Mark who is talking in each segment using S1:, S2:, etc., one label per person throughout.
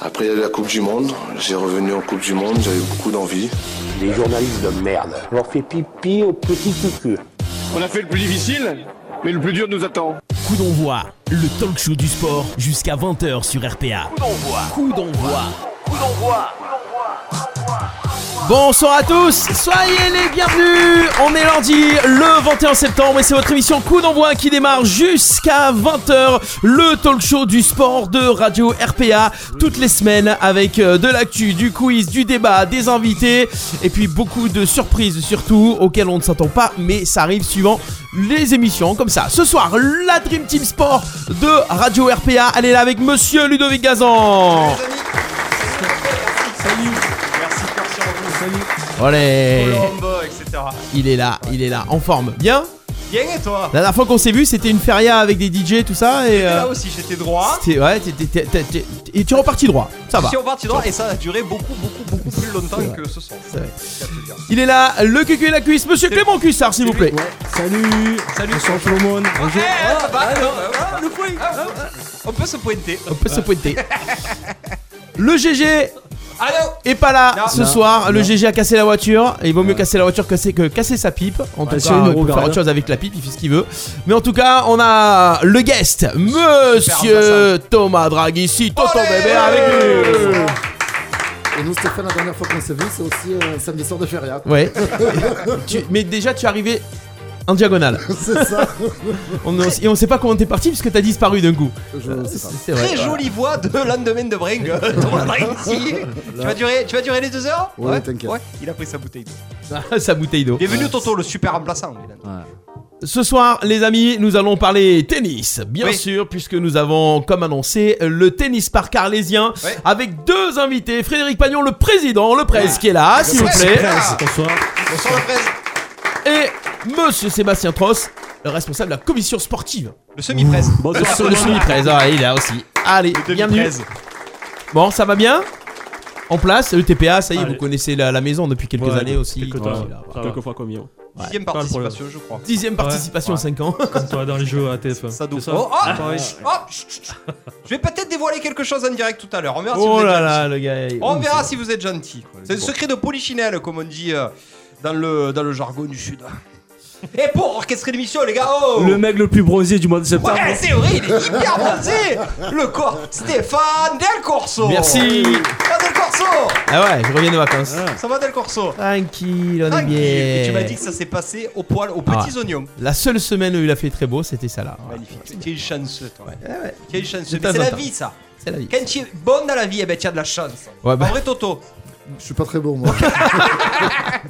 S1: Après la Coupe du Monde, j'ai revenu en Coupe du Monde, j'avais beaucoup d'envie.
S2: Les journalistes de merde. On leur fait pipi au petit cucu.
S3: On a fait le plus difficile, mais le plus dur nous attend.
S4: Coup d'envoi, le talk show du sport jusqu'à 20h sur RPA. Coup d'envoi. Coup d'envoi. Bonsoir à tous, soyez les bienvenus. On est lundi le 21 septembre et c'est votre émission Coup d'envoi qui démarre jusqu'à 20h, le talk show du sport de Radio RPA toutes les semaines avec euh, de l'actu, du quiz, du débat, des invités et puis beaucoup de surprises surtout auxquelles on ne s'attend pas mais ça arrive suivant les émissions comme ça. Ce soir, la Dream Team Sport de Radio RPA, elle est là avec monsieur Ludovic Gazan. Allez,
S3: etc.
S4: il est là, il est là, en forme. Bien
S3: Bien et toi
S4: La dernière fois qu'on s'est vu, c'était une feria avec des DJ, tout ça, et.
S3: Et
S4: euh,
S3: Là aussi, j'étais droit.
S4: t'es- ouais, t'es- t'es- t'es- t'es- et tu es reparti droit, ça va.
S3: Si on partit droit, et ça a duré beaucoup, beaucoup, beaucoup plus longtemps que ce son.
S4: C'est vrai. Il est là, le cucu et la cuisse, monsieur Clément Cuissard, s'il vous plaît.
S5: Salut
S3: Salut.
S5: Bonsoir tout le monde
S3: Eh,
S5: Bonjour
S3: ça va, non, ah, ah, On peut se pointer.
S4: On peut se pointer. Le GG
S3: Allô
S4: est pas là
S3: Non.
S4: ce
S5: Non.
S4: soir. Le GG a cassé la voiture. Et il vaut mieux casser la voiture que, c'est- que casser sa pipe. En tout
S5: Parce
S4: cas,
S5: qu'il nous
S4: il peut faire
S5: regarde.
S4: autre chose avec la pipe, il fait ce qu'il veut. Mais en tout cas, on a le guest, monsieur Thomas Draghi, ici, Tonton
S3: Olé
S4: Bébé avec nous.
S6: Et nous, Stéphane, la dernière fois qu'on s'est vu, c'est aussi euh, samedi soir de Feria.
S4: Ouais. Tu- mais déjà, tu es arrivé en diagonale.
S6: C'est ça
S4: On, on- et on sait pas comment t'es parti puisque t'as disparu d'un coup.
S6: Je sais pas.
S4: C'est
S3: Très
S4: vrai.
S3: jolie voix de lendemain de Bring. Ton Bring, si. Tu vas durer, tu vas durer les deux heures
S6: Ouais, t'inquiète.
S3: Ouais, il a pris sa bouteille. d'eau.
S4: Sa bouteille d'eau.
S3: Bienvenue Toto, le super remplaçant.
S4: Ce soir, les amis, nous allons parler tennis, bien
S3: Oui.
S4: sûr, puisque nous avons, comme annoncé, le tennis par carlésien
S3: Oui.
S4: avec deux invités. Frédéric Pagnon, le président, le presse qui est là, s'il vous plaît,
S3: Ah,
S5: Bonsoir
S3: Bonsoir le presse.
S4: et monsieur Sébastien Tross, le responsable de la commission sportive.
S3: Le semi-presse.
S5: Bonsoir
S4: Sur le semi-presse, ah, il est là aussi. Allez, bienvenue.
S3: Demi-presse.
S4: Bon, ça va bien En place, E le TPA, ça y est,
S5: Allez.
S4: vous connaissez la, la maison depuis quelques
S5: Ouais,
S4: années aussi.
S5: quelques
S4: qui
S5: temps.
S4: est là, voilà.
S5: Quelques fois combien
S3: Dixième
S5: Pas de problème.
S3: participation, je crois.
S4: Dixième participation en 5 ans.
S7: Toi dans les jeux à TF1.
S3: Ça doute.
S7: C'est Ah,
S3: Oh,
S4: Ah.
S3: oh,
S7: Pareil.
S3: chut, oh, chut, chut. Je vais peut-être dévoiler quelque chose en direct tout à l'heure. On verra si vous
S4: Oh
S3: êtes
S4: là
S3: gentil.
S4: là, le gars. est-
S3: On
S4: Ouh,
S3: verra
S4: c'est-
S3: si vous êtes gentil. C'est le secret de polichinelle, comme on dit euh, dans, le, dans le jargon du Sud. Et pour orchestrer l'émission, les gars, oh
S5: Le mec le plus bronzé du mois de septembre
S3: Ouais, c'est vrai, il est hyper bronzé Le corps Stéphane Del Corso
S4: Merci.
S3: Ah, Del Corso
S4: Ah ouais, je reviens de vacances.
S7: Ah.
S3: Ça va Del Corso
S4: Tranquille, on est
S3: Tranquille. Et Tu m'as
S4: bien.
S3: dit que ça s'est passé au poil, aux
S4: Ah
S3: petits oignons.
S4: La seule semaine où il a fait très beau, c'était ça là. Voilà.
S3: Magnifique. Quel chanceux, toi.
S4: ouais.
S3: Quel chanceux.
S4: De temps
S3: Mais C'est
S4: en
S3: la
S4: temps.
S3: vie, ça.
S4: C'est la vie.
S3: Quand tu es bonne dans la vie, eh ben, tu as de la chance.
S4: Ouais, bah.
S3: En vrai, Toto.
S6: Je suis pas très beau, moi.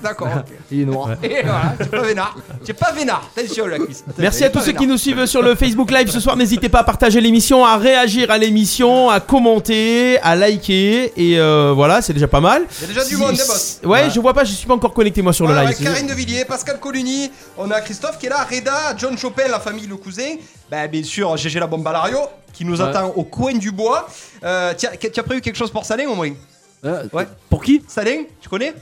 S3: D'accord. ok.
S6: Il est noir.
S3: Et voilà, tu es pas vénard. Tu es pas vénard. Attention, la cuisse.
S4: Merci
S3: Tu es
S4: à tous
S3: pas
S4: ceux qui
S3: vénard.
S4: nous suivent sur le Facebook Live ce soir. N'hésitez pas à partager l'émission, à réagir à l'émission, à commenter, à liker. Et euh, voilà, c'est déjà pas mal.
S3: Il y a déjà du monde, des boss.
S4: Ouais, je vois pas, je suis pas encore connecté moi sur le
S3: Voilà,
S4: live.
S3: avec Karine Devilliers, Pascal Coluni, on a Christophe qui est là, Reda, John Chopin, la famille Le Cousin, ben, bien sûr GG la bombe Balario qui nous
S5: Ouais.
S3: attend au coin du bois. Euh, tiens, que- tu as prévu quelque chose pour Salin au moins
S5: Euh,
S3: Ouais.
S5: Pour qui
S3: Salin, tu connais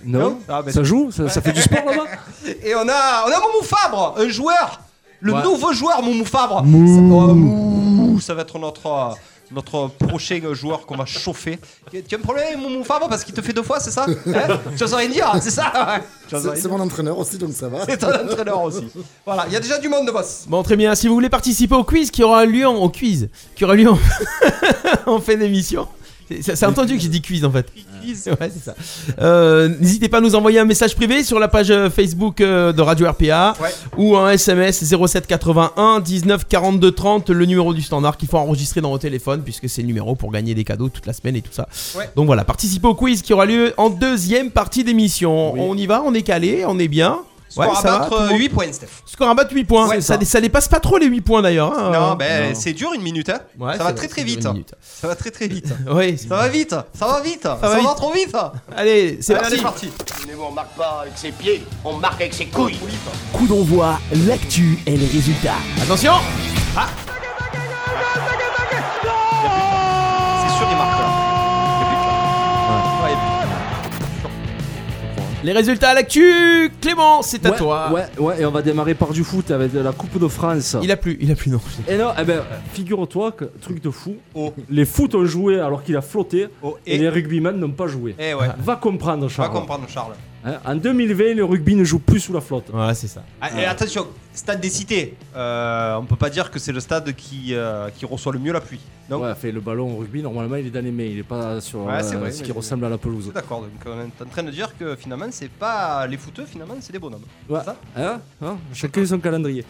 S3: Ah, ben,
S5: Ça joue ça, ça fait du sport là-bas
S3: Et on a, on a Moumou Fabre, un joueur, le
S5: Ouais.
S3: nouveau joueur Moumou Fabre. Ça, oh, Mou, ça va être notre, euh, notre prochain joueur qu'on va chauffer. Tu as un problème avec Moumou Fabre parce qu'il te fait deux fois, c'est ça Hein Tu vas rien dire, c'est ça Tu vas
S6: C'est c'est mon entraîneur aussi, donc ça va.
S3: C'est ton entraîneur aussi. Voilà, il y a déjà du monde de boss.
S4: Bon, très bien. Si vous voulez participer au quiz qui aura lieu en au quiz, qui aura lieu en, en fin d'émission. C'est- C'est c'est entendu que j'ai dit quiz en fait. Ouais, c'est ça. Euh, N'hésitez pas à nous envoyer un message privé sur la page euh, Facebook euh, de Radio RPA
S3: Ouais.
S4: ou un SMS 07 81 19 42 30, le numéro du standard qu'il faut enregistrer dans vos téléphones puisque c'est le numéro pour gagner des cadeaux toute la semaine et tout ça.
S3: Ouais.
S4: Donc voilà, participez au quiz qui aura lieu en deuxième partie d'émission. On y va, on est calé, on est bien.
S3: Score à
S4: ça va, tout le
S3: battre
S4: monde
S3: 8 points, Steph.
S4: Score à battre 8 points.
S3: Ouais,
S4: ça,
S3: ça.
S4: ça dépasse pas trop les 8 points d'ailleurs. hein.
S3: non, ben
S5: non.
S3: c'est dur une minute, hein.
S4: Ouais, c'est
S3: ça va
S4: vrai,
S3: très très
S4: c'est
S3: vite.
S4: une minute.
S3: Ça va très très vite.
S4: Ouais, c'est-
S3: Ça va vite, ça va vite, ça, va,
S4: vite.
S3: trop vite. hein.
S4: Allez, c'est
S3: Allez,
S4: parti.
S3: c'est parti.
S4: Coup d'envoi, l'actu et les résultats. Attention Ah.
S3: C'est sûr, il marque là. Il y a plus de temps. Ouais, il y a plus de temps.
S4: Les résultats à l'actu, Clément, c'est à
S5: Ouais,
S4: toi.
S5: Ouais, ouais, et on va démarrer par du foot avec de la Coupe de France.
S4: Il a plu, il a plu, non.
S5: Et non, eh ben, figure-toi que truc de fou,
S3: Oh,
S5: les foot ont joué alors qu'il a flotté
S3: oh,
S5: et,
S3: et.
S5: les rugbymen n'ont pas joué.
S3: Eh ouais.
S5: Va comprendre,
S3: Va
S5: Charles.
S3: comprendre, Charles.
S5: Hein, en 2020, le rugby ne joue plus sous la flotte.
S4: Voilà, c'est ça.
S3: Ah, et attention, stade des cités. Euh, on peut pas dire que c'est le stade qui, euh, qui reçoit le mieux la pluie. Donc,
S5: Ouais, fait le ballon au rugby, normalement il est dans les mains, il est pas sur
S3: Ouais, c'est
S5: euh,
S3: vrai,
S5: ce
S3: mais
S5: qui
S3: je-
S5: ressemble à la
S3: je
S5: pelouse.
S3: suis d'accord. Donc, on est en train de dire que finalement, c'est pas les footeux, finalement, c'est des bonhommes.
S5: Ouais.
S3: C'est ça
S5: Hein Hein Chacun son calendrier.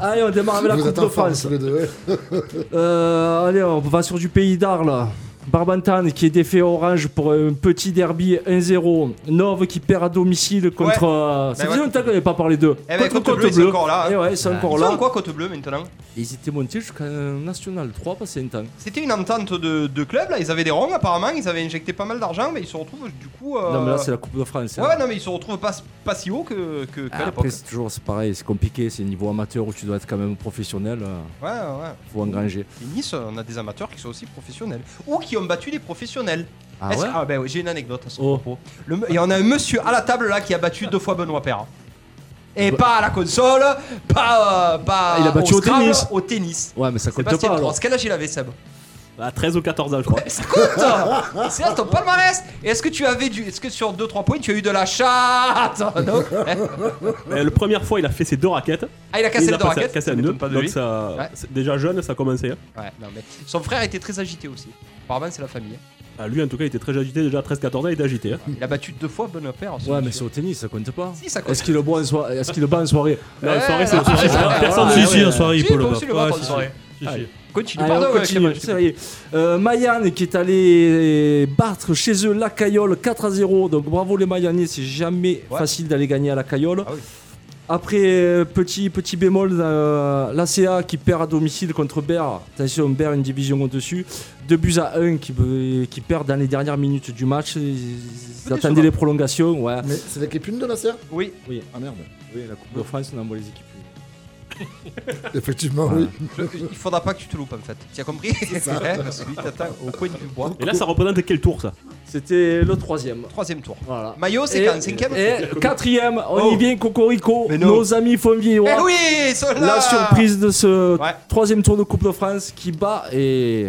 S5: allez, on démarre avec la
S6: Vous
S5: Coupe
S6: êtes
S5: de
S6: en forme
S5: France.
S6: tous les deux. ouais.
S5: Euh, allez, on va sur du pays d'Arles. Barbantane qui est défait à orange pour un petit derby 1-0. Nove qui perd à domicile contre. euh, ça
S3: Ben
S5: faisait
S3: ouais.
S5: longtemps qu'on n'avait pas parlé d'eux.
S3: Eh ben, Côte Bleue, ils sont encore là, hein.
S5: Eh ouais, ils sont encore
S3: Ils sont
S5: là.
S3: en quoi, Côte Bleue, maintenant
S5: Ils étaient montés jusqu'en National 3 passé un temps.
S3: C'était une entente de, de club, là. Ils avaient des ronds, apparemment. Ils avaient injecté pas mal d'argent, mais ils se retrouvent, du coup. euh,
S5: Non, mais là, c'est la Ah. Coupe de France. hein.
S3: Ouais, non, mais ils se retrouvent pas, pas si haut que, que, qu'à l'époque.
S5: Après, c'est toujours c'est pareil, c'est compliqué. C'est niveau amateur où tu dois être quand même professionnel. euh,
S3: Ouais, ouais.
S5: faut engranger.
S3: Et Nice, on a des amateurs qui sont aussi professionnels. Ou qui ont battu les professionnels.
S5: Ah
S3: Est-ce-
S5: ouais
S3: ben oui, j'ai une anecdote à ce
S5: Oh.
S3: propos. Le me- Il y en a un monsieur à la table là qui a battu deux fois Benoît Père. Et pas à la console, pas, euh, pas
S5: Ah, Bah. il a battu au
S3: Scrabble,
S5: tennis.
S3: au tennis.
S5: Ouais, mais ça compte
S3: Sébastien
S5: pas
S3: Trotz,
S5: alors.
S3: quel âge il avait Seb
S7: À 13 ou 14 ans, je crois.
S3: Ça compte C'est là ton palmarès Et est-ce que tu avais du. Est-ce que sur 2-3 points tu as eu de la chatte Non
S7: Mais Euh, la première fois, il a fait ses deux raquettes.
S3: Ah il a
S7: Et
S3: cassé
S7: il
S3: le
S7: a
S3: dos
S7: passé-
S3: raquette
S7: cassé
S3: ça
S7: un
S3: m'étonne
S7: nœud.
S3: pas de
S7: Donc,
S3: lui.
S7: ça,
S3: Ouais.
S7: c'est- déjà jeune, ça commençait. hein.
S3: Ouais, non, mais Son frère était très agité aussi. Apparemment c'est la famille. hein.
S7: Ah, lui, en tout cas, il était très agité. Déjà à 13-14 ans, il était agité. hein.
S3: Il a battu deux fois Benoît Père. ce
S5: Ouais, mais c'est
S3: monsieur.
S5: au tennis, ça compte pas.
S3: Si ça compte.
S5: Est-ce qu'il le boit en soirée Est-ce qu'il le bat en soirée
S7: Non, en
S3: Ouais, Ah,
S7: soirée, c'est
S3: ouais,
S7: autre chose.
S5: ouais,
S7: Personne
S5: ouais,
S7: ne
S5: ouais,
S7: suit en
S5: ouais.
S7: soirée,
S3: Si,
S7: il peut le
S3: faut
S7: voir.
S3: aussi le voir
S7: Ouais,
S3: en
S7: si,
S3: soirée.
S7: si, si.
S5: Allez.
S3: Continue,
S5: Allez,
S3: pardon,
S5: on continue,
S3: Clément, je
S5: ça y est. Euh, Mayanne qui est allé battre chez eux la Caillole 4 à 0. Donc bravo les Mayanais, c'est jamais
S3: Ouais.
S5: facile d'aller gagner à la Caillole.
S3: Ah oui.
S5: Après, euh, petit, petit bémol, euh, l'ACA qui perd à domicile contre Berre. Attention, Berre, une division au-dessus. Deux buts à 1 qui, euh, qui perd dans les dernières minutes du match. Ils, ils
S3: Peu
S5: attendaient
S3: décevant.
S5: les prolongations. Ouais.
S6: Mais c'est l'équipe une de la serre
S3: Oui,
S6: Ah merde.
S5: Oui, la Coupe de France, on envoie les équipes.
S6: Effectivement, oui.
S3: Euh, il faudra pas que tu te loupes en fait. Tu as compris Ouais, Parce que lui t'attend au coin du bois.
S7: Et là, ça représente quel tour, ça
S5: C'était le troisième.
S3: Troisième tour.
S5: Voilà.
S3: Maillot, Oh, c'est
S5: Et-
S3: quand Cinquième
S5: Et quatrième, on
S3: Oh.
S5: y vient Cocorico,
S3: Mais non.
S5: nos amis
S3: Eh
S5: Fonvieillois.
S3: oui, ils sont là
S5: La surprise de ce
S3: Ouais.
S5: troisième tour de Coupe de France qui bat et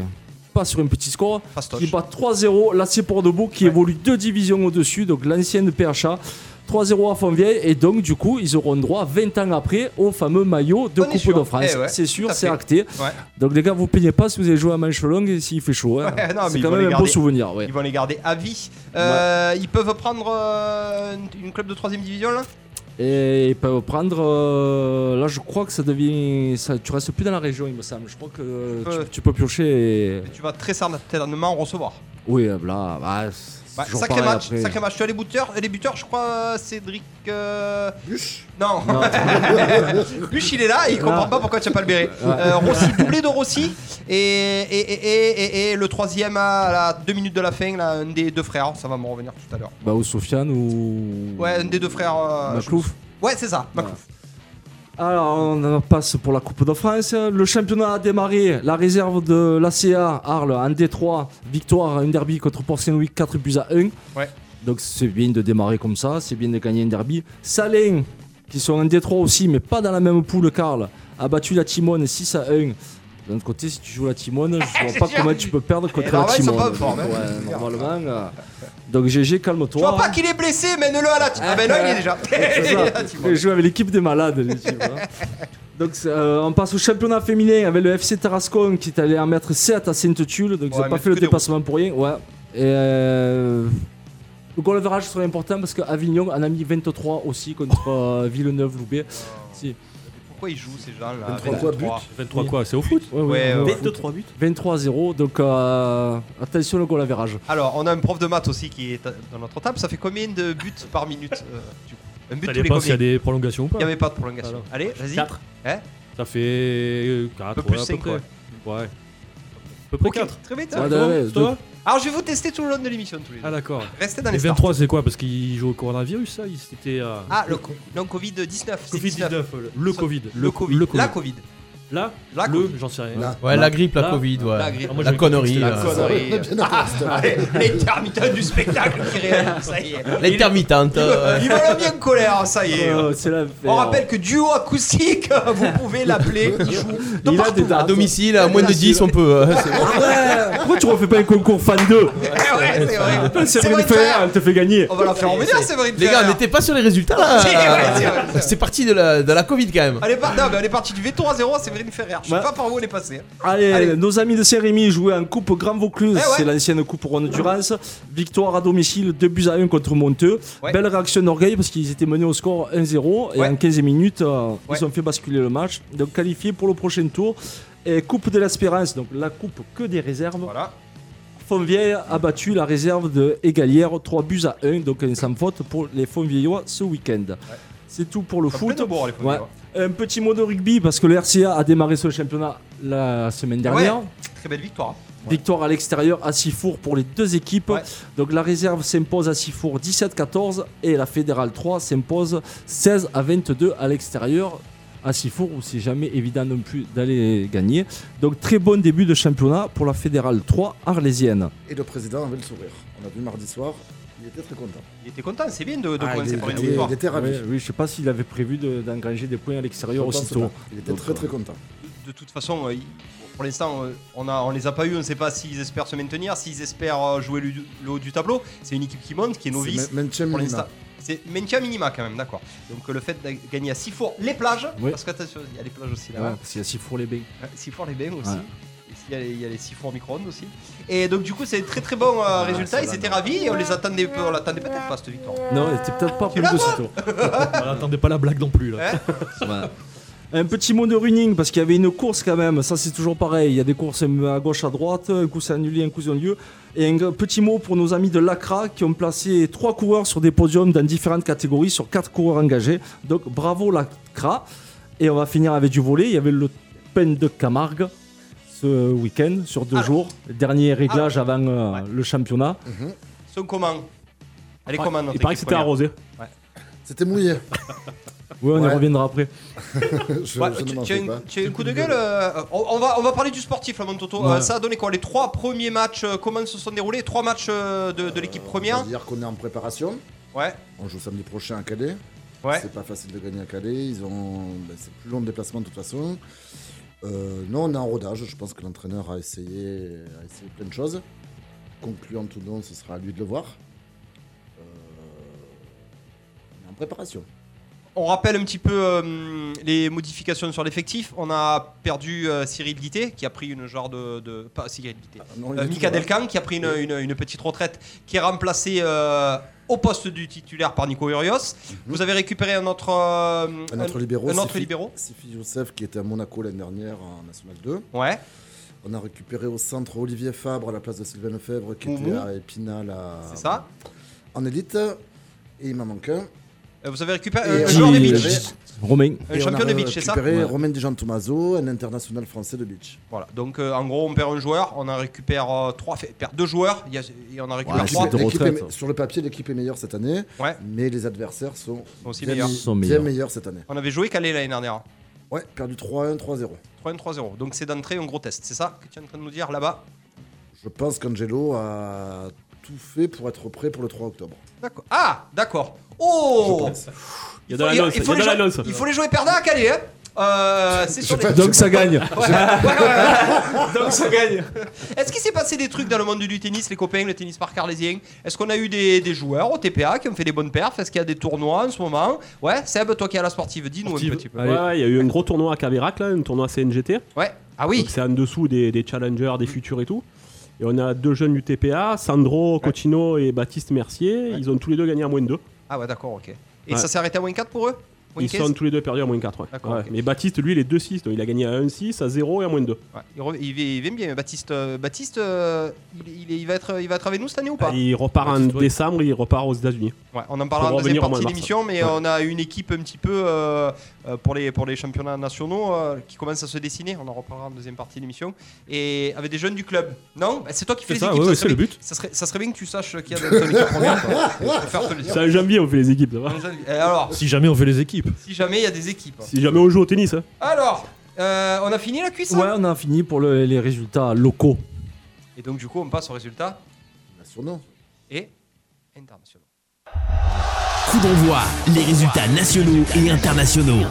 S5: pas sur un petit score,
S3: Fastoche.
S5: qui bat 3-0 l'AC Port-de-Beau qui
S3: Ouais.
S5: évolue deux divisions au-dessus, donc l'ancienne PHA. 3-0 à Fontvieille et donc du coup ils auront droit 20 ans après au fameux maillot de
S3: On est
S5: Coupe
S3: sûr.
S5: de France.
S3: Eh ouais,
S5: c'est
S3: tout
S5: sûr,
S3: à
S5: c'est
S3: fait.
S5: acté.
S3: Ouais.
S5: Donc les gars vous payez pas si vous avez joué à manche longue et s'il fait chaud. hein.
S3: Ouais, non, mais
S5: c'est
S3: ils
S5: quand
S3: vont les
S5: même un beau
S3: garder.
S5: souvenir. ouais.
S3: Ils vont les garder à vie. Euh, Ils peuvent prendre euh, une- une club de troisième division là
S5: Et ils peuvent prendre. euh, là, je crois que ça devient. Ça, tu restes plus dans la région, il me semble. Je crois que euh,
S3: Ouais.
S5: tu, tu peux piocher. Et...
S3: Tu vas très certainement en recevoir.
S5: Oui, euh, là, bah, c'est
S3: Ouais,
S5: toujours
S3: sacré
S5: pareil
S3: match,
S5: après.
S3: sacré match. Tu as les buteurs, les buteurs, je crois euh, Cédric. euh,
S6: Bûche
S3: Non. Luch il est là, et il comprend
S5: Non.
S3: pas pourquoi tu as pas le béret. Euh, Rossi, doublé de Rossi. Et, et, et, et, et- et le troisième à la deux minutes de la fin, là, un des deux frères. Ça va me revenir tout à l'heure.
S5: Bah, ou Sofiane ou.
S3: Ouais, un des deux frères. euh,
S5: Maclouf.
S3: Ouais, c'est ça, Maclouf.
S5: Alors, on en passe pour la Coupe de France. Le championnat a démarré. La réserve de l'ACA, Arles, en D3. Victoire, à un derby contre Port-Saint-Louis, 4 buts à 1.
S3: Ouais.
S5: Donc, c'est bien de démarrer comme ça. C'est bien de gagner un derby. Salins, qui sont en D3 aussi, mais pas dans la même poule qu'Arles, a battu la Timone 6 à 1. D'un autre côté, si tu joues la Timone, je
S3: C'est
S5: vois pas
S3: sûr.
S5: comment tu peux perdre contre la
S3: normalement, ils sont
S5: Timone.
S3: pas en forme, hein.
S5: Ouais, normalement. euh, Donc, GG,
S3: Tu vois
S5: calme-toi.
S3: pas qu'il est blessé, mène-le à la. Ah ben non, il est déjà.
S5: hein C'est ça.
S3: Tu vois.
S5: Il joue avec l'équipe des malades. les types, hein. Donc c'est, euh, on passe au championnat féminin avec le FC Tarascon qui est allé en mettre 7 à Sainte-Tulle. Donc
S3: Ouais,
S5: ils n'ont pas
S3: mais
S5: fait le
S3: que des
S5: dépassement pour rien. Ouais. Et, euh, le goal average serait important parce qu'Avignon en a mis 23 aussi contre euh, Villeneuve-Loubet.
S3: Oh.
S5: Si.
S3: Pourquoi ils jouent ces gens-là
S6: 23 fois
S3: 23.
S7: 23 quoi C'est au foot
S5: Ouais, ouais,
S3: Ouais,
S5: ouais.
S3: ouais.
S7: 22-3 buts
S5: 23-0. Donc euh, attention le goal average.
S3: Alors, on a un prof de maths aussi qui est dans notre table. Ça fait combien de buts par minute euh, du coup Un but
S7: Ça
S3: tous les
S7: dépend s'il y
S3: combien
S7: a des prolongations ou
S3: Il
S7: pas.
S3: n'y avait pas de prolongation. Allez, vas-y.
S7: 4.
S3: Hein
S7: Ça fait
S3: Un peu
S7: 4,
S3: plus
S7: ouais, à peu
S3: cinq,
S7: près.
S3: ouais.
S7: Ouais. À peu près
S3: Ok,
S7: 4.
S3: Très vite.
S5: Ouais,
S3: hein.
S5: ouais, ouais, donc-
S3: Alors, je vais vous tester tout le long de l'émission tous les deux.
S7: Ah d'accord.
S3: Restez dans
S7: Les
S3: les stars.
S7: 23 c'est quoi Parce qu'ils jouent au coronavirus ça Ils étaient... euh,
S3: Ah, le co- non, Covid-19. c'est
S7: Covid-19, le, le
S3: Ça-
S7: Covid.
S3: Le Covid. La Covid.
S7: Là
S3: La
S7: Le J'en sais rien.
S6: Là.
S4: Ouais, la grippe, la
S7: Là.
S4: Covid, ouais.
S3: La grippe.
S4: la,
S7: Moi, j'ai
S4: connerie.
S7: la
S4: euh,
S3: Ah,
S6: Bien
S3: oui.
S6: intéressant.
S3: L'intermittent du spectacle qui réagit, ça y est.
S4: L'intermittente. euh,
S3: Ils veulent bien en colère, ça y est.
S5: Euh, c'est la
S3: On rappelle que duo acoustique, vous pouvez l'appeler. Il joue de
S5: Il a
S3: partout. hein.
S5: des
S4: à
S5: dates.
S4: domicile, à moins de 10, on peut. euh, c'est-
S5: Ouais. Pourquoi tu refais pas un concours fan 2
S3: Eh ouais, c'est vrai.
S5: Séverine
S3: Séverine
S5: Ferrer,
S3: Ferrer.
S5: elle te fait gagner.
S3: On va la faire revenir, Séverine
S4: Les gars, on
S3: Ferrer.
S4: n'était pas sur les résultats
S3: Si, ouais, c'est vrai,
S4: là.
S3: c'est
S4: C'est parti de la, de la Covid quand même.
S3: Elle est, par- non, mais elle est partie du Véton à 0 à Séverine Ferrer. Je sais
S5: Ouais.
S3: pas par où elle est passée.
S5: Allez,
S3: Allez.
S5: nos amis de Saint-Rémy jouaient en Coupe Grand Vaucluse,
S3: Eh ouais.
S5: c'est l'ancienne Coupe Ronde Durance. Victoire à domicile, 2 buts à 1 contre Monteux.
S3: Ouais.
S5: Belle réaction d'orgueil parce qu'ils étaient menés au score 1-0 et
S3: Ouais.
S5: en 15 minutes, euh,
S3: Ouais.
S5: ils ont fait basculer le match. Donc qualifiés pour le prochain tour. Et Coupe de l'Espérance, donc la Coupe que des réserves.
S3: Voilà.
S5: Fontvieille a battu la réserve de Égalière 3 buts à 1, donc un sans faute pour les Fontvieillois ce week-end. C'est tout pour le
S3: Foot
S5: foot.
S3: de bourre, les
S5: Ouais.
S3: Fontvieillois.
S5: Un petit mot de rugby parce que le RCA a démarré ce championnat la semaine dernière.
S3: Ouais. Très belle victoire.
S5: Victoire à l'extérieur à Sifour pour les deux équipes.
S3: Ouais.
S5: Donc la réserve s'impose à Sifour 17-14 et la fédérale 3 s'impose 16 à 22 à l'extérieur à Sifour où c'est jamais évident non plus d'aller gagner. Donc très bon début de championnat pour la fédérale 3 arlésienne.
S6: Et le président avait le sourire. On l'a vu mardi soir. Il était très content.
S3: Il était content, c'est bien de, de
S6: Ah, il,
S3: commencer par une
S6: était,
S3: victoire.
S6: il était ravi.
S5: oui, je sais pas s'il avait prévu de- d'engager des points à
S6: Je
S5: l'extérieur
S6: pense
S5: aussitôt.
S6: pas. Il était
S5: Donc, euh,
S6: très très content.
S3: De toute façon, euh, il- pour l'instant, euh, on, a, on les a pas eu, on ne sait pas s'ils espèrent se maintenir, s'ils espèrent euh, jouer le, le haut du tableau. C'est une équipe qui monte, qui est novice.
S6: C'est Men- Menchem
S3: Pour
S6: Lima.
S3: l'instant, c'est maintien minima quand même, d'accord. Donc euh, le fait de gagner à 6 fois les plages,
S5: Oui.
S3: parce qu'attention, il y a les plages aussi
S5: Ouais,
S3: là-bas.
S5: parce qu'il y a Sifour les bains.
S3: 6 fois les bains aussi.
S5: Ouais.
S3: Et s'il y a les- Il y a les 6 fois micro-ondes aussi. Et donc, du coup, c'est très très bon euh, résultat. Ils étaient ravis et on les attendait, on l'attendait peut-être pas cette victoire.
S5: Non, c'était peut-être pas prévu
S3: l'as,
S5: aussitôt.
S7: On n'attendait pas la blague non plus là.
S5: Un petit mot de running parce qu'il y avait une course quand même, ça c'est toujours pareil, il y a des courses à gauche, à droite, un coup c'est annulé, un coup c'est lieu. Et un g- petit mot pour nos amis de l'ACRA qui ont placé trois coureurs sur des podiums dans différentes catégories, sur quatre coureurs engagés. Donc bravo l'ACRA. Et on va finir avec du volet, il y avait le Pen de Camargue ce week-end sur deux
S3: Alors.
S5: jours. Dernier réglage avant euh,
S3: Ouais.
S5: le championnat.
S3: Son comment Elle est comment notre
S7: Il paraît
S3: équipe
S7: que c'était
S3: première
S7: arrosé.
S6: C'était mouillé.
S5: Oui, on
S6: Ouais.
S5: y reviendra après.
S6: je
S3: Ouais,
S6: je ne
S3: tu,
S6: m'en
S3: tu as
S6: fais
S3: une-
S6: pas.
S3: tu as un coup de gueule. euh, on, on va, on va parler du sportif là, mon Toto. Euh, ça a donné quoi Les trois premiers matchs, euh, comment se sont déroulés Trois matchs euh, de, de l'équipe
S6: On
S3: première
S6: va dire qu'on est en préparation.
S3: Ouais,
S6: On joue samedi prochain à Calais.
S3: ouais.
S6: C'est pas facile de gagner à Calais. Ils ont, ben, c'est plus long de déplacement de toute façon. Euh, non, on est en rodage. Je pense que l'entraîneur a essayé, a essayé plein de choses. Concluant tout non, ce sera à lui de le voir. Euh, on est en préparation.
S3: On rappelle un petit peu euh, les modifications sur l'effectif. On a perdu euh, Cyril Guité qui a pris une genre de. de- pas Cyril Guité.
S6: Ah, Non, il
S3: Euh,
S6: est
S3: Mika
S6: toujours là.
S3: Delcan qui a pris une, une- une petite retraite, qui est remplacé euh, au poste du titulaire par Nico Urios. Vous avez récupéré un autre. euh,
S6: Mhm. Un autre libéraux.
S3: un autre
S6: Sifi-
S3: libéraux.
S6: Sifi Youssef qui était à Monaco l'année dernière en National 2.
S3: Ouais,
S6: On a récupéré au centre Olivier Fabre à la place de Sylvain Lefebvre qui était
S3: Moumou.
S6: à Épinal à-
S3: c'est ça.
S6: en élite. Et il m'en manque un.
S3: Euh, Vous avez récupéré
S6: Et
S3: un
S6: on-
S3: joueur de
S5: Qui-
S3: beach.
S6: j'avais-
S3: Un
S5: Romain.
S6: Et on a
S3: champion de beach, c'est ça
S6: récupéré
S5: Ouais.
S6: Romain Dijon Tomaso, un international français de beach.
S3: Voilà, donc euh, en gros, on perd un joueur, on en récupère euh, trois, fait- perd deux joueurs, il y a- et on en récupère
S5: Ouais,
S3: trois.
S5: c'est- de
S6: L'équipe
S5: retraite,
S6: est-
S5: ça.
S6: sur le papier, l'équipe est meilleure cette année,
S3: Ouais.
S6: mais les adversaires sont
S3: Sont aussi
S6: bien,
S3: meilleurs.
S6: mi-
S5: Sont
S6: bien
S5: meilleurs.
S6: meilleurs cette année.
S3: On avait joué Calais l'année dernière,
S6: Ouais, perdu 3-1, 3-0.
S3: 3-1-3-0. Donc c'est d'entrée un gros test, c'est ça que tu es en train de nous dire là-bas
S6: Je pense qu'Angelo a tout fait pour être prêt pour le 3 octobre.
S3: D'accord. Ah, d'accord. Oh
S7: Il y a de l'annonce. Il y a de
S3: les jouer-
S7: l'annonce.
S3: il faut les jouer perdants à Calais, hein Euh, c'est sur les-
S5: Donc ça gagne.
S3: Donc ça gagne. Est-ce qu'il s'est passé des trucs dans le monde du tennis, les copains, le tennis par carlésien Est-ce qu'on a eu des, des joueurs au TPA qui ont fait des bonnes perfs Est-ce qu'il y a des tournois en ce moment Ouais, Seb, toi qui es à la sportive, dis-nous un
S8: Sportive.
S3: petit peu.
S8: Ouais, ouais, il y a eu un gros tournoi à Caverac, là, un tournoi CNGT.
S3: Ouais. Ah oui, Mm.
S8: Donc c'est en dessous des, des challengers, des futurs et tout. Et on a deux jeunes du TPA, Sandro Cotino et Baptiste Mercier. Ils ont tous les deux gagné à moins 2.
S3: Ah ouais, d'accord, ok. Et
S8: Ouais.
S3: ça s'est arrêté à moins 4 pour eux Moins
S8: Ils
S3: 15?
S8: sont tous les deux perdus à moins 4.
S3: D'accord, ok.
S8: Mais Baptiste, lui, il est 2-6. Donc il a gagné à 1-6, à 0 et à moins 2.
S3: Ouais, il, re- il vi- il vient bien, Baptiste. euh, Baptiste, euh, il, il est- il va être, il va être avec nous cette année ou pas
S8: Bah, Il repart en
S7: Baptiste, oui.
S8: décembre, il repart aux États-Unis.
S3: ouais, On en parlera
S8: Pour
S3: en deuxième
S8: revenir au
S3: partie de
S8: mois de
S3: l'émission, mais euh,
S8: Ouais.
S3: on a une équipe un petit peu euh, euh, pour, les, pour les championnats nationaux euh, qui commence à se dessiner. On en reparlera en deuxième partie de l'émission. Et avec des jeunes du club. Non Bah, C'est toi qui fais les
S7: C'est ça,
S3: équipes.
S7: ouais,
S3: ça
S7: ouais,
S3: serait
S7: c'est le
S3: bien-
S7: but.
S3: Ça serait, ça serait bien que tu saches qui a dans ton équipe première. quoi. Je préfère te le dire.
S8: C'est en janvier, on fait les équipes, ça va
S3: Et Alors,
S7: Si jamais on fait les équipes.
S3: si jamais il y a des équipes.
S8: Si jamais on joue au tennis, hein.
S3: Alors, Euh, on a fini la cuisson
S5: Ouais, on a fini pour le- les résultats locaux.
S3: Et donc, du coup, on passe aux résultats
S6: Nationaux.
S3: et internationaux.
S9: Coup d'envoi, les résultats nationaux et internationaux.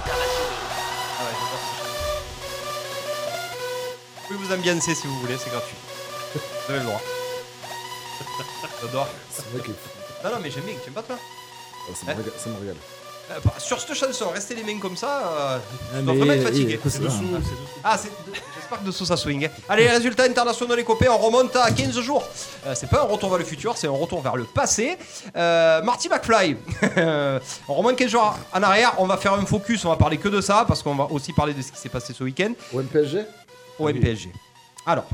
S3: Vous pouvez vous ambiancer si vous voulez, c'est gratuit. Vous avez le droit. J'adore.
S6: C'est vrai que
S3: Non, non, mais j'aime bien, t'aimes pas toi
S6: Ah, ça me régale- ça me régale.
S3: Euh, bah, Sur cette chanson, rester les mains comme ça, euh,
S5: Ah,
S3: on va vraiment être fatigué.
S5: et- et-
S3: Ah, c'est- j'espère que dessous ça swing. hein. Allez, les résultats internationaux, les copains, on remonte à 15 jours. Euh, c'est pas un retour vers le futur, c'est un retour vers le passé. Euh, Marty McFly, on remonte 15 jours en arrière, on va faire un focus, on va parler que de ça, parce qu'on va aussi parler de ce qui s'est passé ce week-end
S6: Au MPSG
S3: au MPSG. Alors,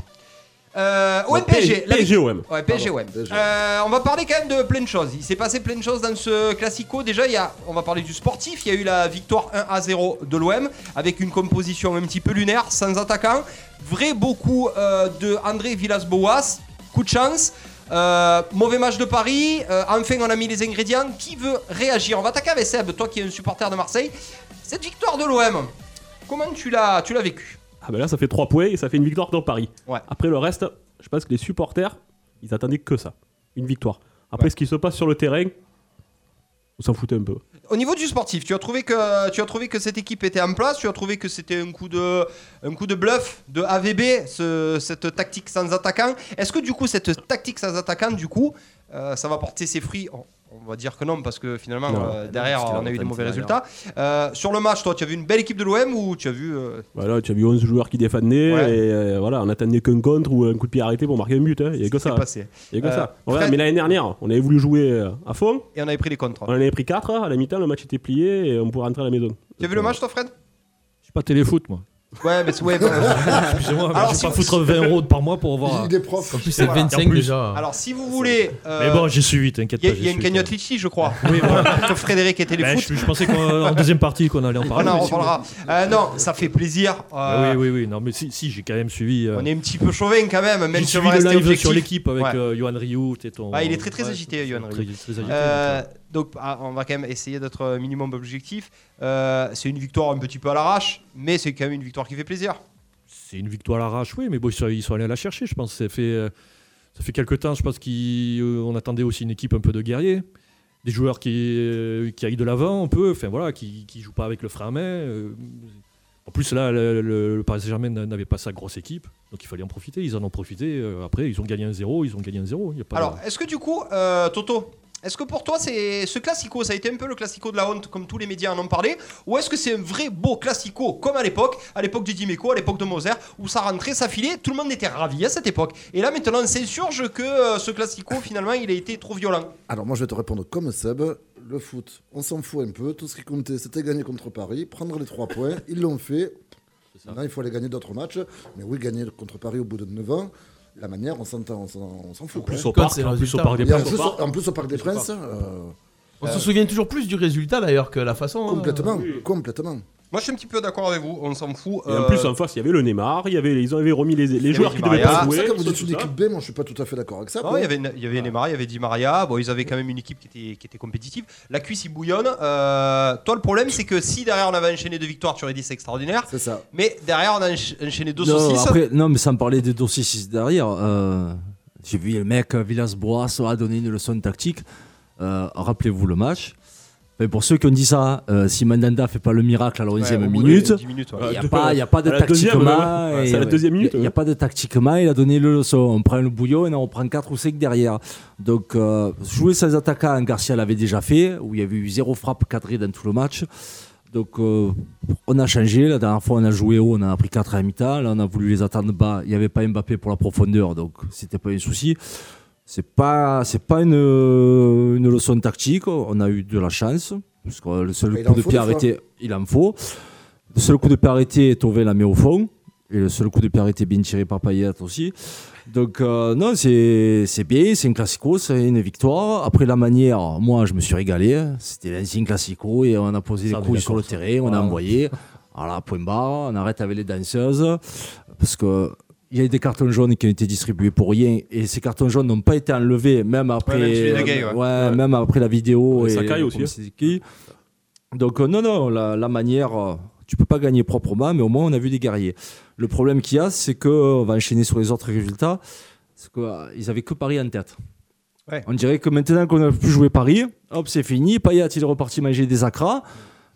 S3: euh, au MPSG, la
S8: PSGOM.
S3: Ouais, PSG, ouais.
S6: PSG.
S3: Euh, on va parler quand même de plein de choses. Il s'est passé plein de choses dans ce classico. Déjà, il y a, on va parler du sportif. Il y a eu la victoire 1 à 0 de l'OM avec une composition un petit peu lunaire, sans attaquant. Vrai beaucoup euh, de André Villas-Boas. Coup de chance. Euh, mauvais match de Paris. Euh, enfin, on a mis les ingrédients. Qui veut réagir On va attaquer avec Seb, toi qui es un supporter de Marseille. Cette victoire de l'OM, comment tu l'as, tu l'as vécu
S8: Ah bah là, ça fait 3 points et ça fait une victoire dans Paris.
S3: Ouais.
S8: Après le reste, je pense que les supporters, ils attendaient que ça. Une victoire. Après ce qui se passe sur le terrain, on s'en foutait un peu.
S3: Au niveau du sportif, tu as trouvé que tu as trouvé que cette équipe était en place, tu as trouvé que c'était un coup de un coup de bluff de AVB ce- cette tactique sans attaquant. Est-ce que du coup cette tactique sans attaquant du coup euh, ça va porter ses fruits on, on va dire que non parce que finalement
S8: Non.
S3: euh, derrière
S2: parce que là,
S3: on a eu
S2: on
S3: des
S2: a
S3: mauvais
S2: une
S3: résultats. Euh, sur le match, toi tu as vu une belle équipe de l'OM ou tu as vu euh,
S8: Voilà, tu as vu 11 joueurs qui défendaient
S3: Ouais.
S8: et euh, voilà, on attendait qu'un contre ou un coup de pied arrêté pour marquer un but. hein. Il y a que
S3: ce qui
S8: ça.
S3: s'est passé
S8: Il y a que
S3: Euh,
S8: ça. Voilà,
S3: Fred-
S8: mais l'année dernière, on avait voulu jouer euh, à fond.
S3: et on avait pris les contres.
S8: On en avait pris 4. À la mi-temps, le match était plié et on pouvait rentrer à la maison.
S3: Tu as vu le match toi Fred
S7: Je suis pas téléfoot, moi.
S3: Ouais, mais c'est- ouais, bah,
S7: Ah, Excusez-moi, mais
S3: Alors,
S7: je
S3: si
S7: vais pas
S3: vous-
S7: foutre 20 euros par mois pour voir.
S6: Il est prof.
S7: En plus,
S3: c'est Voilà.
S7: 25 déjà.
S3: alors si vous voulez euh,
S7: Mais bon, j'ai suivi, t'inquiète
S3: il y
S7: pas.
S3: a, il y a
S7: j'ai
S3: une
S7: suivi.
S3: cagnotte Litchi, je crois.
S7: Oui, voilà.
S3: Entre Frédéric et
S7: Ben,
S3: Téléfoot.
S7: je, je pensais qu'en en deuxième partie qu'on allait en
S3: on
S7: parler.
S3: en
S7: mais si-
S3: reparlera. Euh, non, ça fait plaisir.
S7: Ah
S3: Euh,
S7: oui, oui, oui. Non, mais si, si j'ai quand même suivi. euh,
S3: On est un petit peu chauvin quand même, même
S7: j'ai
S3: si on
S7: suivi
S3: va
S7: le
S3: rester
S7: live
S3: objectif.
S7: sur l'équipe avec
S3: Ouais.
S7: euh, Johan Rioux. t'es ton-
S3: Ah, il est très, très
S7: Ouais,
S3: agité, Johan
S7: très-
S3: Rioux.
S7: Très, agité.
S3: Euh, donc ah, on va quand même essayer d'être euh, minimum objectif. Euh, c'est une victoire un petit peu à l'arrache, mais c'est quand même une victoire qui fait plaisir.
S7: C'est une victoire à l'arrache, oui, mais bon, ils sont, ils sont allés la chercher, je pense. Ça fait, euh, ça fait quelques temps, je pense qu'on attendait aussi une équipe un peu de guerriers. Des joueurs qui, euh, qui aillent de l'avant un peu, enfin voilà, qui ne jouent pas avec le frein à main. euh. En plus, là, le, le- le Paris Saint-Germain n'avait pas sa grosse équipe, donc il fallait en profiter. Ils en ont profité. euh, Après, ils ont gagné un 0 ils ont gagné un 0 Il y a pas
S3: Alors, est-ce que du coup, euh, Toto, est-ce que pour toi, c'est ce classico, ça a été un peu le classico de la honte, comme tous les médias en ont parlé, ou est-ce que c'est un vrai beau classico, comme à l'époque, à l'époque du Dimeco, à l'époque de Moser, où ça rentrait, ça filait, tout le monde était ravi à cette époque. Et là, maintenant, on s'insurge que euh, ce classico, finalement, il a été trop violent.
S6: Alors moi je vais te répondre comme Seb. Le foot, on s'en fout un peu. Tout ce qui comptait, c'était gagner contre Paris, prendre les trois points. Ils l'ont fait. Maintenant, il faut aller gagner d'autres matchs. Mais oui, gagner contre Paris au bout de 9 ans, la manière, on s'entend, on s'en on s'en fout. quoi.
S7: plus au
S4: Quand
S7: parc,
S4: c'est le
S7: en plus au
S4: résultat.
S7: parc des
S6: Et en,
S7: Princes.
S6: plus, en plus, au Parc des Princes, euh,
S4: On se souvient toujours plus du résultat d'ailleurs que la façon. hein.
S6: complètement, complètement.
S3: Moi, je suis un petit peu d'accord avec vous, on s'en fout.
S8: Et en
S3: euh,
S8: plus, en face, il y avait le Neymar, il y avait, ils avaient remis les, les joueurs
S3: Di
S8: qui devaient
S3: Maria.
S8: pas
S6: C'est pour
S8: jouer.
S6: ça que vous
S8: tout
S6: dites une
S8: ça.
S6: équipe B, moi je suis pas tout à fait d'accord avec ça.
S3: Non,
S6: quoi.
S3: Ah il y avait, il y avait Neymar, il y avait Di Maria. Bon, ils avaient quand même une équipe qui était, qui était compétitive. La cuisse, il bouillonne. Euh, toi, le problème, c'est que si derrière on avait enchaîné deux victoires, tu aurais dit c'est extraordinaire.
S6: C'est ça.
S3: Mais derrière, on a encha- enchaîné deux
S5: Non,
S3: saucisses.
S5: après, non, mais sans parler des dossiers six derrière, euh, j'ai vu le mec euh, Villas-Boas a donné une leçon de tactique. Euh, Rappelez-vous le match. Mais pour ceux qui ont dit ça, euh, si Mandanda fait pas le miracle à la 11e
S3: Ouais, au bout de
S5: minute,
S3: 10 minutes, ouais.
S5: il n'y a,
S8: deux-
S5: pas- y a pas de
S8: à la deuxième,
S5: tactiquement.
S8: ouais, ouais, c'est à la deuxième minute,
S5: Il n'y a
S8: ouais.
S5: pas de tactiquement. Il a donné le leçon. On prend le bouillon et on prend 4 ou 5 derrière. Donc, euh, jouer sans attaquant, Garcia l'avait déjà fait, où il y avait eu zéro frappe cadrée dans tout le match. Donc, euh, on a changé. La dernière fois, on a joué haut, on en a pris 4 à la mi-temps. Là, on a voulu les attendre bas. Il n'y avait pas Mbappé pour la profondeur, donc c'était pas un souci. C'est pas, c'est pas une, une leçon tactique. On a eu de la chance. Parce que le seul
S6: Mais il
S5: coup
S6: en
S5: de
S6: faut
S5: pied
S6: des fois.
S5: arrêté, il en faut. Le seul coup de pied arrêté, Thauvin l'a mis au fond. Et le seul coup de pied arrêté bien tiré par Payet aussi. Donc, euh, non, c'est c'est bien, c'est un classico, c'est une victoire. Après, la manière, moi, je me suis régalé. C'était l'ancien classico et on a posé
S7: Ça,
S5: les
S7: on est
S5: couilles sur le
S7: d'accord, Ah.
S5: terrain, on a envoyé. Voilà, point barre, on arrête avec les danseuses. Parce que. Il y a eu des cartons jaunes qui ont été distribués pour rien et ces cartons jaunes n'ont pas été enlevés même après,
S3: même celui de Gay, ouais.
S5: Ouais, même après la vidéo
S8: Et
S5: et
S8: Sakai aussi,
S5: comme
S8: hein.
S5: c'est qui. Donc euh, non, non, la, la manière, euh, Tu peux pas gagner proprement, mais au moins on a vu des guerriers. Le problème qu'il y a, c'est que on va enchaîner sur les autres résultats, c'est qu'ils avaient que Paris en tête.
S3: Ouais.
S5: On dirait que maintenant qu'on a plus joué Paris, hop, c'est fini. Payet, il est reparti manger des acras.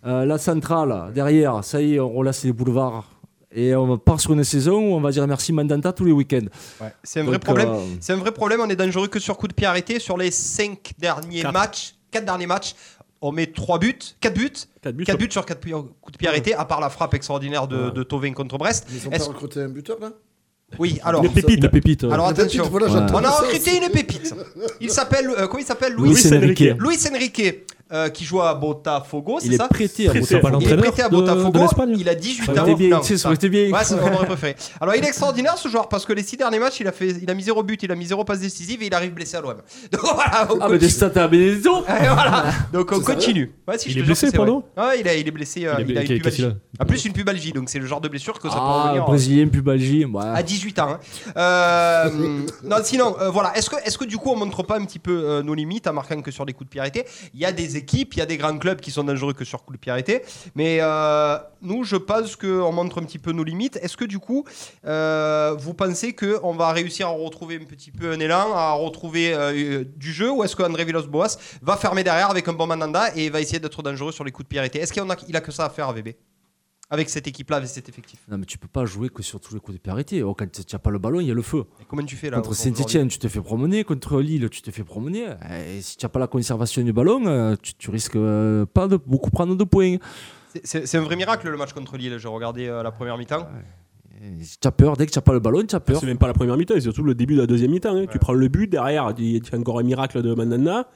S5: Euh, la centrale, derrière, ça y est, on relâche les boulevards. Et on part sur une saison où on va dire merci Mandanta tous les week-ends.
S3: Ouais, C'est un vrai
S5: Donc,
S3: problème.
S5: euh,
S3: C'est un vrai problème. On est dangereux que sur coup de pied arrêté. Sur les 5 derniers
S8: Quatre.
S3: matchs, 4 derniers matchs, on met 3 buts, 4 buts,
S8: 4 buts.
S3: 4 buts sur 4 coups de pied arrêtés, à part la frappe extraordinaire de, de Thauvin contre Brest.
S6: Ils ont pas
S3: Est-ce-
S6: recruté un buteur là
S3: Oui, alors.
S6: Une pépite.
S7: Une pépite. euh.
S3: Alors
S6: Une pépite,
S3: attention,
S6: voilà,
S5: Ouais.
S6: j'attends
S3: on a
S6: ça
S3: recruté
S6: aussi.
S3: une pépite. Il s'appelle, euh, comment il s'appelle
S5: Luis
S3: Luis,
S5: Enrique.
S3: Luis Enrique, euh, qui joue à Botafogo,
S5: Il
S3: c'est
S5: est
S3: ça
S5: prêté à
S7: Très
S5: Botafogo.
S7: fort.
S3: Il est
S7: Entraîneur
S3: prêté à
S7: de-
S3: Botafogo.
S7: de l'Espagne.
S3: il a 18
S5: Ça
S3: ans.
S5: aurait été bien,
S3: Non,
S5: tu sais, ça
S3: ça-
S5: aurait été bien.
S3: Ouais, c'est mon vrai préféré. Alors, il est extraordinaire ce joueur parce que les six derniers matchs, il a, fait, il a mis 0 but, il a mis 0 passe décisive et il arrive blessé à l'OM. Donc voilà, on
S5: Ah, mais des
S3: continue.
S5: stats à Benedetto
S3: Et voilà. Donc on
S6: C'est
S3: continue. Ouais, si,
S7: Il
S3: je
S7: est
S3: te jure
S7: blessé,
S3: que c'est vrai.
S7: pardon
S3: Ouais, il, a, il est blessé. euh,
S7: Il est
S3: il a
S7: blessé,
S3: une
S7: qu'est-ce qu'il
S3: pubalgie. En plus, une pubalgie, donc c'est le genre de blessure que ça peut
S5: Ah,
S3: revenir. euh,
S5: Brésilien, puis Belgique. bah. ouais.
S3: à 18 ans. hein. Euh, non, sinon, euh, voilà. Est-ce que, est-ce que du coup, on montre pas un petit peu euh, nos limites en marquant que sur des coups de pied arrêtés Il y a des équipes, il y a des grands clubs qui sont dangereux que sur coups de pied arrêtés. Mais euh, nous, je pense qu'on montre un petit peu nos limites. Est-ce que du coup, euh, vous pensez qu'on va réussir à retrouver un petit peu un élan, à retrouver euh, euh, du jeu Ou est-ce que André Villas-Boas va fermer derrière avec un bon Mandanda et va essayer d'être dangereux sur les coups de pied arrêtés Est-ce qu'il en a, il a que ça à faire à VB avec cette équipe-là, avec cet effectif.
S5: Non, mais tu peux pas jouer que sur tous les coups de pied arrêtés. Oh, quand tu n'as pas le ballon, il y a le feu.
S3: Et comment tu fais là
S5: Contre
S3: aujourd'hui
S5: Saint-Etienne, tu te fais promener. Contre Lille, tu te fais promener. Et si tu n'as pas la conservation du ballon, euh, tu, tu risques euh, pas de beaucoup prendre de points.
S3: C'est- C'est c'est un vrai miracle le match contre Lille. J'ai regardé euh, la première mi-temps.
S5: Ah Et Si Tu as peur. Dès que tu n'as pas le ballon, tu as peur.
S8: C'est même pas la première mi-temps, c'est surtout le début de la deuxième mi-temps. hein. Tu prends le but, derrière, il y a encore un miracle de Mandanda.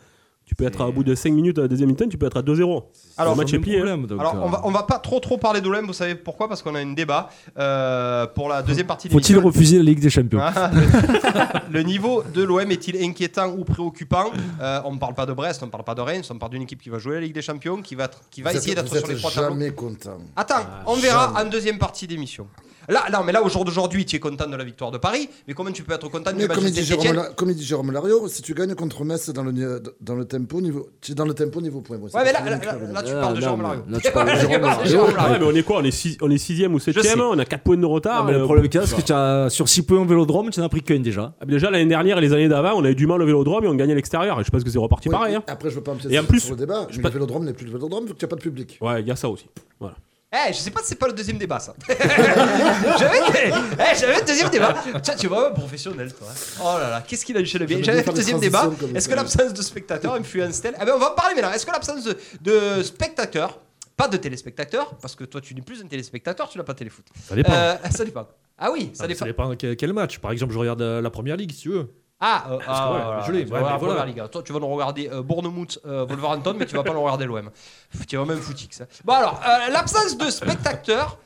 S8: Tu peux être à bout de 5 minutes à la deuxième mi-temps, tu peux être à 2-0.
S3: Alors,
S8: le match est plié. hein.
S5: donc,
S3: Alors,
S5: euh,
S3: on va, on va pas trop trop parler de l'OM, vous savez pourquoi Parce qu'on a un débat euh, pour la deuxième partie de
S5: Faut-il
S3: l'émission.
S5: refuser la Ligue des Champions
S3: Ah, le- le niveau de l'OM est-il inquiétant ou préoccupant Euh, On ne parle pas de Brest, on ne parle pas de Reims, on parle d'une équipe qui va jouer la Ligue des Champions, qui va, être- qui va
S6: Vous
S3: essayer
S6: êtes-
S3: d'être
S6: vous
S3: sur
S6: êtes
S3: les trois tableaux.
S6: jamais content.
S3: Attends,
S7: Ah,
S5: Ah,
S3: on verra en deuxième partie d'émission. Là, non, mais là, au jour d'aujourd'hui, tu es content de la victoire de Paris, mais comment tu peux être content du
S6: Mais
S3: match
S6: comme
S3: de
S6: il, dit Jérôme,
S3: Saint-Etienne
S6: La- comme il dit Jérôme Lario, si tu gagnes contre Metz dans le, ni- dans le tempo niveau, tu es dans le tempo niveau point. Bon, c'est
S3: Ouais, mais
S6: pas
S3: là,
S6: très
S3: là, là,
S6: bien.
S3: là, tu
S5: Ah,
S3: parles de
S5: non,
S3: Jérôme
S5: mais
S3: Lario.
S5: là, tu parles de Jérôme Larieux.
S3: C'est Jérôme Larieux.
S8: Ouais, mais on est quoi on est, six- on est sixième ou
S3: sais.
S8: septième, hein, on a 4 points de retard.
S5: Non, mais le
S8: euh,
S5: problème qu'il y a, c'est que tu
S3: ah.
S5: as- sur 6 points au vélodrome, tu n'en as pris qu'un déjà.
S8: Ah, mais Déjà l'année dernière et les années d'avant, on avait du mal au vélodrome et on gagnait à l'extérieur. Et je pense que c'est reparti
S6: Ouais,
S8: pareil. hein.
S6: Après, je veux pas me
S8: Et en plus,
S6: sur le débat. mais
S8: pas-
S6: Le vélodrome n'est plus le vélodrome vu que tu n'as pas de public.
S8: Ouais, il y a ça aussi. Voilà.
S3: Eh, je sais pas si c'est pas le deuxième débat, ça. j'avais, eh, j'avais le deuxième débat. Tiens, tu es vraiment professionnel, toi. Oh là là, qu'est-ce qu'il a enchaîné bien.
S6: J'aime bien
S3: J'avais le
S6: faire des
S3: deuxième débat.
S6: transitions comme
S3: Est-ce que
S6: ça.
S3: l'absence de spectateurs influence-t-elle Ah ben, on va en parler maintenant. Est-ce que l'absence de, de spectateurs, pas de téléspectateurs, parce que toi, tu n'es plus un téléspectateur, tu n'as pas téléfoot.
S7: Ça dépend.
S3: Euh, ça dépend. Ah oui, ça
S7: Ah, mais
S3: dépend.
S7: Ça dépend quel quel match. Par exemple, je regarde euh, la première ligue si tu veux.
S3: Ah, euh,
S7: Parce que, ouais,
S3: voilà,
S7: je l'ai,
S3: tu vas
S7: ouais,
S3: voir
S7: mais voilà.
S3: la Liga. Toi, tu vas nous regarder euh, Bournemouth, euh, Wolverhampton, mais tu vas pas nous regarder l'OM. Pff, Tu vas même footix. hein. Bon, alors, euh, l'absence de spectateurs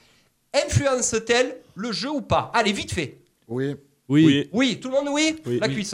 S3: influence-t-elle le jeu ou pas Allez, vite fait.
S6: Oui.
S7: Oui.
S3: Oui, tout le monde, oui,
S8: Oui,
S3: La
S8: oui.
S3: cuisse.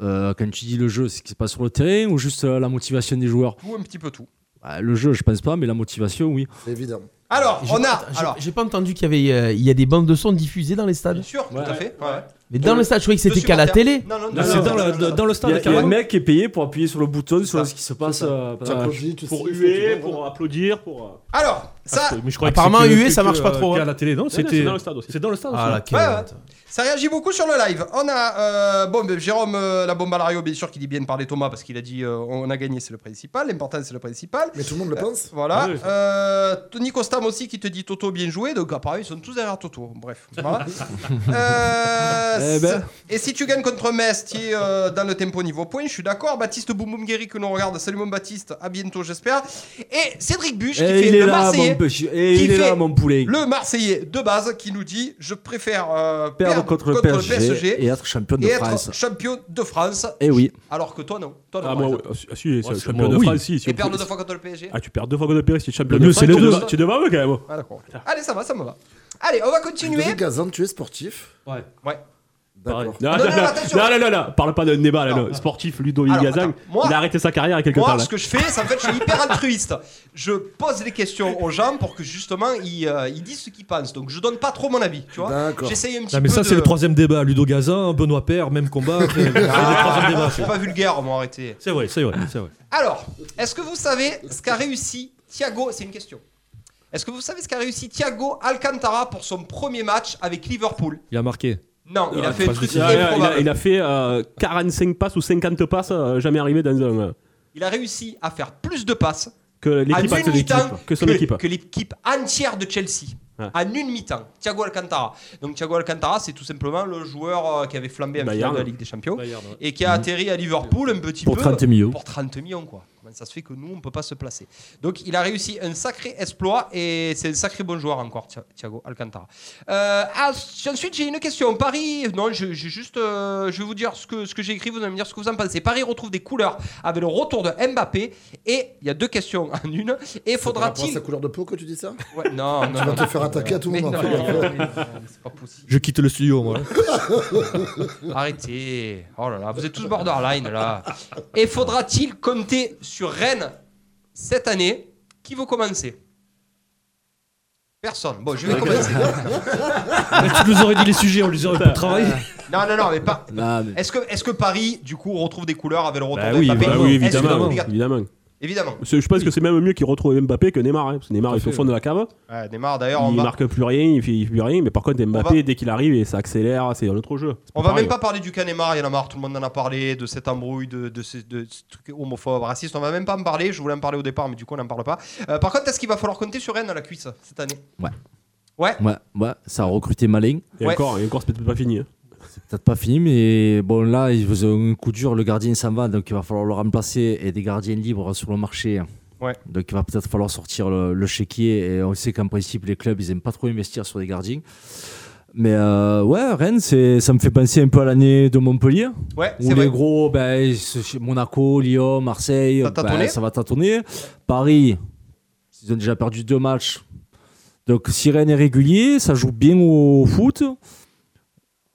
S5: Euh, quand tu dis le jeu, c'est ce qui se passe sur le terrain ou juste euh, la motivation des joueurs
S3: Ou un petit peu tout.
S5: Bah, Le jeu, je pense pas, mais la motivation, oui.
S6: C'est évident.
S3: Alors,
S9: J'ai-
S3: on a.
S9: attends, j'ai-
S3: Alors,
S9: J'ai pas entendu qu'il y avait euh, il y a des bandes de son diffusées dans les
S3: bien
S9: stades.
S3: sûr, tout à fait. ouais.
S9: Mais dans
S3: le-
S9: les stades, je croyais que c'était
S3: De
S9: qu'à la
S3: supporters.
S9: télé.
S3: Non, non, non.
S7: Non, c'est
S3: non,
S7: dans,
S3: non,
S7: le-
S3: non,
S7: dans-
S3: non.
S7: dans
S5: Il y
S7: le
S5: a,
S7: stade.
S5: il y a un
S7: carrément.
S5: mec qui est payé pour appuyer sur le bouton sur ce qui se passe. euh,
S6: Tu applaudis, tu
S8: Pour
S6: siffles,
S8: huer,
S6: tu-
S8: pour applaudir, pour. euh,
S3: Alors, ça,
S7: Mais je crois que
S9: Apparemment,
S7: c'est que-
S9: huer,
S7: que-
S9: ça marche pas
S7: que,
S9: trop,
S7: euh,
S9: hein.
S7: qu'à la télé, non
S8: c'est
S7: C'était
S8: dans le stade aussi.
S7: C'est dans le stade.
S9: Ah
S7: ça.
S9: la quelle
S3: Ouais,
S9: honte.
S3: Ça réagit beaucoup sur le live. On a euh, bon, ben, Jérôme euh, la bombe à Lario, bien sûr, qui dit bien de parler Thomas parce qu'il a dit euh, on a gagné, c'est le principal. L'important, c'est le principal.
S6: Mais tout le monde le pense.
S3: Voilà.
S7: Ah oui, ça.
S3: Euh, Tony Costam aussi qui te dit Toto bien joué. Donc, apparemment, ils sont tous derrière Toto. Bref. Voilà. Euh,
S5: Eh ben.
S3: c'est- Et si tu gagnes contre Metz, tu es euh, dans le tempo niveau point. Je suis d'accord. Baptiste Boum Boum Guéry que nous regarde. Salut mon Baptiste. À bientôt, j'espère. Et Cédric Buche qui
S5: Eh,
S3: fait
S5: il
S3: le
S5: est là,
S3: Marseillais.
S5: mon pêche- eh,
S3: qui
S5: il est
S3: fait
S5: là, mon poulet.
S3: Le Marseillais de base qui nous dit Je préfère euh,
S5: Perdre contre, le PSG, et être champion de
S3: et être
S5: France.
S3: champion de France.
S5: Eh oui.
S3: Alors que toi, non. Toi, non,
S8: Ah,
S3: par
S8: moi,
S3: exemple.
S8: ouais. Ah, si- ah, si, c'est
S7: Ouais,
S8: le
S7: c'est-
S8: champion
S7: moi,
S8: de
S7: oui.
S8: France, si. si
S3: et
S8: on-
S3: perdre deux fois contre le PSG.
S8: Ah, tu perds deux fois contre le PSG, c'est champion
S7: Le mieux,
S8: de France.
S7: c'est les
S8: tu
S7: deux.
S8: devais- Tu devais eux quand même.
S3: Ah, d'accord. Allez, ça va, ça me va. Allez, on va continuer.
S6: Ludovic Gazan, tu es sportif.
S3: Ouais.
S6: D'accord.
S8: Non,
S3: non,
S8: non,
S3: non, attention.
S8: non, non, non, non, parle pas d'un débat là,
S3: Non.
S8: le sportif Ludo
S3: Alors,
S8: Gazang,
S3: attends, moi-
S8: il a arrêté sa carrière il y a quelques temps
S3: Moi,
S8: Ah, là.
S3: ce que je fais, c'est en fait, je suis hyper altruiste. Je pose les questions aux gens pour que justement ils, euh, ils disent ce qu'ils pensent. Donc, je donne pas trop mon avis, tu vois.
S6: D'accord.
S3: J'essaye un petit
S7: Non, mais
S3: peu
S7: ça,
S3: de-
S7: c'est le troisième débat. Ludo Gazin, Benoît Père, même combat. après, c'est le
S3: Ah,
S7: troisième débat.
S3: Je suis pas vulgaire, moi, arrêté.
S7: C'est vrai, c'est vrai, c'est vrai.
S3: Alors, est-ce que vous savez ce qu'a réussi Thiago C'est une question. Est-ce que vous savez ce qu'a réussi Thiago Alcantara pour son premier match avec Liverpool
S7: Il a marqué.
S3: Non, il a
S7: Euh,
S3: fait un
S7: pas
S3: truc
S7: de-
S8: Il a, il a- il a-
S3: improbable.
S8: il a fait euh, 45 passes ou 50 passes euh, jamais arrivées dans un. euh,
S3: Il a réussi à faire plus de passes
S8: que
S3: en
S8: l'équipe
S3: une mi-temps
S8: que son équipe.
S3: que l'équipe entière de Chelsea.
S8: Ouais.
S3: En une mi-temps, Thiago Alcantara. Donc Thiago Alcantara, c'est tout simplement le joueur euh, qui avait flambé en
S8: Bayern.
S3: finale de la Ligue des Champions
S7: Bayern, ouais.
S3: et qui a atterri à Liverpool un petit
S7: Mmh. Pour
S3: peu
S7: 30 millions.
S3: pour 30 millions quoi. Comment ça se fait que nous on peut pas se placer Donc il a réussi un sacré exploit et c'est un sacré bon joueur encore Thi- Thiago Alcantara. Euh, ah, ensuite j'ai une question. Paris, non je, j'ai juste, euh, je vais vous dire ce que ce que j'ai écrit, vous allez me dire ce que vous en pensez. Paris retrouve des couleurs avec le retour de Mbappé et il y a deux questions en une.
S6: C'est
S3: Et
S6: par rapport à
S3: faudra-t-il
S6: sa couleur de peau que tu dis ça
S3: Ouais, non, non,
S6: Tu
S3: non,
S6: vas te
S3: non.
S6: faire attaquer à tout
S3: Mais
S6: moment.
S3: non,
S6: fais gaffe.
S3: mais non, c'est pas possible.
S7: Je quitte le studio, moi.
S3: Arrêtez. Oh là là, vous êtes tous borderline là. Et faudra-t-il compter sur Rennes cette année Qui veut commencer Personne. Bon, je vais commencer.
S7: tu nous aurais dit les sujets, on les aurait pu travailler.
S5: Euh,
S3: Euh, Non, non, non, mais pas.
S10: Non, mais-
S3: Est-ce que, est que Paris, du coup, retrouve des couleurs avec le retour
S7: Bah
S3: de
S7: oui,
S3: Mbappé
S7: bah
S8: Bah
S7: Évidemment.
S8: oui,
S3: Est-ce que-
S8: évidemment.
S3: obligato-
S8: évidemment.
S3: Évidemment.
S8: C'est- Je pense que c'est même mieux qu'il retrouve Mbappé que Neymar. hein, parce que Neymar est au fond de la cave.
S3: Ouais, Neymar, d'ailleurs, on
S8: Il
S3: va,
S8: marque plus rien, il fait il fait plus rien. Mais par contre,
S3: On
S8: Mbappé,
S3: va-
S8: dès qu'il arrive, et ça accélère, c'est un autre jeu. C'est
S3: on va
S8: pareil.
S3: même pas parler du cas Neymar, il y en a marre, tout le monde en a parlé, de cette embrouille, de, de, ce, de ce truc homophobe, raciste. On va même pas en parler, je voulais en parler au départ, mais du coup, on n'en parle pas. Euh, par contre, est-ce qu'il va falloir compter sur Rennes à la cuisse cette année
S5: Ouais.
S3: Ouais,
S5: Ouais, ouais, ça a recruté Malin.
S8: Et
S3: Ouais.
S8: encore, et encore, c'est peut-être pas fini. hein.
S5: C'est peut-être pas fini, mais bon, là, ils ont un coup dur. Le gardien s'en va, donc il va falloir le remplacer. Et des gardiens libres sur le marché.
S3: Ouais.
S5: Donc il va peut-être falloir sortir le, le chéquier. Et on sait qu'en principe, les clubs, ils aiment pas trop investir sur des gardiens. Mais euh, ouais, Rennes, c'est- ça me fait penser un peu à l'année de Montpellier.
S3: ouais,
S5: Où
S3: c'est
S5: les
S3: vrai.
S5: gros, ben, ils se- chez Monaco, Lyon, Marseille,
S3: Ça
S5: ben,
S3: tâtonnait.
S5: ça va tâtonner. Paris, ils ont déjà perdu deux matchs. Donc si Rennes est régulier, ça joue bien au foot.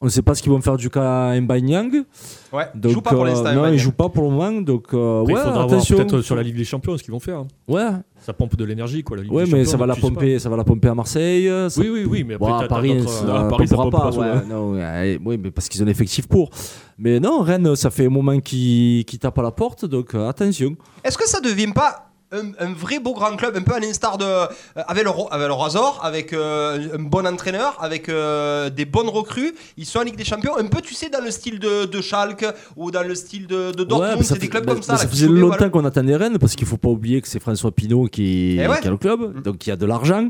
S5: On ne sait pas ce qu'ils vont faire du cas Nyang.
S3: Ouais,
S5: Donc,
S3: joue pas pour
S5: euh,
S3: l'instant.
S5: non,
S3: Emmanuel.
S5: ils jouent pas pour le moment. Donc euh,
S7: Après,
S5: ouais,
S7: il faudra
S5: attention.
S7: voir peut-être sur la Ligue des Champions ce qu'ils vont faire. hein.
S5: Ouais,
S7: Ça pompe de l'énergie, quoi. La Ligue
S5: ouais,
S7: des
S5: mais
S7: Champions,
S5: ça va la
S7: donc tu sais
S5: pomper, ça va la pomper à Marseille.
S7: pas.
S5: ça-
S7: Oui, oui, oui, mais après,
S5: Bon,
S7: t'as-
S5: à
S7: t'as
S5: Paris,
S7: d'autres,
S5: ça
S7: euh,
S5: ne
S8: à Paris, ça
S5: pompera
S8: pompe
S5: pas.
S8: pas, ça,
S5: ouais, non, ouais, oui, mais parce qu'ils ont l'effectif pour. Mais non, Rennes, ça fait un moment qu'ils qu'ils tapent à la porte, donc euh, attention.
S3: Est-ce que ça devient pas un, un vrai beau grand club, un peu à l'instar de. euh, avec, le, Ro- avec le Razor, avec euh, un bon entraîneur, avec euh, des bonnes recrues. Ils sont en Ligue des Champions, un peu, tu sais, dans le style de, de Schalke ou dans le style de, de Dortmund.
S5: Ouais, mais ça
S3: c'est des
S5: fait-
S3: clubs
S5: mais-
S3: comme ça.
S5: mais
S3: là,
S5: ça
S3: qui
S5: faisait
S3: sont bien,
S5: longtemps
S3: voilà.
S5: qu'on attendait Rennes parce qu'il faut pas oublier que c'est François Pinault qui,
S3: Eh ouais.
S5: qui a le club, donc il y a de l'argent.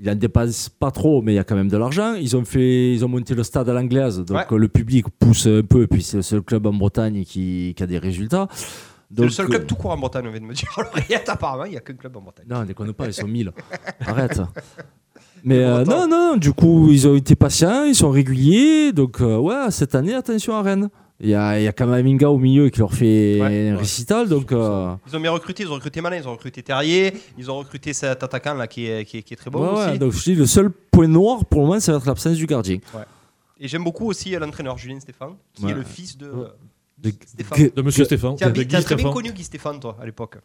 S5: Il en dépasse pas trop, mais il y a quand même de l'argent. Ils ont fait, ils ont monté le stade à l'anglaise, donc
S3: Ouais.
S5: euh, le public pousse un peu. Et puis c'est le seul club en Bretagne qui, qui a des résultats.
S3: C'est
S5: Donc,
S3: le seul club
S5: euh,
S3: tout court en Bretagne, on vient de me dire. L'oreillette, apparemment, il n'y a qu'un club en Bretagne.
S5: Non, déconne pas, ils sont 1000. Arrête. Mais
S3: Le
S5: euh,
S3: Breton.
S5: non, non, du coup, ils ont été patients, ils sont réguliers. Donc, euh, ouais, cette année, attention à Rennes. Il y a, il y a Kamavinga au milieu qui leur fait
S3: Ouais,
S5: un récital. Donc, euh,
S3: Ils ont bien recruté, ils ont recruté Malin, ils ont recruté Terrier, ils ont recruté cet attaquant là qui est, qui est, qui est très bon
S5: ouais,
S3: aussi.
S5: ouais, donc je dis, le seul point noir pour le moment, ça va être l'absence du gardien.
S3: Et j'aime beaucoup aussi euh, l'entraîneur Julien Stéphane, qui
S5: Ouais.
S3: est le fils de. euh,
S5: De-
S3: Stéphane.
S5: que-
S7: De Monsieur Stéphane.
S3: Tiens,
S7: de
S3: Guy,
S7: Guy
S3: T'as très bien
S7: Stéphane.
S3: connu Guy Stéphane, toi, à l'époque.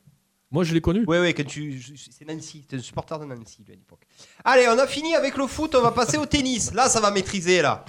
S7: Moi, je l'ai connu.
S3: Ouais, ouais, quand tu. C'est Nancy, t'es un supporter de Nancy, lui, à l'époque. Allez, on a fini avec le foot, on va passer au tennis. Là, ça va maîtriser, là.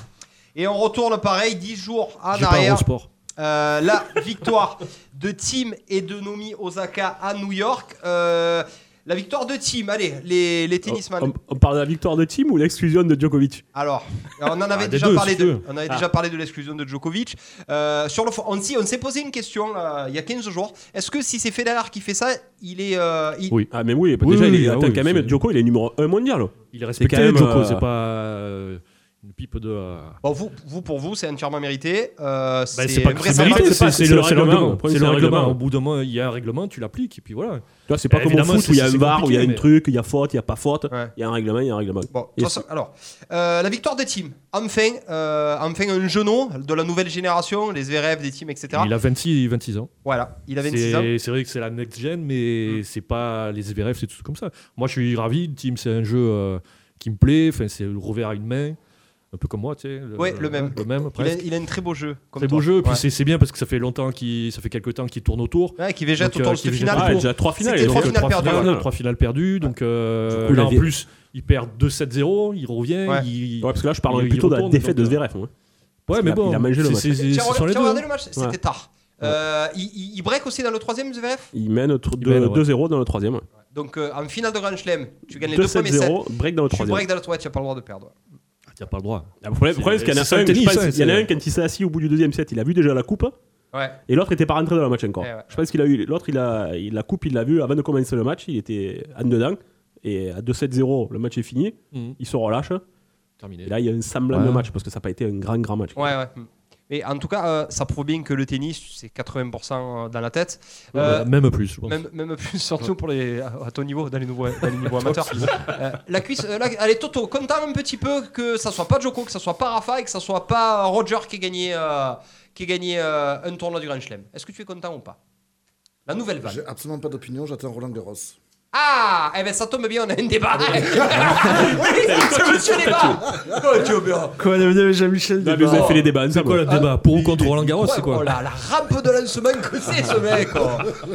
S3: Et on retourne pareil, 10 jours en
S7: J'ai pas un
S3: arrière.
S7: sport.
S3: Euh, la victoire de Tim et de Nomi Osaka à New York. Euh, la victoire de Tim, allez, les, les tennisman.
S7: Oh,
S8: On, on parle de la victoire de Tim ou l'exclusion de Djokovic
S3: Alors, on en avait
S7: Ah, des
S3: déjà
S7: deux,
S3: parlé.
S7: si tu
S3: De,
S7: veux.
S3: on avait
S8: Ah.
S3: déjà parlé de l'exclusion de Djokovic. Euh, sur le, fond, on, s'y- on s'est posé une question euh, il y a 15 jours. Est-ce que si c'est Federer qui fait ça, il est, euh, il-
S7: Oui.
S8: Ah, mais oui, bah,
S7: Oui,
S8: déjà,
S7: oui,
S8: il est,
S7: ah
S8: attends,
S7: oui,
S8: quand même,
S7: c'est-
S8: Djoko, il est numéro 1 mondial.
S7: Il est respecté,
S8: quand même,
S7: Joko,
S8: euh,
S7: c'est pas euh, une pipe de. euh,
S3: Bon, vous, vous, pour vous, c'est entièrement mérité. Euh,
S7: Bah, c'est pas que c'est
S3: vraisemblable.
S7: mérité,
S8: c'est pas-
S7: c'est- c'est
S8: c'est
S7: le
S8: le
S7: c'est le
S8: règlement.
S7: règlement.
S8: Après,
S7: C'est
S8: c'est
S7: le
S8: un
S7: règlement.
S8: règlement.
S7: Au bout d'un moment, il y a un règlement, tu l'appliques, et puis voilà.
S8: Tu vois, c'est pas
S7: Eh,
S8: comme au
S7: évidemment,
S8: foot où il y a
S7: c'est-
S8: un
S7: c'est
S8: var, où il y a un
S7: compliqué,
S8: truc, il y a faute, il y a pas faute.
S3: Ouais.
S8: Il y a un règlement, il y a un règlement.
S3: Bon, de toute façon, alors, euh, la victoire des teams. Enfin, euh, enfin un genou de la nouvelle génération, les VRF des teams, etc.
S7: Il a 26, 26 ans.
S3: Voilà, il a 26 ans. Mm.
S7: C'est euh, c'est vrai que c'est la next gen, mais c'est pas les SVRF, c'est tout comme ça. Moi, je suis ravi. Team, c'est un jeu euh, qui me plaît. Enfin, c'est le revers à une main, un peu comme moi, tu sais.
S3: Ouais, le même.
S7: Le même,
S3: Il a,
S7: presque.
S3: il a un très beau jeu. Comme
S7: C'est beau
S3: toi.
S7: jeu. Puis
S3: Ouais.
S7: c'est- c'est bien parce que ça fait longtemps, qu'il- ça fait quelques temps qu'il tourne autour.
S3: Ouais, qui végète
S7: Donc,
S3: autour
S7: euh,
S3: de
S7: qui
S3: cette
S7: végète.
S3: finale.
S8: Ah,
S7: Pour-
S8: déjà trois
S3: C'était
S8: finales.
S3: trois
S8: donc,
S3: finales perdues,
S7: finales, euh,
S8: finales.
S7: trois finales perdues. Donc euh,
S5: Du coup, il
S7: là,
S5: a
S7: en
S5: vi-
S7: plus, il perd 2-7-0. Il revient.
S3: Ouais.
S7: il-
S8: Ouais, parce que là, je
S7: Il-
S8: parlerais
S7: il
S8: plutôt de la
S7: retourne,
S8: défaite de
S7: donc, euh,
S8: Zverev. moi.
S7: Ouais, mais
S8: qu'il a-
S7: bon.
S8: il a mangé le
S7: c'est-
S8: match.
S7: c'est- c'est-
S3: Tiens,
S7: Ce sont
S3: regarde-
S7: les
S3: tiens,
S7: deux.
S3: regardez
S7: hein.
S3: le match, c'était
S8: Ouais.
S3: tard. Euh, il, il- il break aussi dans le troisième, ZVF
S8: Il mène tr-
S7: Il mène, ouais.
S8: de- 2-0 dans le troisième. ouais.
S3: Donc euh, en finale de Grand Chelem, tu gagnes les deux premiers sets.
S8: 2-7-0, break dans le
S3: Tu
S8: troisième.
S3: break dans le 3, tu n'as pas le droit de perdre.
S7: Ah, T'as pas le droit.
S8: Ah, Le problème, le problème, c'est qu'il y en
S7: C'est
S8: a
S7: un
S8: un, je
S7: tennis,
S8: pense,
S7: hein,
S8: il y en a
S7: c'est-
S8: un quand il s'est assis au bout du deuxième set, il a vu déjà la coupe
S3: Ouais.
S8: et l'autre était pas rentré dans le match encore.
S3: Eh ouais.
S8: Je pense qu'il a eu l'autre, il a il- la coupe, il l'a vu avant de commencer le match, il était en dedans et à 2-7-0, le match est fini,
S7: Mhm.
S8: il se relâche
S7: Terminé.
S8: et là il y a un semblant de
S11: Ouais.
S8: match parce que ça n'a pas été un grand grand match.
S3: Ouais, ouais. Mais en tout cas, euh, ça prouve bien que le tennis, c'est 80% dans la tête. Euh,
S7: Ouais, même plus, je pense.
S3: même, même plus, surtout pour les, à à ton niveau, dans les, nouveaux, dans les niveaux amateurs. Euh, la cuisse, euh, la- allez Toto, content un petit peu que ça soit pas Joko, que ça soit pas Rafa et que ça soit pas Roger qui ait gagné, euh, qui ait gagné euh, un tournoi du Grand Chelem. Est-ce que tu es content ou pas La nouvelle vague.
S6: J'ai absolument pas d'opinion, j'attends Roland Garros.
S3: Ah, eh ben ça tombe bien, on a un débat. oui, c'est monsieur débat. Non, tu veux
S7: Oh,
S3: bien.
S5: Quoi, on est venu avec Jean-Michel
S7: Bah,
S8: Non, mais vous avez fait les débats ensemble.
S7: Quoi le débat Pour ou contre Roland Garros,
S3: Ah, Ouais,
S7: c'est quoi
S3: oh là, la rampe de lancement que c'est ce mec oh.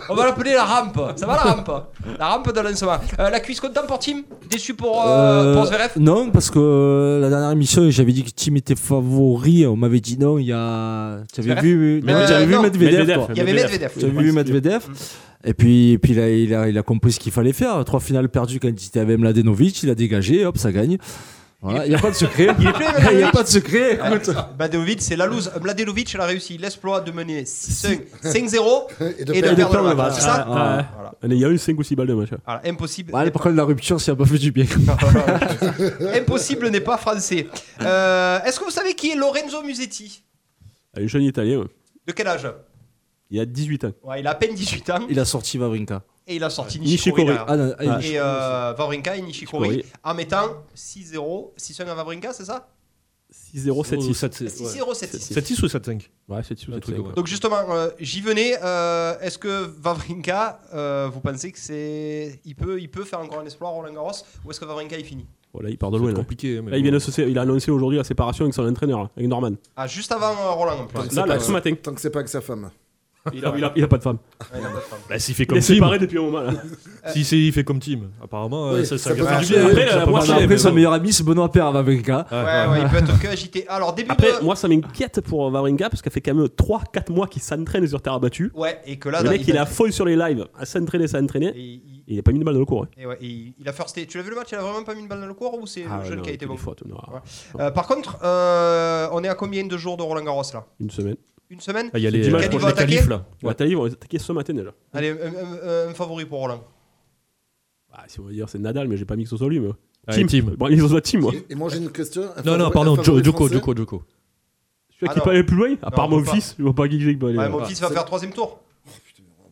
S3: On va l'appeler la rampe. Ça va la rampe La rampe de lancement. Euh, la cuisse content pour Tim Déçu pour, euh,
S11: Euh,
S3: pour Zverev
S11: non, parce que euh, la dernière émission, j'avais dit que Tim était favori. On m'avait dit non, il y a. Tu avais
S3: Zverev
S11: vu,
S3: Mais euh,
S11: non, tu avais
S3: non,
S11: vu Medvedev.
S8: Medvedev,
S11: toi.
S3: Il y avait Medvedev.
S11: Tu avais vu Medvedev.
S3: Mm.
S11: Et puis, et puis il, a, il, a, il a compris ce qu'il fallait faire. Trois finales perdues quand il était avec Mladenovic. Il a dégagé, hop, ça gagne. Voilà, Il n'y a pas de secret.
S3: Il est
S11: Il
S3: plus
S11: n'y a
S3: Mladenovic.
S11: pas de secret. Écoute.
S3: Mladenovic, Ah, bah, c'est la loose. Mladenovic, elle a réussi l'exploit de mener 5- 5-0
S6: Et
S3: et de perdre le match. C'est ça
S8: Ah, ouais.
S3: Voilà.
S8: Allez, Il y a eu 5 ou 6 balles de match. ouais.
S3: Voilà, impossible.
S11: Ouais, allez, par contre, la rupture, ça n'a pas fait du bien.
S3: impossible n'est pas français. Euh, Eh Est-ce que vous savez qui est Lorenzo Musetti
S8: Un jeune italien, ouais.
S3: De quel âge
S8: il a 18 ans.
S3: Ouais, Il a à peine 18 ans
S11: Il a sorti Vavrinka.
S3: et il a sorti
S8: Nishikori.
S3: Nishikori. derrière.
S11: Ah, non, ah,
S3: et euh, Vavrinka et Nishikori,
S8: Nishikori.
S3: en mettant 6-0, 6-1 à Vavrinka, c'est ça
S8: 6-0,
S7: Oh,
S8: 7-6.
S7: 7-6
S3: 6-0, 7-6.
S7: ou 7-5
S8: Ouais, 7-6 ou
S7: Un truc,
S8: 7-5.
S7: ouais.
S3: Donc justement, euh, j'y venais. euh, Est-ce que Vavrinka, euh, vous pensez que c'est, il peut, il peut faire encore un exploit à Roland Garros, ou est-ce que Vavrinka il finit
S8: Voilà, il part de
S7: Ça va
S8: loin.
S7: être
S8: Là,
S7: compliqué. mais
S8: Là, il,
S7: bon.
S8: vient de se- il a annoncé aujourd'hui la séparation avec son entraîneur, là, avec Norman.
S3: Ah, juste avant euh, Roland en plus.
S6: Tant que
S3: Ouais,
S6: c'est
S8: Là, là,
S6: pas-
S8: ce matin.
S6: Tant que c'est pas avec sa femme.
S8: Il a, il a- il a pas de femme.
S3: Ah, il a pas de femme.
S7: Bah, s'il fait
S8: Il
S7: comme
S8: est
S7: Tim.
S8: séparé depuis un moment. là.
S6: Euh,
S7: Si c'est- il fait comme Tim, apparemment, euh,
S6: Oui,
S7: ça, ça,
S6: ça
S7: lui
S6: peut
S7: fait
S6: faire
S7: du
S6: chier.
S7: bien.
S8: Après, la-
S7: ça peut
S8: moi,
S7: marcher,
S8: j'ai-
S7: mais
S11: Après,
S7: bon.
S11: son meilleur ami, c'est Benoît Père Vavrinka.
S7: Ouais,
S3: Ouais, ouais, il peut être que agité. Alors début
S8: Après,
S3: de.
S8: moi, ça m'inquiète pour Vavrinka parce qu'elle fait quand même 3-4 mois qu'il s'entraîne sur terre battue.
S3: Ouais, et que là,
S8: le
S3: dans-
S8: mec, il a folle sur les lives, à s'entraîner, s'entraîner.
S3: et il-
S8: Il a pas mis de balle dans le cours. hein.
S3: et ouais, et il il a firsté. Tu l'as vu le match Il a vraiment pas mis une balle dans le cours ou c'est
S8: Ah,
S3: le jeune
S8: non,
S3: qui a été
S8: des
S3: bon
S8: fautes, non.
S3: Ouais. Euh, Par contre, euh, on est à combien de jours de Roland Garros là
S8: Une semaine.
S3: Une semaine
S7: Ah, il y a les,
S8: Dimanche,
S7: les
S3: ils vont attaquer
S7: qualifs là.
S8: Ouais. Nathalie, ils vont attaquer ce matin déjà.
S3: Allez, un, un- un favori pour Roland.
S8: Bah, si on veut dire, c'est Nadal, mais j'ai pas mis que ce soit lui. Mais...
S7: Allez, Tim.
S8: Bon, ils ont soit Team, moi.
S6: Et- Et moi j'ai une question. un
S7: Ah, Non, non,
S6: favori-
S7: pardon,
S6: un favori
S7: Jo- Joko,
S6: français
S7: Joko, Joko.
S8: Celui
S3: Ah,
S8: qui
S3: non.
S8: peut aller plus loin, à part
S3: on
S8: mon
S3: peut
S8: fils, je vois pas qui je peut aller.
S3: Ouais,
S8: loin.
S7: Ah,
S3: mon fils va
S6: c'est-
S3: faire troisième tour.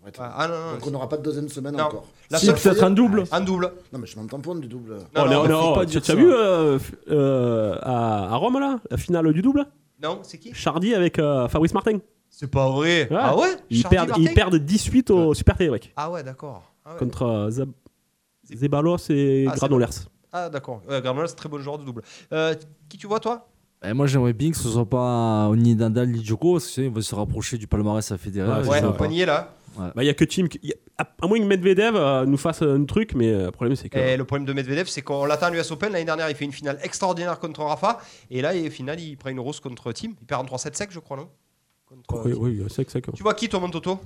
S6: Arrête.
S3: Ah non, non, non.
S6: Donc on n'aura pas de deuxième semaine
S3: Non.
S6: encore.
S3: La
S6: Si,
S3: seule- Ah,
S6: ça y est-
S11: Peut-être un double.
S3: Un double.
S6: Non mais je m'en tamponne du double.
S3: Non,
S8: Oh,
S3: non,
S8: non, non,
S11: faut pas
S8: tu
S11: dire
S8: tu as
S11: ça.
S8: vu euh, f- euh, à, à Rome là, la finale du double
S3: non, c'est qui
S8: Chardy avec euh, Fabrice Martin.
S3: C'est pas vrai.
S8: Ouais.
S3: Ah ouais
S8: Ils
S3: Chardy
S8: perdent,
S3: Martin
S8: ils perdent 18 au Super Télébrec
S3: Ah ouais, d'accord. Ah, ouais.
S8: contre euh, Zab- Zeballos et
S3: Ah,
S8: Granolers.
S3: Ah, d'accord. Euh, Granola, c'est très bon joueur de double. Euh, qui tu vois, toi
S11: Et moi, j'aimerais bien que ce soit pas euh, ni Nadal ni Djoko, parce qu'il va se rapprocher du palmarès à Federer.
S8: Ouais,
S5: Ah,
S11: c'est
S3: Ouais,
S11: sympa.
S3: on y est là.
S8: Bah, il y a que Tim. qui- y a- à, à moins que Medvedev euh, nous fasse un truc, mais euh, le problème c'est que.
S3: Et le problème de Medvedev, c'est qu'on l'attend à l'US Open. L'année dernière, il fait une finale extraordinaire contre Rafa. Et là, au final, il prend une rose contre Tim. Il perd en 3-7 sec, je crois, non Contre-
S8: Oh,
S3: euh,
S8: oui, euh, oui, c'est que c'est que.
S3: Tu vois qui, toi, mon Toto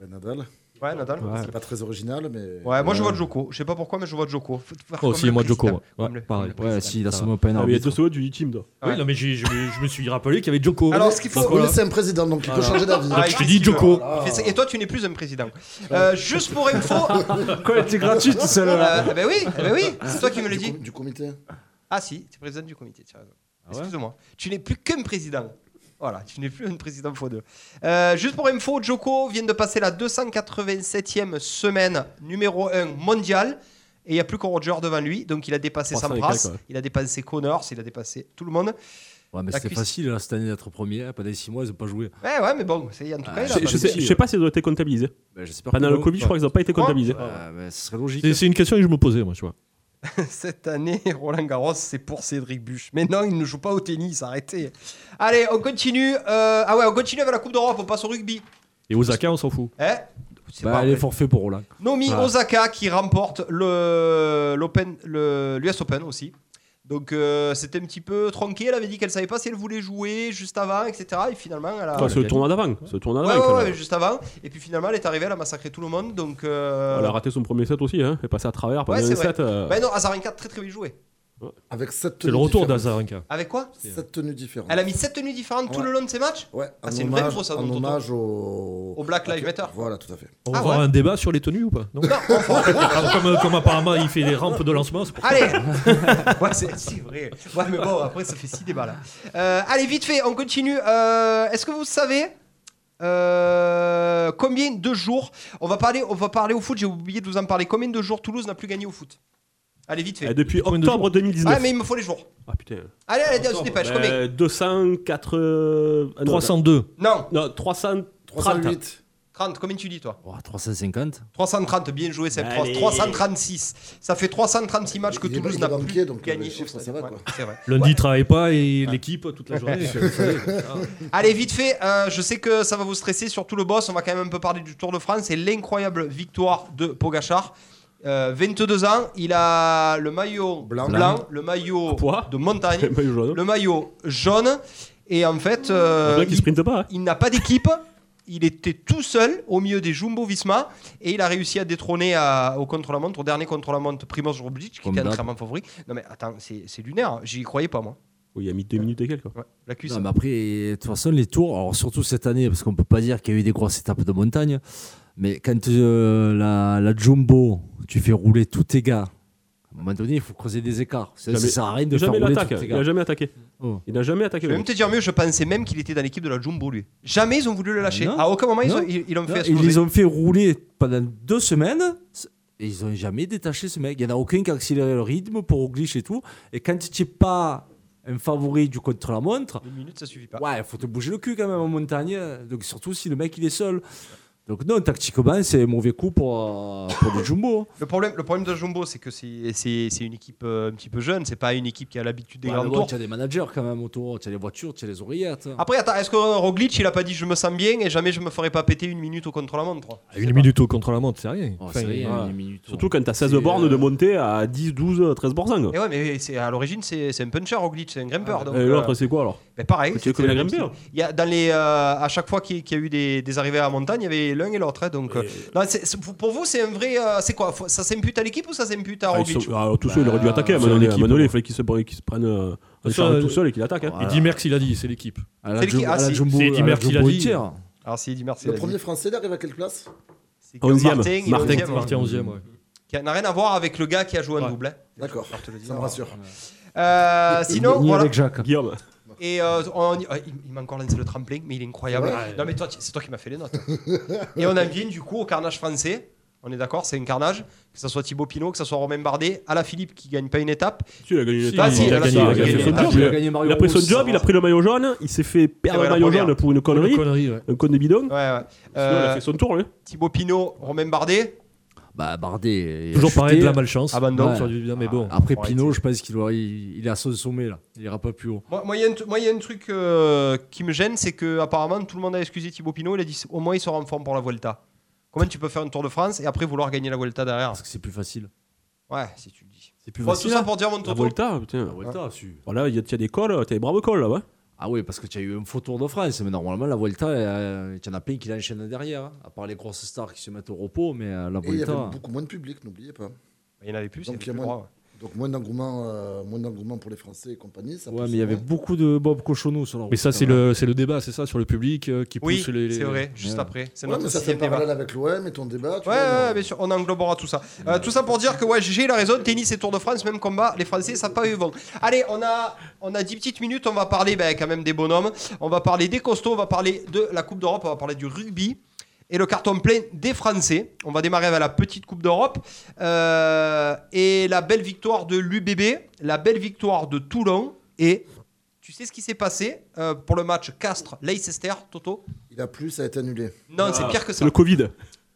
S6: Ben Nadal.
S3: Ouais, Nadal.
S8: Ouais.
S6: C'est pas très original mais.
S3: Ouais, moi je vois Joko. Je sais pas pourquoi, mais je vois Joko. Faut faire
S7: Oh,
S3: comme
S7: si,
S3: le
S7: moi,
S3: président.
S7: Djoko, ouais.
S3: Comme le-
S7: Ouais, pareil.
S3: comme le
S11: Ouais,
S3: président.
S11: si, il a son open
S8: Ah, mais il y a
S11: arbitre.
S8: deux secondes, tu dis Tim. toi.
S3: Ouais.
S7: Oui, non, mais j'ai- je, me- je me suis rappelé qu'il y avait Joko.
S3: Alors, ce qu'il faut-
S7: Donc,
S6: Voilà.
S7: voilà.
S6: C'est un président donc il peut changer d'avis.
S3: Ah,
S7: je
S3: il
S7: te
S3: fait
S7: dis
S3: ce qu'il
S7: Joko.
S3: veut. Il fait ça- Et toi, tu n'es plus un président. Euh, juste pour info.
S5: Quoi, t'es gratuit tout seul là
S3: euh, eh ben oui, eh ben oui c'est toi qui me le
S6: Du
S3: dis.
S6: com- Du comité.
S3: Ah si, tu es président du comité, tu as raison. Excuse-moi. Tu n'es plus qu'un président. Voilà, tu n'es plus un président faux deux. Euh, juste pour info, Joko vient de passer la 287e semaine numéro 1 mondiale. Et il n'y a plus que Roger devant lui. Donc il a dépassé
S8: 300 et
S3: Sampras,
S8: quelques, ouais.
S3: il a dépassé Connors, il a dépassé tout le monde.
S5: Ah,
S11: Ouais, mais
S3: La
S11: c'était
S3: cuisse.
S11: facile là, cette année d'être premier. hein, Pendant 6 mois, ils n'ont pas joué.
S3: Ouais, ouais, mais bon, c'est en tout
S5: Ah,
S3: cas, il a
S11: c'est-
S3: pas- euh,
S8: Je je sais,
S11: si,
S8: je sais pas si ils ont été comptabilisés.
S11: Ben, Ah, J'espère
S8: Pendant
S11: que
S8: le
S11: non.
S8: Covid, je crois qu'ils n'ont pas été
S3: Pourquoi
S8: comptabilisés.
S11: Ouais, ben, ce serait logique.
S7: C'est c'est une question que je me posais, moi, tu vois.
S3: Cette année, Roland Garros, c'est pour Cédric Buche. Mais non, il ne joue pas au tennis, arrêtez. Allez, on continue. euh, Ah ouais, on continue avec la Coupe d'Europe, on passe au rugby.
S7: Et Osaka, on s'en fout.
S3: Hein C'est
S11: Bah,
S3: pas
S11: elle est
S3: vrai.
S11: forfait pour Roland.
S3: Nomi Osaka qui remporte le l'Open, le- l'US Open aussi. Donc euh, c'était un petit peu tronqué. Elle avait dit qu'elle savait pas si elle voulait jouer juste avant, etc. Et finalement, elle a.
S8: Ah, c'est le tournoi d'avant. C'est le tournoi
S3: Ouais,
S8: d'avant. euh,
S3: ouais,
S8: qu'elle
S3: ouais,
S8: a-
S3: juste avant. Et puis finalement, elle est arrivée, elle a massacré tout le monde. Donc. euh,
S8: Elle a raté son premier set aussi, hein. elle est passée à travers pendant
S3: Ouais,
S8: un
S3: c'est vrai.
S8: set. euh,
S3: Bah non, Azarenka, très très bien joué.
S6: Avec sept
S7: C'est le
S6: tenues
S7: retour
S6: différentes.
S7: d'Azarenka.
S3: Avec quoi
S6: Sept tenues différentes.
S3: Elle a mis 7 tenues différentes tout
S6: Ouais.
S3: le long de ses matchs
S6: Ouais,
S3: Ah,
S6: un
S3: c'est une vraie
S6: hommage,
S3: pro, ça,
S6: un
S3: dont on
S6: hommage au...
S3: au Black Lives Matter.
S6: Voilà, tout à fait.
S7: On
S3: Ah
S7: va avoir
S3: ouais.
S7: un débat sur les tenues ou pas Non, Ah, comme, comme apparemment il fait des rampes de lancement, c'est pour ça.
S3: Allez Ouais, c'est c'est vrai. Ouais, mais bon, après, ça fait 6 débats là. Euh, allez, vite fait, on continue. Euh, Est-ce que vous savez euh, combien de jours on va, parler, on va parler au foot, j'ai oublié de vous en parler. Combien de jours Toulouse n'a plus gagné au foot Allez, vite fait.
S8: euh, depuis
S7: Combien de
S8: octobre 2019.
S3: Ah, mais il me faut les jours.
S8: Ah putain.
S3: Allez, allez, on se dépêche. Combien
S8: Euh, 204. euh, ah, non,
S7: 302.
S3: Non,
S8: Non, 330.
S6: 308.
S3: 30, combien tu dis toi
S5: Oh, 350
S3: 330, bien joué, Seb.
S8: Allez.
S3: 336. Ça fait 336 matchs que
S6: Il est-
S3: Toulouse
S6: il est
S3: n'a plus
S6: banquier, donc, euh,
S3: gagné.
S6: les chiffres,
S3: au stade.
S6: ça va,
S3: Ouais,
S6: quoi.
S3: c'est vrai.
S7: Lundi il travaille pas et l'équipe toute la journée.
S3: Allez, vite fait, euh, je sais que ça va vous stresser, surtout le boss. On va quand même un peu parler du Tour de France et l'incroyable victoire de Pogachar. 22 ans, il a le maillot blanc,
S6: Blanc.
S3: le maillot
S8: Poids.
S3: de montagne,
S8: Pas eu jaune.
S3: le maillot jaune. Et en fait, euh,
S8: Le mec qui
S3: il-
S8: sprinte pas. hein.
S3: il n'a pas d'équipe. Il était tout seul au milieu des Jumbo Visma et il a réussi à détrôner à- au contre-la-montre, au dernier contre-la-montre, Primoz Roglic, qui
S5: Comme
S3: était
S5: d'hab.
S3: extrêmement favori. Non mais attends, c'est c'est lunaire, hein. j'y croyais pas moi.
S8: Oui, il a mis 2 minutes et quelques. quoi.
S3: Ouais, la cuisse.
S5: Non, mais après, de toute façon, les tours, alors surtout cette année, parce qu'on peut pas dire qu'il y a eu des grosses étapes de montagne, mais quand euh, la, la jumbo, tu fais rouler tous tes gars, à un moment donné, il faut creuser des écarts. Ça,
S8: Jamais-
S5: ça sert à rien de faire
S8: Jamais
S5: rouler
S8: l'attaque.
S5: tous tes
S8: Il
S5: gars.
S8: a jamais attaqué.
S5: Oh.
S8: Il a jamais
S3: Je
S8: attaqué. le
S3: vais même
S8: mec.
S3: te dire mieux, je pensais même qu'il était dans l'équipe de la Jumbo lui. Jamais ils ont voulu le lâcher.
S5: Ah non,
S3: à aucun moment ils,
S5: non.
S3: ont, ils, ils l'ont
S5: Non,
S3: fait
S5: ils
S3: exploser.
S5: les ont fait rouler pendant deux semaines. Et ils ont jamais détaché ce mec. Il n'y en a aucun qui a accéléré le rythme pour Roglic et tout. Et quand tu n'es pas un favori du contre-la-montre,
S3: Une minute, ça suffit pas.
S5: Ouais, il faut te bouger le cul quand même en montagne. Donc surtout si le mec il est seul. Donc non, tactiquement, c'est un mauvais coup pour, euh, pour le jumbo.
S3: Le problème, le problème de Jumbo, c'est que c'est c'est- c'est une équipe euh, un petit peu jeune, c'est pas une équipe qui a l'habitude des
S5: Bah, Ouais,
S3: grands
S5: mais bon,
S3: tours.
S5: t'as des managers quand même autour, t'as les voitures, t'as les oreillettes. hein.
S3: Après, attends, est-ce que Roglic, il a pas dit je me sens bien et jamais je me ferai pas péter une minute au contre-la-montre
S7: Une minute au contre la montre, c'est rien.
S5: Oh,
S7: Enfin,
S5: c'est rien,
S7: voilà.
S5: une minute.
S8: Surtout quand t'as 16
S5: C'est,
S8: bornes de
S5: euh,
S8: montée à 10, 12, 13 bornes.
S3: Et Eh ouais, mais c'est, à l'origine, c'est, c'est un puncher au glitch, c'est un grimpeur. donc,
S8: Ah, Et l'autre,
S3: euh,
S8: c'est quoi alors
S3: mais pareil.
S8: tu veux
S3: c'était
S8: comme les
S3: la même
S8: grimpeurs
S3: chose. Il y a, dans les, euh, à chaque fois qu'il, qu'il y a eu des, des arrivées à la montagne, il y avait l'un et l'autre. hein, donc, euh, non, c'est- c'est- pour- pour vous, c'est un vrai. euh, c'est quoi Faut- Ça s'impute à l'équipe ou ça s'impute à
S8: Ah, ils
S3: Roglic
S8: sont- ah, Tout seul, il aurait dû attaquer. À un
S7: c'est
S8: moment donné,
S7: l'équipe,
S8: à un moment donné,
S7: ouais.
S8: il fallait qu'il se, qu'il se prenne euh,
S5: Bah,
S8: un
S7: Ça,
S8: chariot
S7: euh,
S8: tout seul et qu'il attaque. hein.
S7: Il dit Merck, il a dit, c'est l'équipe.
S5: À la
S3: C'est qui-
S5: Jum-
S3: ah,
S5: à la
S3: c'est-
S5: jumbo,
S7: c'est Eddy
S5: à la
S7: Merckx, il a
S5: Jumbo
S7: dit.
S5: entière.
S3: Alors, c'est dit merci.
S6: Le premier français, il arrive à quelle classe
S3: c'est Guillaume
S8: Onzième.
S3: Martin, il est
S8: Martin,
S3: onzième,
S7: Martin
S3: hein,
S7: 11 ouais.
S3: qui n'a rien à voir avec le gars qui a joué en
S7: Ouais.
S3: double. hein.
S6: D'accord,
S3: Je te le dis.
S6: ça me rassure.
S3: Euh, sinon,
S5: Ni
S3: voilà.
S5: avec Jacques.
S8: Guillaume.
S3: Et euh, on- ah, il, il m'a encore lancé le tremplin, mais il est incroyable.
S6: Ouais.
S3: Non, mais toi, tu- c'est toi qui m'as fait les notes. et on en vient du coup au carnage français. On est d'accord, c'est un carnage. Que ce soit Thibaut Pinot, que ce soit Romain Bardet, à la Philippe qui gagne pas une étape. Ah,
S8: Si, il a gagné une
S7: Si,
S8: étape.
S3: il a
S8: il a
S3: gagné,
S8: gagné
S3: il a
S8: son
S3: gagné.
S8: job. Il
S5: Il a
S8: a-
S5: gagné Mario
S8: il a pris son
S5: Rose, ça
S8: job,
S5: va.
S8: il a pris le maillot jaune, il s'est fait perdre
S3: ouais,
S8: le
S3: la
S8: maillot
S3: première.
S8: jaune pour une connerie,
S7: Connerie, ouais.
S8: un con de bidon.
S3: Ouais, ouais.
S8: Sinon, il
S3: Euh,
S8: a fait son tour, hein. lui.
S3: Thibaut Pinot, Romain Bardet,
S5: Bah, Bardet. il a
S7: Toujours
S5: chuté.
S7: pareil, de la malchance.
S3: abandon.
S5: Ouais.
S7: Sur du- non, mais bon.
S5: Ah, Après
S3: Ouais,
S5: Pinot, je pense qu'il aura- il, il est à son sommet là. Il ira pas plus haut.
S3: Moi, moi, il y a un tru- moi, il y a un truc euh, qui me gêne, c'est que apparemment tout le monde a excusé Thibaut Pinot. Il a dit au moins il sera en forme pour la Vuelta. Comment tu peux faire un Tour de France et après vouloir gagner la Vuelta derrière
S5: Parce que c'est plus facile.
S3: Ouais, si tu le dis.
S5: C'est plus
S3: Bon, tout
S5: facile.
S3: ça pour dire mon
S8: La
S3: Toto.
S5: Ah,
S8: Volta, putain.
S5: Vuelta, su.
S8: Voilà, il y a- il y a des cols, t'as des braves cols là-bas.
S5: Ah oui, parce que tu as eu un faux tour de France, mais normalement la Volta, il y en a plein qui l'enchaînent derrière, hein. à part les grosses stars qui se mettent au repos, mais euh, la
S6: Et il y avait
S5: Volta.
S6: beaucoup moins de public, n'oubliez pas.
S3: Il y en avait plus. il y
S6: Donc,
S3: avait
S6: il y a
S3: plus
S6: moins-
S3: droit, ouais.
S6: Donc moins d'engouement, euh, moins d'engouement pour les Français et compagnie. Ça
S5: Ouais,
S6: pousse
S5: mais il y avait
S6: moins.
S5: beaucoup de Bob Cochonou sur la route.
S7: Mais ça, c'est
S5: quand même.
S7: le, c'est le débat, c'est ça, sur le public euh, qui pousse
S3: Oui,
S7: les. les-
S3: c'est vrai. Juste
S5: Ouais.
S3: après, c'est
S6: Ouais,
S3: notre
S6: mais ça fait
S3: sixième débat.
S6: parallèle avec l'OM et ton débat. tu vois,
S3: Ouais, ouais,
S6: mais-
S3: bien sûr, on englobera tout ça. Euh, tout ça pour dire que ouais, GG, il a raison, tennis et Tour de France, même combat, les Français, ça n'a pas eu vent. Allez, on a, on a 10 petites minutes, on va parler ben, quand même des bonhommes, on va parler des costauds, on va parler de la Coupe d'Europe, on va parler du rugby et le carton plein des Français. On va démarrer avec la petite Coupe d'Europe Euh, et la belle victoire de l'UBB, la belle victoire de Toulon et... Tu sais ce qui s'est passé euh, pour le match Castres-Leicester, Toto
S6: Il a plu, ça a été annulé.
S3: Ah.
S8: Ah.
S3: Non, c'est pire que ça.
S8: Le Covid.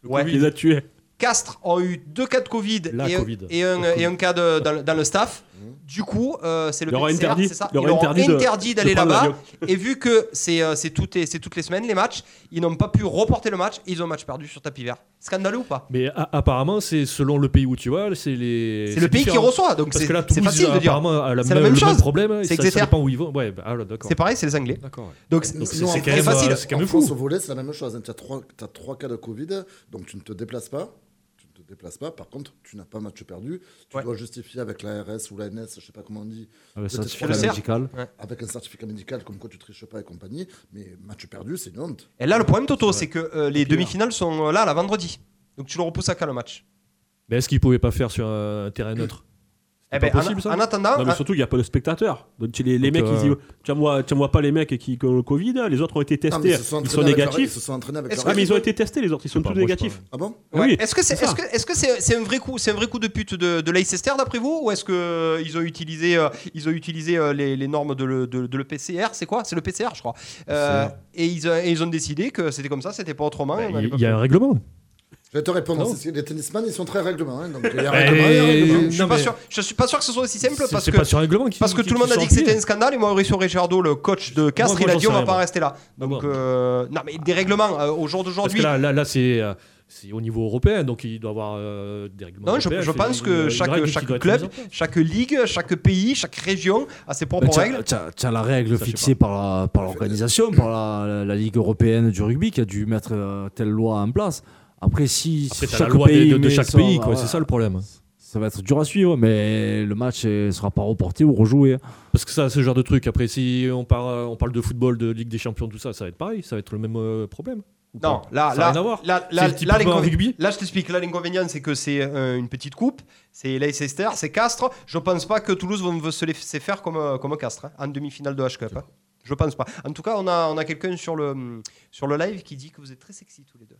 S3: Ouais.
S8: Il les a tués.
S3: Castres ont eu deux cas de Covid,
S7: La
S3: et, un-
S7: Covid.
S3: et un, et un cas de- dans, le- dans le staff.
S6: Mmh.
S3: Du coup, euh, c'est le
S8: Il leur a
S3: PCR,
S8: interdit-
S3: c'est ça
S8: il leur a
S3: Ils leur ont
S8: interdit de-
S3: interdit
S8: de
S3: d'aller
S8: prendre
S3: là-bas.
S8: l'avion.
S3: Et vu que c'est euh, c'est toutes les- c'est toutes les semaines les matchs, ils n'ont pas pu reporter le match. Ils ont match perdu sur tapis vert. Scandaleux ou pas
S7: Mais a- apparemment, c'est selon le pays où tu vas, c'est les.
S3: C'est le pays qui
S7: différent.
S3: reçoit, donc
S7: Parce
S3: c'est
S7: que là,
S3: c'est
S7: Toulouse,
S3: facile de dire.
S7: apparemment, a la
S3: C'est la
S7: même-
S3: même
S7: le
S3: chose.
S7: même problème. hein, et
S3: C'est
S7: ça- ça
S3: Exeter.
S7: dépend où ils vont. Ouais, bah, ah, là, d'accord.
S3: C'est pareil, c'est les Anglais.
S7: D'accord. ouais.
S3: Donc
S7: Donc,
S3: c'est
S7: c'est-
S6: en
S7: c'est quand
S3: c'est
S7: même, euh,
S3: facile.
S7: c'est quand même
S6: en France,
S7: fou.
S6: au volet, c'est la même chose. Tu as, trois cas de Covid, donc tu ne te déplaces pas. Tu ne te déplaces pas. Par contre, tu n'as pas match perdu. Tu
S3: Ouais.
S6: dois justifier avec l'ARS ou l'ANS, je sais pas comment on dit,
S11: Ah, bah, ça,
S6: Peut-être
S11: c'est
S6: faire
S11: pas
S3: le cerf.
S11: médical.
S6: avec un certificat médical comme quoi tu triches pas et compagnie. Mais match perdu, c'est une honte.
S3: Et là, le problème, Toto, c'est que euh, les demi-finales sont euh, là, là, vendredi. Donc tu le repousses à quand le match
S7: Mais est-ce qu'ils pouvaient pas faire sur un terrain neutre
S3: Eh
S7: pas
S3: ben, en-
S7: possible, ça
S3: en, attendant,
S8: Non, mais surtout, il n'y a pas de spectateurs. Donc, les les
S7: Donc,
S8: mecs, ils
S7: euh,
S8: disent, tu vois, tu vois pas les mecs qui qui ont le Covid, hein. les autres ont été
S6: Non,
S8: testés,
S6: mais ils se
S8: ils sont
S6: entraînés avec la-
S8: négatifs.
S6: Ils se sont entraînés avec
S3: Est-ce
S6: la-
S8: Ah, mais ils ont été testés, les autres, ils sont tous
S7: Je sais pas, moi, je
S8: négatifs.
S6: Ah bon
S3: Ouais.
S8: Oui,
S3: Est-ce que c'est
S8: c'est
S3: est-ce
S8: ça.
S3: que est-ce que c'est c'est un vrai coup c'est un vrai coup de pute de, de Leicester d'après vous ou est-ce que euh, ils ont utilisé euh, ils ont utilisé euh, les, les normes de le, de, de le PCR c'est quoi c'est le PCR je crois Euh, et ils euh, et ils ont décidé que c'était comme ça c'était pas autrement et on
S7: Bah,
S3: allait
S7: Il
S3: pas
S7: il y a un réglement.
S6: Je vais te répondre.
S7: Non.
S6: c'est- Les tennisman, ils sont très règlements. hein, donc il y a
S7: Mais-
S6: règlement, il y a règlement.
S3: plus. je suis
S7: Bah, euh, non,
S3: pas
S7: mais-
S3: sûr je suis pas sûr que ce soit
S6: Bah,
S3: aussi simple
S7: C'est-
S3: parce
S7: c'est
S3: que
S7: pas sur un règlement qui-
S3: parce que
S7: qui-
S3: tout le monde
S7: qui
S3: a dit que c'était
S7: sortit.
S3: un scandale et Mauricio Ricciardo le coach de Castres
S7: moi,
S3: il a
S7: j'en
S3: dit on
S7: sais
S3: va
S7: rien,
S3: pas
S7: moi.
S3: rester là donc
S7: Ah bon.
S3: euh, non mais des règlements euh, au jour
S7: Parce
S3: d'aujourd'hui
S7: que là, là, là, c'est. euh, C'est au niveau européen, donc il doit avoir euh, des règlements.
S3: Non, je,
S7: européens,
S3: je
S7: c'est
S3: pense
S7: une-
S3: que
S7: une
S3: chaque,
S7: règle qui
S3: chaque
S7: doit être mise en
S3: club,
S7: place.
S3: chaque ligue, chaque pays, chaque région a ses
S11: Bah,
S3: propres
S11: t'as-
S3: règles.
S11: T'as t'as la règle
S7: Ça, je sais
S11: fixée par la- par l'organisation, par, la, la- la Ligue européenne du rugby qui a dû mettre euh, telle loi en place. Après, si
S7: Après, t'as la
S11: chaque
S7: loi de-
S11: pays
S7: de, de
S11: met
S7: chaque
S11: son-
S7: pays, quoi.
S11: ouais,
S7: C'est ça le problème.
S11: Ça va être dur à suivre, mais le match ne sera pas reporté ou rejoué. hein.
S7: Parce que ça, ce genre de truc. Après, si on parle, on parle de football, de Ligue des Champions, tout ça, ça va être pareil. Ça va être le même euh, problème. Ou
S3: Non,
S7: pas
S3: là,
S7: Ça a
S3: là,
S7: rien à voir.
S3: là,
S7: C'est
S3: là,
S7: le type
S3: là,
S7: de bas en
S3: l'inconvénient-
S7: rugby.
S3: là, je t'explique. Là, l'inconvénient, c'est que c'est euh, une petite coupe, c'est Leicester, c'est Castres. Je pense pas que Toulouse va- veut se laisser faire comme, euh, comme Castres hein, en demi-finale de H-Cup. hein. Je pense pas. En tout cas, on a, on a quelqu'un sur le, sur le live qui dit que vous êtes très sexy tous les deux.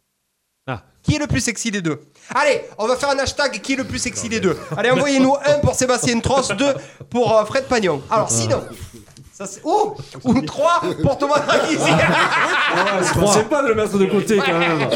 S7: Ah.
S3: Qui est le plus sexy des deux Allez, on va faire un hashtag qui est le plus sexy des deux. Allez, envoyez-nous un pour Sébastien Tross, deux pour euh, Fred Pagnon.
S7: Ah.
S3: Alors, sinon, ça c'est. Oh Ou trois pour Thomas Draghi.
S5: C'est pas de le mettre de côté quand même.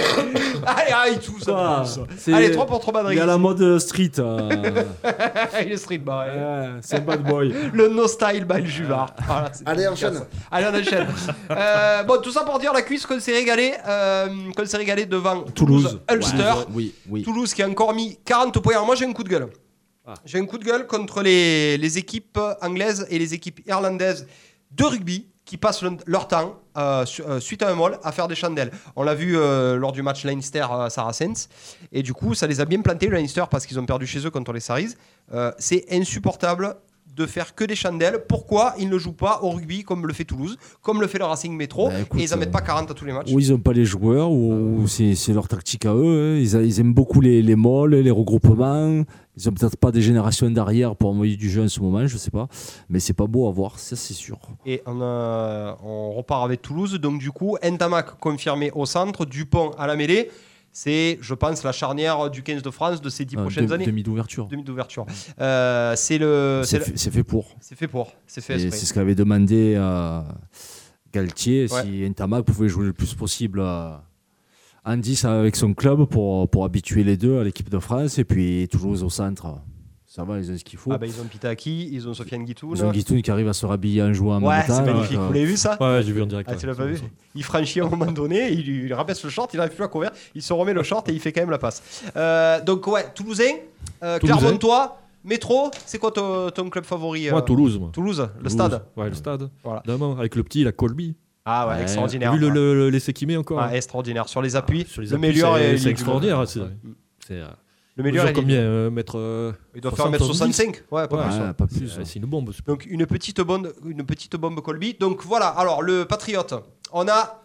S3: Allez, ah, il tousse.
S5: Ah, c'est-
S3: Allez, 3 pour 3 Madrid.
S5: Il a la mode euh, street. euh,
S3: Il est street bar. ouais.
S5: ouais, c'est un bad boy.
S3: Le no style by le Juvard. Voilà, c'est
S6: Allez,
S3: efficace.
S6: enchaîne.
S3: Allez, on enchaîne. Euh, bon, tout ça pour dire la cuisse qu'on s'est régalé, euh, qu'on s'est régalé devant Toulouse, Ulster.
S11: Oui, oui. Ah.
S3: Toulouse qui a encore mis 40 points. Alors moi j'ai un coup de gueule. J'ai un coup de gueule contre les, les équipes anglaises et les équipes irlandaises de rugby qui passent le- leur temps, euh, su- euh, suite à un maul, à faire des chandelles. On l'a vu euh, lors du match Leinster-Saracens. Et du coup, ça les a bien plantés, le Leinster, parce qu'ils ont perdu chez eux contre les Saris. Euh, C'est insupportable de faire que des chandelles. Pourquoi ils ne jouent pas au rugby comme le fait Toulouse, comme le fait le Racing Métro,
S11: Bah, écoute,
S3: et ils n'en mettent
S11: euh,
S3: pas 40 à tous les matchs
S11: Ou ils n'ont pas les joueurs, ou, ou c'est c'est leur tactique à eux. hein. Ils, a- ils aiment beaucoup les, les molles, les regroupements. Ils n'ont peut-être pas des générations derrière pour envoyer du jeu en ce moment, je sais pas. Mais c'est pas beau à voir, ça c'est sûr.
S3: Et on, a- on repart avec Toulouse. Donc, du coup, Ntamak confirmé au centre, Dupont à la mêlée. C'est, je pense, la charnière du 15 de France de ces 10
S11: Euh,
S3: prochaines
S11: de-
S3: années.
S11: Demi d'ouverture.
S3: Demi d'ouverture. Euh, c'est le. C'est
S11: C'est
S3: le-
S11: fait, c'est fait pour.
S3: c'est fait pour. C'est fait
S11: Et
S3: esprit.
S11: C'est ce qu'avait demandé euh, Galtier,
S3: Ouais.
S11: si Ntamak pouvait jouer le plus possible euh, en 10 avec son club pour, pour habituer les deux à l'équipe de France et puis Toulouse au centre. Ça va, ils ont ce qu'il faut.
S3: Ah, bah, ils ont Pitaki, ils ont Sofiane Guitoun.
S11: ils ont Guitoun qui arrive à se rhabiller en jouant en
S3: Ouais,
S11: même temps.
S3: c'est
S11: donc,
S3: magnifique.
S11: euh,
S3: Vous l'avez vu ça
S7: Ouais, j'ai vu en direct.
S3: Ah,
S7: ouais.
S3: tu l'as pas vu Il franchit à un moment donné, il, il rabaisse le short, il n'arrive plus à courir, il se remet le short et il fait quand même la passe. Euh, donc, ouais, Toulousain, euh,
S7: Toulousain.
S3: Clermontois, Métro, c'est quoi ton, ton club favori
S7: Moi,
S3: euh,
S7: Toulouse, moi.
S3: Toulouse, le
S7: Toulouse.
S3: stade.
S7: Ouais, le stade.
S3: Voilà.
S7: Évidemment, avec le petit, la Colby.
S3: Ah ouais,
S11: Ouais.
S7: T'as
S3: extraordinaire.
S7: vu le, le, le l'essai qu'il met encore
S3: Ah, extraordinaire sur les appuis.
S7: Sur les
S3: le
S7: appuis,
S3: meilleur
S7: c'est-
S3: est
S7: c'est extraordinaire. hein, C'est c'est, euh,
S3: Le meilleur
S7: mesure
S3: est
S7: combien euh, mètre, euh,
S3: Il doit faire 1m65.
S7: 70?
S3: Ouais, pas hein. mal, ça.
S11: ouais, pas plus.
S7: C'est c'est une bombe. ce-
S3: Donc une petite bombe, une petite bombe Colby. Donc voilà. Alors le Patriote, on a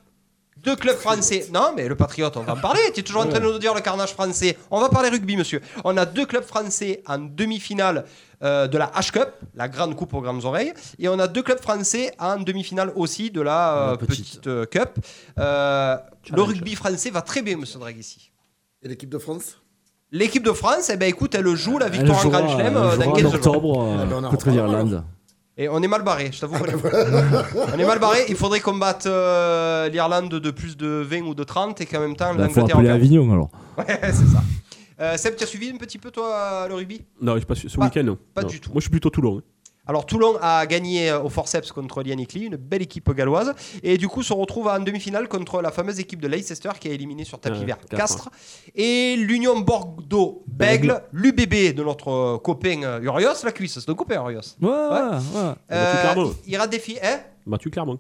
S3: deux clubs français. Non, mais le Patriote, on va en parler. Tu es toujours en train de nous dire le carnage français. On va parler rugby, monsieur. On a deux clubs français en demi-finale euh, de la H Cup, la grande coupe aux grandes oreilles, et on a deux clubs français en demi-finale aussi de la, euh,
S11: La
S3: petite,
S11: petite.
S3: euh, cup. Euh, le rugby français va très bien, monsieur Draghi.
S6: Et l'équipe de France
S3: L'équipe de France, eh ben écoute, elle joue la
S11: Elle
S3: victoire en
S11: jouera-
S3: Grand Chelem
S11: elle
S3: euh,
S11: jouera
S3: dans
S11: en
S3: 15 jours.
S11: octobre euh,
S6: Ah, ben, on Ah en
S11: contre
S6: reparlera,
S11: l'Irlande.
S3: Et on est mal barré, je t'avoue.
S6: ben.
S3: on est mal barré. Il faudrait combattre euh, l'Irlande de plus de 20 ou de 30 et qu'en même temps
S11: Il faut
S3: l'Angleterre. en
S11: appeler
S3: perde.
S11: Avignon alors.
S3: Ouais, c'est ça. Euh, Seb, tu as suivi un petit peu, toi, le rugby
S8: Non, je suis pas su- ce
S3: Pas-
S8: week-end. non.
S3: pas
S8: Non.
S3: du tout.
S8: Moi, je suis plutôt Toulon. hein.
S3: Alors Toulon a gagné euh, au forceps contre Lianicli, une belle équipe galloise, et du coup se retrouve en demi-finale contre la fameuse équipe de Leicester qui a éliminé sur tapis
S8: Ouais,
S3: vert
S8: quatre
S3: Castres, et l'Union Bordeaux-Bègle, l'UBB de notre euh, copain euh, Urios, la cuisse, c'est notre copain Urios.
S11: Ouais,
S3: Ouais. Euh,
S11: ouais.
S8: battu Clermont.
S3: il ira défier... Hein
S8: Battu Clermont.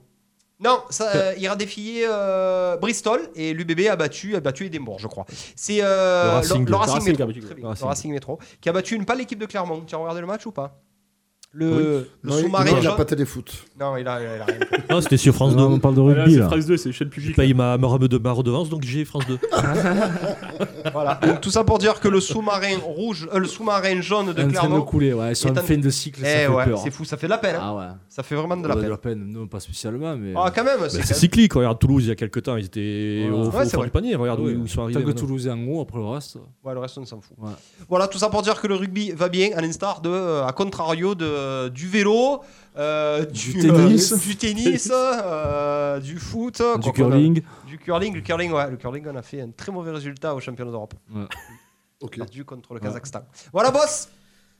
S3: non, ça, euh, il ira défier euh, Bristol et l'UBB a battu, a battu Édimbourg, je crois. C'est euh,
S8: Le Racing
S3: le
S8: de- le Racing qui a
S3: Métro,
S8: battu-
S3: très bien,
S8: le
S3: le
S8: Racing.
S3: Racing Métro, qui a battu une pâle équipe de Clermont. Tu as regardé le match ou pas Le, le
S6: Non, il-
S3: sous-marin
S6: non, il a
S3: jaune-
S6: pas téléfoot.
S3: non, il a, il a- il a rien.
S7: Non, Ah, c'était sur France 2.
S11: on parle de
S8: Voilà,
S11: rugby
S8: Ah, c'est
S11: là.
S8: France 2, c'est chez le public.
S7: Paye ma, ma, rem- de- ma redevance, donc j'ai France 2.
S3: Ah, voilà. Donc, tout ça pour dire que le sous-marin rouge, euh, le sous-marin jaune de
S11: En train de
S3: Clermont.
S11: couler, ouais. Sur
S3: Et
S11: une
S3: t'as-
S11: fin de cycle, ça
S3: Eh
S11: fait
S3: ouais,
S11: peur.
S3: c'est fou, ça fait de la peine. hein.
S11: Ah ouais.
S3: Ça fait vraiment de la
S11: Ouais,
S3: peine.
S11: non, pas spécialement, mais.
S3: Ah, quand même,
S7: Bah,
S3: c'est
S7: c'est
S3: quand même-
S7: cyclique. Regarde Toulouse, il y a quelques temps, ils étaient
S11: Ouais.
S7: au, au
S3: Ouais, c'est
S7: fond
S3: vrai.
S7: du panier. Regarde
S11: Ouais.
S7: où, où ils sont
S11: Tant
S7: arrivés.
S11: que
S7: maintenant.
S11: Toulouse est en haut, après le reste.
S3: Ouais, le reste, on s'en fout.
S11: Ouais.
S3: Voilà, tout ça pour dire que le rugby va bien, à l'instar de, euh, à contrario de, du vélo, euh, du,
S11: Du tennis.
S3: euh, du, tennis, euh, du foot,
S11: Du
S3: quoi qu'on
S11: curling.
S3: a- du curling, le curling, ouais, le curling, on a fait un très mauvais résultat aux championnats d'Europe,
S6: Ok.
S3: perdu contre le Kazakhstan. Voilà, boss,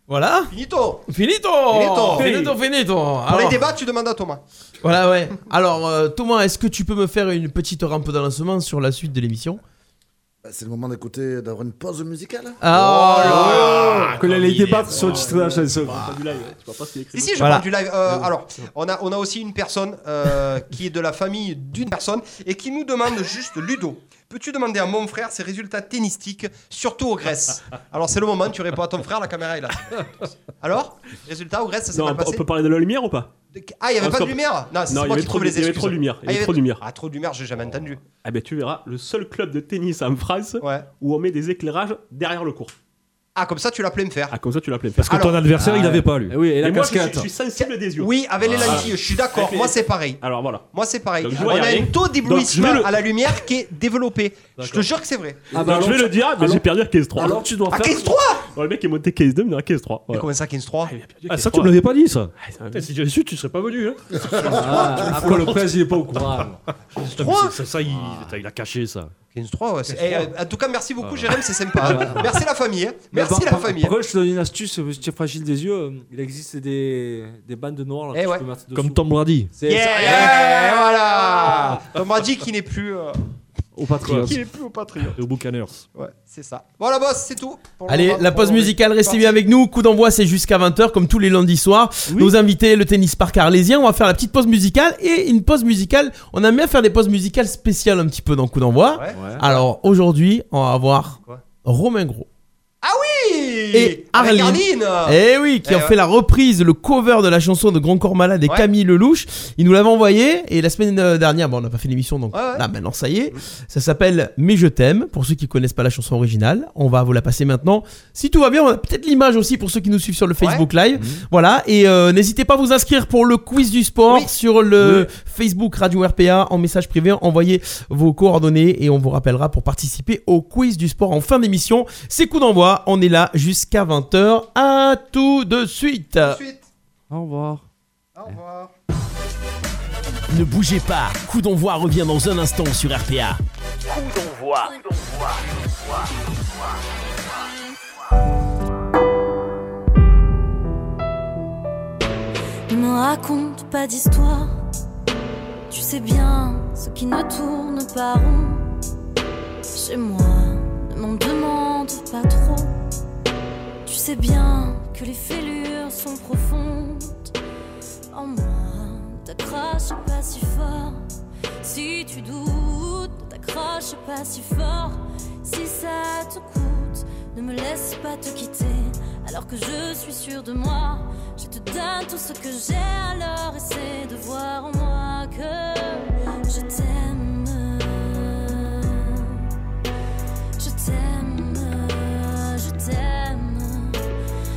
S4: Voilà.
S3: finito.
S4: Finito
S3: Finito.
S4: Finito, finito.
S3: Pour les
S4: Alors,
S3: débats, tu demandes à Thomas.
S4: Voilà, ouais. Alors, euh, Thomas, est-ce que tu peux me faire une petite rampe dans la semence sur la suite de l'émission
S6: Bah, c'est le moment d'écouter, d'avoir une pause musicale. Oh,
S4: Ah
S5: Que les débattre sur le titre de la chanson.
S8: Pas du live, hein. tu vois pas ce qu'il y a écrit.
S3: euh, bah, Si, si, je
S4: Voilà.
S3: parle du live. Euh, alors, on a, on a aussi une personne euh, qui est de la famille d'une personne et qui nous demande juste Ludo, peux-tu demander à mon frère ses résultats tennistiques, surtout aux Grèce Alors, c'est le moment, tu réponds à ton frère, la caméra est là. Alors, résultat aux Grèce, ça s'est
S8: Non,
S3: mal
S8: on peut- on
S3: passé
S8: peut parler de la lumière ou pas
S3: Ah, il n'y avait
S8: on
S3: pas de
S8: peut-
S3: lumière Non, c'est
S8: Non, il y
S3: moi
S8: avait
S3: qui
S8: trop
S3: trouve
S8: de-
S3: les
S8: il y avait
S3: excuses.
S8: trop de lumière, il y
S3: Ah,
S8: avait trop de lumière.
S3: Ah, trop de lumière, j'ai jamais entendu.
S8: Ah ben tu verras, le seul club de tennis en France
S3: Ouais.
S8: où on met des éclairages derrière le cours.
S3: Ah, comme ça, tu l'as plein me faire.
S8: Ah comme ça tu l'as plein.
S7: Parce que ton
S3: Alors- Ah,
S7: adversaire, il n'avait pas, lui.
S11: Eh oui, et la
S8: Et moi je suis,
S11: casquette.
S8: je suis sensible des yeux.
S3: Oui, avec les
S8: Voilà.
S3: lentilles, je suis d'accord.
S8: Avec les-
S3: Moi, c'est pareil.
S8: Alors voilà.
S3: Moi, c'est pareil.
S8: Donc, Ah.
S3: On
S8: je vois, y a
S3: a un
S8: rien.
S3: taux
S8: Donc, je
S3: d'éblouissement
S8: vais le-
S3: à la lumière qui est développé. Je te jure que c'est vrai.
S7: bah,
S11: Ah
S8: Donc, je vais le dire, mais j'ai perdu à 15-3.
S11: Alors tu dois
S3: Ah,
S11: faire.
S3: 15-3
S8: Oh, le mec est monté 15-2, mais il est à 15-3.
S3: Mais
S8: Voilà.
S3: comment ça, 15-3
S8: Ah, il a perdu à
S7: Ah, ça, tu
S8: 15-3.
S7: me l'avais pas dit, ça.
S8: Ah, c'est un-
S7: Putain, Si j'avais su, tu serais pas venu. Hein.
S11: Ah, après le presse, il est pas au courant.
S7: Putain, mais c'est- ça, ça, il, putain, il a caché, ça.
S3: 15-3, ouais. c'est- Eh, euh, en tout cas, merci beaucoup,
S5: Ah.
S3: Jérém, c'est sympa.
S5: bah.
S3: merci la famille. hein.
S11: Ah.
S3: Merci
S11: Mais par-
S3: la
S11: par-
S3: famille.
S11: Par contre, je te donne une astuce, parce que tu es fragile des yeux, euh, il existe des, des bandes noires là,
S3: Eh
S11: que
S3: ouais.
S11: tu peux mettre dessus.
S7: Comme Tom Brady.
S11: C'est
S3: Yeah,
S11: ça,
S3: yeah, voilà. Tom Brady qui n'est plus, euh,
S11: au Patriots.
S3: qui n'est plus au Patriots.
S7: Et Au Buccaneers.
S3: Ouais, c'est ça. Voilà, boss, c'est tout. pour le
S4: Allez,
S3: moment.
S4: la
S3: Pour
S4: pause
S3: le-
S4: musicale, restez
S3: Parti.
S4: bien avec nous. Coup d'envoi, c'est jusqu'à 20h, comme tous les lundis soirs. Nos invités, le tennis parc arlésien, on va faire la petite pause musicale et une pause musicale. On aime bien faire des pauses musicales spéciales un petit peu dans Coup d'envoi.
S3: Ouais.
S4: Alors aujourd'hui, on va avoir
S3: Quoi
S4: Romain Gros.
S3: Ah Et
S4: Arline. Eh oui, qui
S3: Eh
S4: a
S3: ouais.
S4: fait la reprise, le cover de la chanson de Grand Corps Malade et
S3: Ouais.
S4: Camille Lelouch. Il nous l'avait envoyé et la semaine euh, dernière, bon, on n'a pas fait l'émission donc
S3: Ouais, ouais.
S4: là maintenant ça y est. Ça s'appelle Mais je t'aime. Pour ceux qui connaissent pas la chanson originale, on va vous la passer maintenant. Si tout va bien, on a peut-être l'image aussi pour ceux qui nous suivent sur le Facebook Live.
S3: Mhm.
S4: Voilà et euh, n'hésitez pas à vous inscrire pour le quiz du sport
S3: Oui.
S4: sur le Facebook Radio RPA en message privé. Envoyez vos coordonnées et on vous rappellera pour participer au quiz du sport en fin d'émission. C'est coup d'envoi, on est là jusqu'à 20h. À tout de suite.
S3: Ensuite,
S11: Au revoir.
S3: au revoir.
S9: Ne bougez pas, Coup d'envoi revient dans un instant sur RPA.
S12: Ne me raconte pas d'histoire. Tu sais bien ce qui ne tourne pas rond. Chez moi, ne m'en demande pas trop. Tu sais bien que les fêlures sont profondes. En moi, ne t'accroche pas si fort. Si tu doutes, ne t'accroche pas si fort. Si ça te coûte, ne me laisse pas te quitter. Alors que je suis sûre de moi, je te donne tout ce que j'ai. Alors essaie de voir en moi que je t'aime. Je t'aime, je t'aime, je t'aime.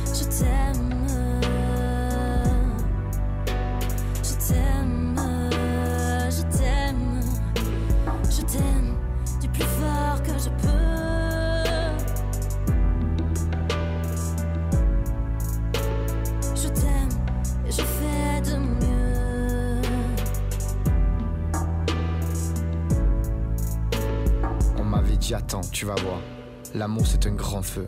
S12: Je t'aime, je t'aime, je t'aime du plus fort que je peux. Je t'aime et je fais de mon mieux.
S13: On m'avait dit attends, tu vas voir. L'amour, c'est un grand feu.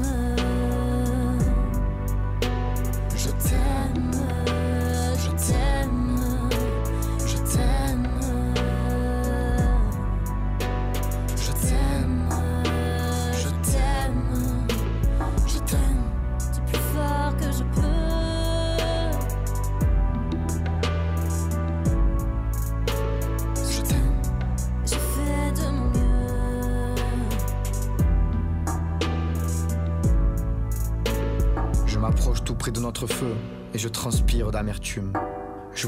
S13: Je t'aime.
S12: Je t'aime. Je t'aime.
S13: Je t'aime.
S12: Je t'aime. Je t'aime du plus fort que je peux.
S13: Je t'aime.
S12: J'ai fait de mon
S13: Je m'approche tout près de notre feu et je transpire d'amertume. Je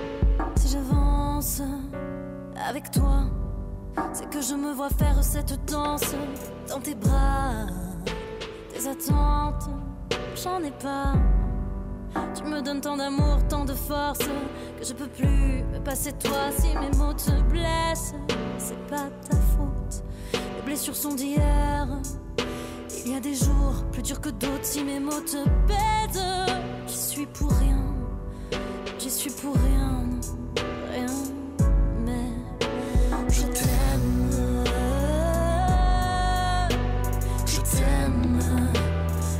S12: Si j'avance avec toi, c'est que je me vois faire cette danse dans tes bras. Tes attentes, j'en ai pas. Tu me donnes tant d'amour, tant de force que je peux plus me passer de toi si mes mots te blessent. C'est pas ta faute. Les blessures sont d'hier. Il y a des jours plus durs que d'autres si mes mots te pèsent. J'y suis pour rien. J'y suis pour rien, rien, mais je t'aime.
S13: Je t'aime,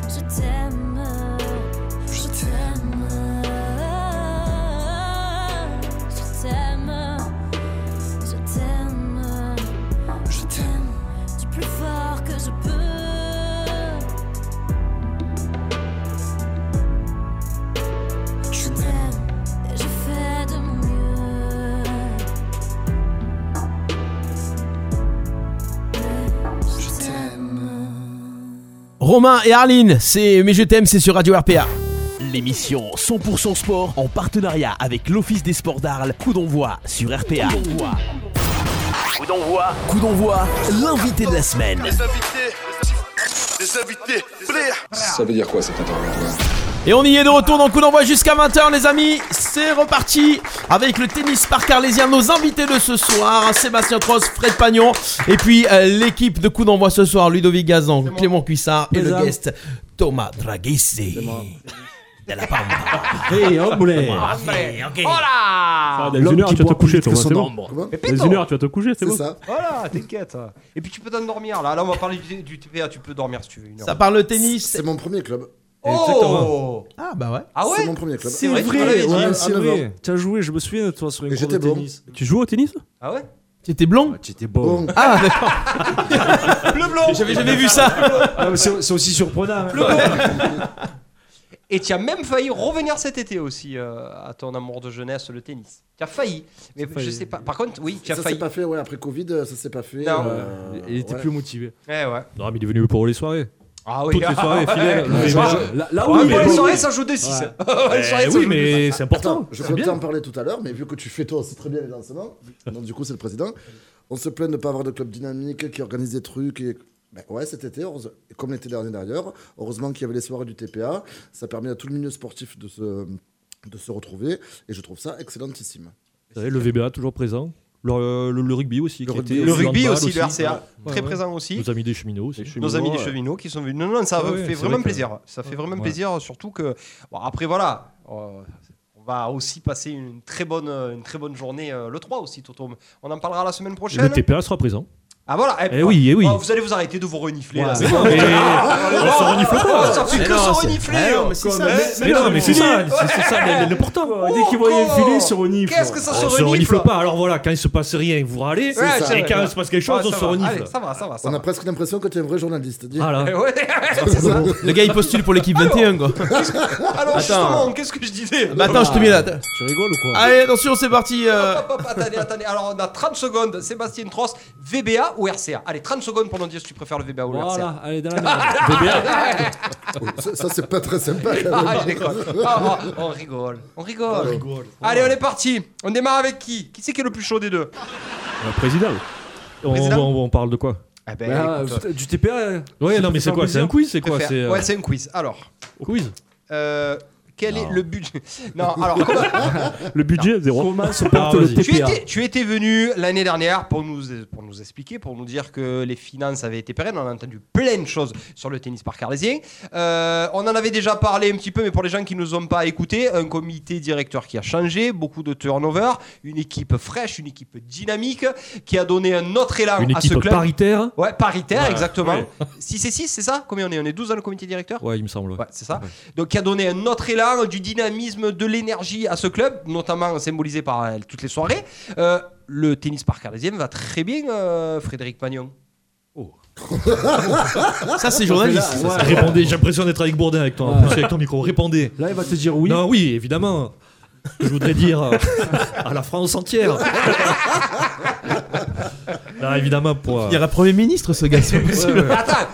S12: je t'aime,
S13: je t'aime,
S12: je t'aime, je t'aime,
S13: je t'aime,
S12: du plus fort que je peux.
S13: je
S12: t'aime et je fais de mon mieux.
S13: je t'aime.
S4: Romain et Arline, c'est Mais je t'aime, c'est sur Radio RPA.
S9: L'émission 100% sport en partenariat avec l'Office des sports d'Arles. Coup d'envoi sur RPA.
S14: Coup d'envoi.
S9: Coup d'envoi. Coup d'envoi, l'invité de la semaine.
S14: invités, les invités,
S1: Ça veut dire quoi cet interrogatoire
S4: Et on y est de retour dans Coup d'envoi jusqu'à 20h les amis, c'est reparti avec le tennis par carlésien, nos invités de ce soir, Sébastien Cross, Fred Pagnon, et puis euh, l'équipe de Coup d'envoi ce soir, Ludovic Gazan, Clément Cuissard et le
S9: Présent.
S4: guest Thomas Draghese. De la Pampa.
S5: Hey, hombre.
S3: Ah, Eh, Hola
S8: dans une heure, tu vas te coucher, Thomas, c'est bon. Dans une heure, tu vas te coucher, c'est
S3: C'est
S8: bon.
S3: ça. Voilà, t'inquiète. Et puis tu peux t'endormir là. Là, on va parler du, du TPA. Tu peux dormir si tu veux. Une heure.
S4: Ça parle tennis.
S6: C'est mon premier club.
S3: Oh
S4: Ah bah ouais.
S3: Ah ouais
S6: C'est mon premier club.
S3: C'est
S5: C'est
S3: vrai, tu
S5: vrai,
S3: m'avais dit.
S5: ouais,
S3: Ah,
S5: c'est
S3: non,
S5: vrai.
S3: non.
S5: T'as joué, je me souviens de toi sur une cour de
S3: j'étais bon.
S5: tennis.
S8: Tu joues au tennis
S3: Ah ouais
S4: T'étais blond
S5: T'étais bon.
S4: Ah d'accord.
S3: Le blond
S4: J'avais jamais vu ça.
S5: Ouais, mais c'est c'est aussi surprenant. hein.
S3: Et tu as même failli revenir cet été aussi euh, à ton amour de jeunesse, le tennis. Tu as failli. Mais je sais pas. Par contre, oui, tu as
S6: ça
S3: failli.
S6: s'est pas fait, ouais, après Covid, ça s'est pas fait.
S3: Non.
S6: euh,
S5: Il était
S6: ouais.
S5: plus motivé.
S3: Eh ouais.
S7: Non, mais il est venu pour les soirées.
S3: Ah oui.
S7: Toutes les soirées,
S3: Ah,
S7: fidèle.
S3: ouais.
S7: Mais
S3: Genre,
S7: bon,
S3: je-
S7: là-
S3: là où
S7: ouais,
S3: il
S7: mais
S3: est,
S7: bon.
S3: les soirées, ça joue des six.
S7: Ouais.
S3: Les soirées,
S7: Eh
S3: ça
S7: oui,
S3: joue des
S7: mais
S3: six.
S7: c'est important.
S6: Attends, je
S7: C'est
S6: comptais
S7: bien.
S6: en parler tout à l'heure, mais vu que tu fais toi aussi très bien les lancements, donc du coup c'est le président, on se plaint de ne pas avoir de club dynamique qui organise des trucs. Et... Ben ouais, cet été, heureuse- et comme l'été dernier d'ailleurs, heureusement qu'il y avait les soirées du TPA, ça permet à tout le milieu sportif de se, de se retrouver, et je trouve ça excellentissime.
S7: Vous savez, Le VBA toujours présent. Le, le- le rugby aussi. qui
S6: rugby
S7: était-
S6: aussi.
S3: Le rugby
S7: handball
S3: aussi, le RCA,
S7: Ouais,
S3: très
S7: ouais.
S3: présent aussi.
S7: Nos amis des cheminots aussi.
S3: Nos amis des cheminots qui sont venus. Non, non, ça
S7: Ouais, ouais,
S3: fait
S7: c'est
S3: vraiment
S7: vrai que-
S3: plaisir. Ça fait vraiment
S7: Ouais.
S3: plaisir, surtout que. Bon, après, voilà. euh, on va aussi passer une très bonne, une très bonne journée euh, le 3 aussi, Toto. On en parlera la semaine prochaine.
S7: Le TPA sera présent.
S3: Ah voilà.
S7: Eh oui, eh oui.
S3: Oh, vous allez vous arrêter de vous renifler. là.
S7: Voilà. Mais non, mais- on se renifle pas.
S3: Oh, Ça fait
S7: Mais
S3: que
S7: non,
S3: se
S7: c'est-
S3: renifler.
S7: Mais non, mais c'est ça, mais- mais non, mais c'est ça, c'est- c'est ça, le- le- le portant.
S5: Dès qu'il voyait le filet, il se renifle.
S3: Qu'est-ce que ça se
S7: on se
S3: renifle
S7: renifle pas. Alors voilà, quand il se passe rien, vous râlez.
S6: C'est ça.
S7: et quand il se passe quelque chose,
S6: Ouais,
S7: on
S6: ça
S7: se
S6: va.
S7: renifle.
S6: Allez,
S3: ça va, ça va,
S6: On a presque l'impression que tu es un vrai journaliste. dis.
S7: Ah là. Eh ouais.
S6: C'est ça.
S4: Le gars il postule pour l'équipe 21 quoi.
S3: Alors
S4: Attends.
S3: justement, euh, qu'est-ce que je disais
S4: Bah, attends, je te mets là. Ah, Tu
S5: rigoles ou
S4: Allez, attention, c'est parti. euh,
S3: Hop, hop, attendez, attendez. Alors, on a 30 secondes. Sébastien Tross, VBA ou RCA Allez, 30 secondes pour nous dire si tu préfères le VBA ou le
S5: Voilà,
S3: RCA.
S5: allez, dans la
S6: Ça, ça, c'est pas très sympa. quand même.
S3: Ah, je déconne. Ah, ah, on rigole. On rigole.
S6: On rigole.
S3: Allez, on est parti. On démarre avec qui Qui c'est qui est le plus chaud des deux
S7: Euh, Président. On,
S3: Président.
S7: on- on parle de quoi
S3: Eh ben,
S4: Bah,
S7: Bah,
S3: Ah, écoute.
S7: euh,
S5: Du TPA
S7: Ouais, non, mais c'est quoi C'est un quiz C'est quoi
S3: Préfère.
S7: euh,
S3: Ouais, c'est un quiz. Alors.
S7: Quiz
S3: Euh, quel est le budget Non, alors.
S8: Le budget, zéro.
S5: Comment se
S8: porte le
S3: tu,
S8: TPA
S3: étais, tu étais venu l'année dernière pour nous, pour nous expliquer, pour nous dire que les finances avaient été pérennes. On a entendu plein de choses sur le tennis par carlésien. Euh, on en avait déjà parlé un petit peu, mais pour les gens qui ne nous ont pas écoutés, un comité directeur qui a changé, beaucoup de turnover, une équipe fraîche, une équipe dynamique qui a donné un autre élan
S7: Une
S3: à ce
S7: équipe
S3: club.
S7: paritaire
S3: Ouais, paritaire,
S7: Ouais,
S3: exactement.
S7: ouais.
S3: 6 et 6, c'est ça Combien on est On est 12 dans le comité directeur
S7: Ouais, il me semble. ouais.
S3: c'est ça. Donc qui a donné un autre élan, du dynamisme, de l'énergie à ce club, notamment symbolisé par euh, toutes les soirées. Euh, le tennis par carlésien va très bien, euh, Frédéric Magnon.
S4: Oh. Ça, c'est journaliste.
S7: Ouais, ouais. Répondez, j'ai l'impression d'être avec Bourdin avec ton, en plus, avec ton micro. Répondez.
S5: Là, il va te dire oui.
S7: Non, oui, évidemment. Je voudrais dire euh, à la France entière. non, évidemment, pour. euh,
S4: Il y aura Premier ministre ce gars, c'est pas possible.
S3: Attends,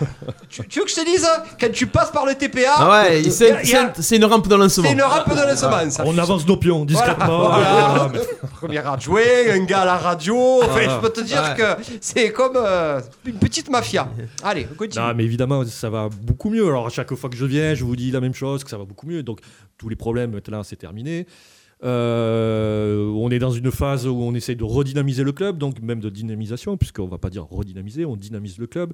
S3: tu, tu veux que je te dise hein, quand tu passes par le TPA
S4: Ah ouais, il-
S3: il y a-
S4: c'est
S3: il y a-
S4: c'est- c'est une rampe dans l'ensemble.
S3: C'est une rampe dans l'ensemble, ça.
S7: On avance nos pions discrètement.
S3: Voilà. Première à jouer, un gars à la radio. Enfin,
S7: Ah.
S3: je peux te dire
S7: Ouais.
S3: que c'est comme euh, une petite mafia. Allez, continue.
S7: Non, mais évidemment, ça va beaucoup mieux. Alors, à chaque fois que je viens, je vous dis la même chose, que ça va beaucoup mieux. Donc, tous les problèmes, maintenant, c'est terminé. Euh, on est dans une phase où on essaye de redynamiser le club, donc même de dynamisation, puisqu'on va pas dire redynamiser, on dynamise le club.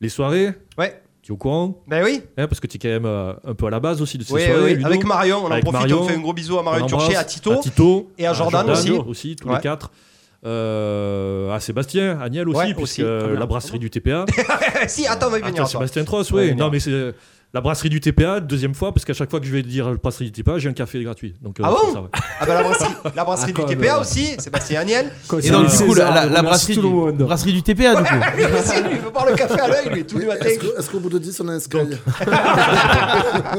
S7: Les soirées
S3: Ouais.
S7: Tu es au courant
S3: Ben oui.
S7: parce que tu es quand même euh, un peu à la base aussi de ces
S3: Oui,
S7: soirées.
S3: oui,
S7: Ludo.
S3: avec Marion, on en
S7: Avec
S3: profite,
S7: Marion,
S3: on fait un gros bisou à Marion
S7: on
S3: Turchet,
S7: embrasse,
S3: à Tito et à Jordan aussi.
S7: tous
S3: Ouais.
S7: les quatre. Euh, à Sébastien, à Niel aussi,
S3: Ouais,
S7: puisque
S3: aussi. Ah,
S7: euh,
S3: Très bien.
S7: la brasserie du TPA.
S3: Eh, si, attends, on va y venir. à
S7: Attends,
S3: toi.
S7: Sébastien Tross,
S3: On va y
S7: oui.
S3: venir.
S7: Non, mais c'est euh, la brasserie du TPA, deuxième fois, parce qu'à chaque fois que je vais dire euh, brasserie du TPA, j'ai un café gratuit. Donc, euh,
S3: Ah
S7: c'est
S3: bon
S7: ça, ouais.
S3: Ah bah la brasserie, la brasserie
S7: Ah,
S3: du
S7: comme,
S3: TPA
S7: euh,
S3: aussi, Sébastien Agniel.
S4: Et donc, du coup, la, la- la brasserie, du, brasserie du TPA, du coup.
S3: Lui aussi, lui, il veut boire le café à l'œil, lui, tous les
S6: Mais
S3: matins.
S6: Est-ce que- est-ce qu'au bout de 10, on a un Sky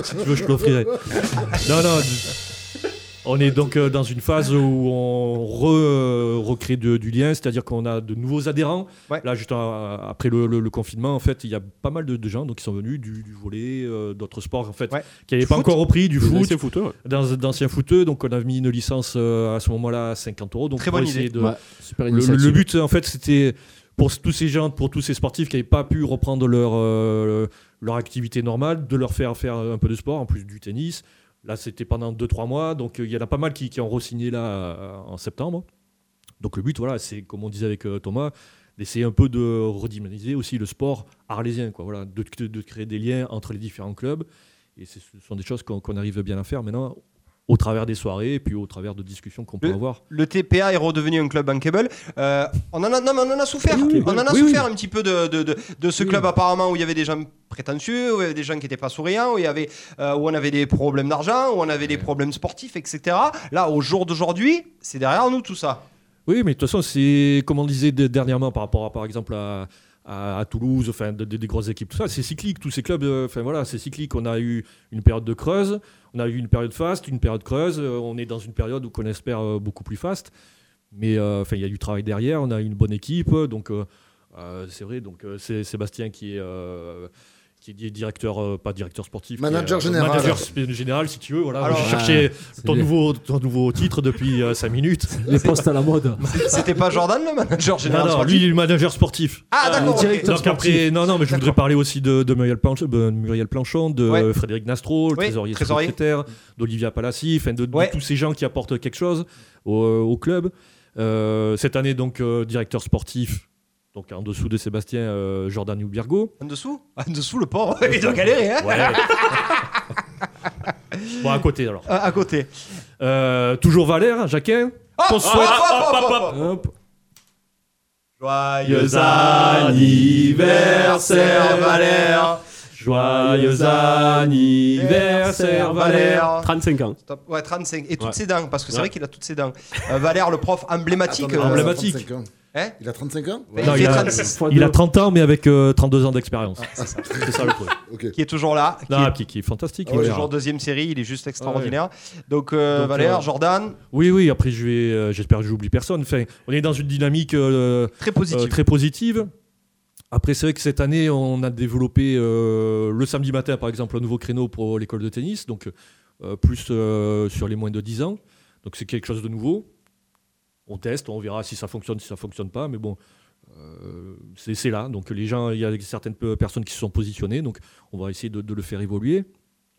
S7: Si tu veux, je te l'offrirai. non, non. du- On est donc euh, dans une phase où on re- euh, recrée de- du lien, c'est-à-dire qu'on a de nouveaux adhérents. Là, juste euh, après le, le- le confinement, en fait, il y a pas mal de, de gens donc, qui sont venus du, du volley, euh, d'autres sports, en fait, qui n'avaient
S8: Du
S7: pas
S8: foot.
S7: encore repris, du
S8: Des
S7: foot,
S8: anciens footeux, ouais.
S7: dans- d'anciens footeux. Donc, on a mis une licence euh, à ce moment-là à 50 euros. Donc,
S8: Très
S7: pour
S8: bonne
S7: essayer
S8: idée.
S7: de-
S8: Ouais, super
S7: Bah, le- le,
S8: initiative.
S7: but but, en fait, c'était pour tous ces gens, pour tous ces sportifs qui n'avaient pas pu reprendre leur, euh, leur activité normale, de leur faire faire un peu de sport, en plus du tennis. Là, c'était pendant 2-3 mois, donc euh, il y en a pas mal qui, qui ont re-signé là euh, en septembre. Donc le but, voilà, c'est comme on disait avec euh, Thomas, d'essayer un peu de redynamiser aussi le sport arlésien, quoi, voilà, de, de- de créer des liens entre les différents clubs. Et c'est- ce sont des choses qu'on qu'on arrive bien à faire maintenant au travers des soirées et puis au travers de discussions qu'on peut avoir.
S3: Le TPA est redevenu un club bankable. Euh, on, en a, non, mais on en a souffert. on en a
S7: oui,
S3: souffert
S7: oui.
S3: un petit peu de, de- de- de ce club, apparemment, où il y avait des gens prétentieux, où il y avait des gens qui n'étaient pas souriants, où, il y avait, euh, où on avait des problèmes d'argent, où on avait des problèmes sportifs, etc. Là, au jour d'aujourd'hui, c'est derrière nous tout ça.
S7: Oui, mais de toute façon, c'est comme on disait de- dernièrement par rapport à, par exemple, à, à- à Toulouse, enfin, de- de- des grosses équipes, tout ça, c'est cyclique. Tous ces clubs, euh, enfin voilà, c'est cyclique. On a eu une période de creuse, on a eu une période faste, une période creuse. euh, on est dans une période où qu'on espère euh, beaucoup plus faste. Mais euh, enfin, il y a du travail derrière. On a une bonne équipe, donc euh, euh, c'est vrai. Donc euh, c'est Sébastien qui est. euh, qui est directeur, euh, pas directeur sportif, qui est,
S6: Manager
S7: euh,
S6: général.
S7: manager sp- général, si tu veux. Voilà,
S6: Alors-
S7: j'ai cherché
S6: Ah,
S7: ton
S6: c'est
S7: nouveau, ton nouveau titre depuis 5 minutes.
S11: Les postes à la mode.
S3: C'était pas Jordan le manager général
S7: Non, non,
S3: sportif
S7: lui, il est le manager sportif.
S3: Ah, d'accord, ok.
S7: Donc après, non, non, mais je voudrais parler aussi de, de Muriel, Planchon, de, Muriel Planchon, de
S3: Ouais.
S7: euh, Frédéric Nastro, le
S3: Oui,
S7: trésorier,
S3: trésorier.
S7: secrétaire, d'Olivia Palassi, enfin, de, de tous ces gens qui apportent quelque chose au, au club. Euh, cette année, donc, euh, directeur sportif, donc en dessous de Sébastien, euh, Jordan Houbergo.
S3: En dessous En dessous, le port, il doit galérer. Hein
S7: Ouais. Bon, à côté alors.
S3: Ah, À, à côté. Ah,
S7: Euh, toujours Valère, Jacquin.
S3: Hop,
S7: Qu'on
S3: hop,
S7: souhaite-
S3: hop, hop, hop, hop. Joyeux anniversaire, Valère.
S8: Joyeux anniversaire, Valère. 35 ans.
S3: Stop. Ouais, 35. Et toutes
S8: Ouais.
S3: ses dents, parce que c'est
S8: Ouais.
S3: vrai qu'il a toutes ses dents. Euh, Valère, le prof
S6: Attends,
S3: emblématique.
S6: il a
S3: euh,
S6: 35 ans.
S3: Hein
S6: il a 35 ans
S3: Il fait 36.
S7: il a 30 ans, mais avec euh, 32 ans d'expérience.
S3: Ah, C'est ça.
S7: C'est ça le truc.
S3: Qui est toujours là. qui
S7: Non,
S3: est-
S7: qui, qui est fantastique.
S3: qui est
S7: il est
S3: toujours
S7: là.
S3: deuxième série, il est juste extraordinaire. Donc,
S7: Donc,
S3: euh,
S7: euh,
S3: Valère, Jordan,
S7: Oui, oui, après je vais, euh, j'espère que j'oublie personne. Enfin, on est dans une dynamique euh,
S3: Très positive.
S7: euh, très positive. Après, c'est vrai que cette année, on a développé euh, le samedi matin, par exemple, un nouveau créneau pour l'école de tennis, donc euh, plus euh, sur les moins de 10 ans. Donc c'est quelque chose de nouveau. On teste, on verra si ça fonctionne, si ça fonctionne pas, mais bon, euh, c'est c'est là. Donc les gens, il y a certaines pe- personnes qui se sont positionnées, donc on va essayer de, de le faire évoluer.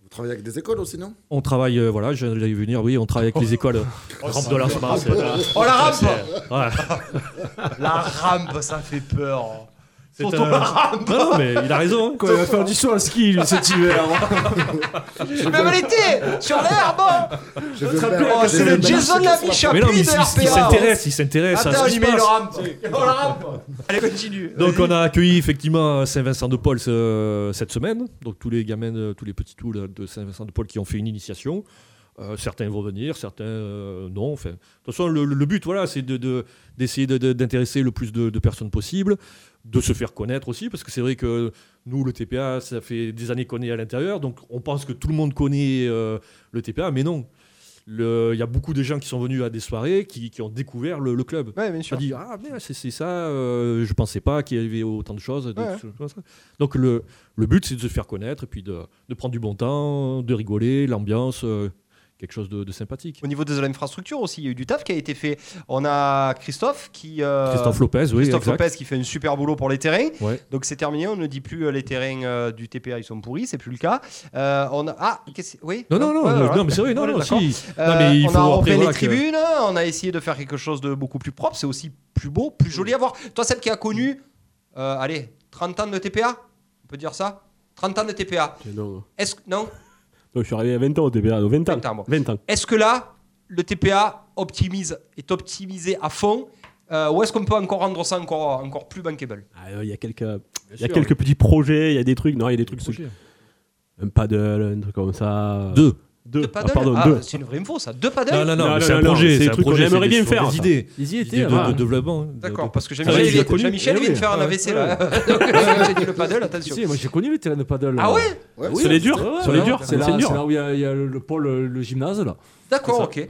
S6: Vous travaillez avec des écoles aussi, non
S7: On travaille, euh, voilà, je- j'allais venir, oui, on travaille avec les écoles.
S6: Oh,
S7: rampe
S6: ça
S7: de la
S6: fait
S7: Mars,
S6: peur.
S7: euh,
S6: Oh, la rampe
S7: c'est- voilà.
S3: la rampe, ça fait peur.
S7: C'est
S3: Surtout
S7: un-
S3: la rampe.
S7: Non, non, mais il a raison. hein.
S5: Quoi, il va faire du saut à ski lui, cet hiver. hein.
S3: Même l'été, sur l'herbe.
S5: Je
S3: Notre
S5: veux
S3: appel-
S5: pas-
S3: Oh,
S5: je
S3: C'est
S5: veux
S3: le
S5: pas-
S3: Jason Lamy
S7: Mais non, mais
S3: Chapuis
S7: il
S3: de
S7: s-
S3: RPA.
S7: il s'intéresse, il s'intéresse à ce
S3: Attends,
S7: qui
S3: il
S7: se
S3: met le
S7: passe.
S3: rampe. Oh, la rampe. Allez, continue.
S7: Donc on a accueilli effectivement Saint-Vincent de Paul ce- cette semaine. Donc tous les gamins, de- tous les petits tous là, de Saint-Vincent de Paul qui ont fait une initiation. Euh, certains vont venir, certains euh, non. Enfin, de toute façon, le, le but, voilà, c'est de- de- d'essayer de- de- d'intéresser le plus de, de personnes possible, de se faire connaître aussi, parce que c'est vrai que nous, le TPA, ça fait des années qu'on est à l'intérieur, donc on pense que tout le monde connaît euh, le TPA, mais non. Le- Il y a beaucoup de gens qui sont venus à des soirées, qui, qui ont découvert le, le club. On a dit, ah, merde, c'est c'est ça, euh, je pensais pas qu'il y avait autant de choses. de-
S3: Ouais.
S7: comme ça. Donc le, le but, c'est de se faire connaître et puis de, de prendre du bon temps, de rigoler, l'ambiance, euh, quelque chose de, de sympathique.
S3: Au niveau de l'infrastructure aussi, il y a eu du taf qui a été fait. On a Christophe qui. euh,
S7: Christophe Lopez, oui,
S3: Christophe
S7: exact.
S3: Lopez qui fait un super boulot pour les terrains.
S7: Ouais.
S3: Donc c'est terminé, on ne dit plus euh, les terrains euh, du TPA, ils sont pourris, c'est plus le cas. Euh, on a... Ah, qu'est-ce- oui
S7: Non, non, non,
S3: Ouais,
S7: non,
S3: voilà.
S7: non, mais c'est vrai, non,
S3: Voilà,
S7: non,
S3: d'accord.
S7: si.
S3: Euh,
S7: Non, mais il
S3: on
S7: faut
S3: a
S7: après,
S3: refait les
S7: voilà, que-
S3: tribunes, on a essayé de faire quelque chose de beaucoup plus propre, c'est aussi plus beau, plus joli à voir. Toi, Seb qui a connu, euh, allez, 30 ans de TPA On peut dire ça 30 ans de TPA.
S8: Non,
S3: Est-ce que... Non
S8: je suis arrivé à 20 ans au TPA, donc 20 ans. 20
S3: ans,
S8: ans.
S3: Est-ce que là, le TPA optimise, est optimisé à fond euh, Ou est-ce qu'on peut encore rendre ça encore, encore plus bankable
S8: Ah, euh, Il y a quelques, il y a
S3: sûr,
S8: quelques
S3: oui.
S8: petits projets, il y a des trucs. Non, il y a des trucs.
S7: projets.
S8: Un paddle, un truc comme ça.
S7: Deux.
S8: Deux.
S3: Deux
S8: Ah,
S3: paddles
S8: pardon,
S3: Ah,
S8: deux.
S3: C'est une vraie info ça. Deux paddles
S7: Non, non, non, mais c'est un projet,
S8: des
S7: c'est un
S8: trucs qu'on
S7: projet. c'est
S8: aimerait
S7: des-
S8: bien
S7: sont
S8: faire.
S7: des
S8: ça.
S7: idées,
S8: Ils y
S7: des
S8: étaient,
S7: idées
S8: avant.
S7: de, de développement. hein, de-
S3: D'accord,
S7: de-
S3: parce que
S5: Ah,
S7: Ça va,
S3: Jean-Michel
S7: il y a connu.
S3: Jean-Michel
S7: Eh
S3: vient de
S7: oui.
S3: faire un
S7: Ouais.
S3: AVC là. Donc j'ai dit le paddle, attention.
S5: Si, moi j'ai connu les terrains de paddle. euh,
S3: Ah ouais
S5: Ouais,
S8: Sur les durs, sur les durs,
S5: C'est là,
S8: c'est dur.
S5: c'est là où il y a, il y a le, le pôle, euh, le, le gymnase là.
S3: D'accord, ok.
S5: C'est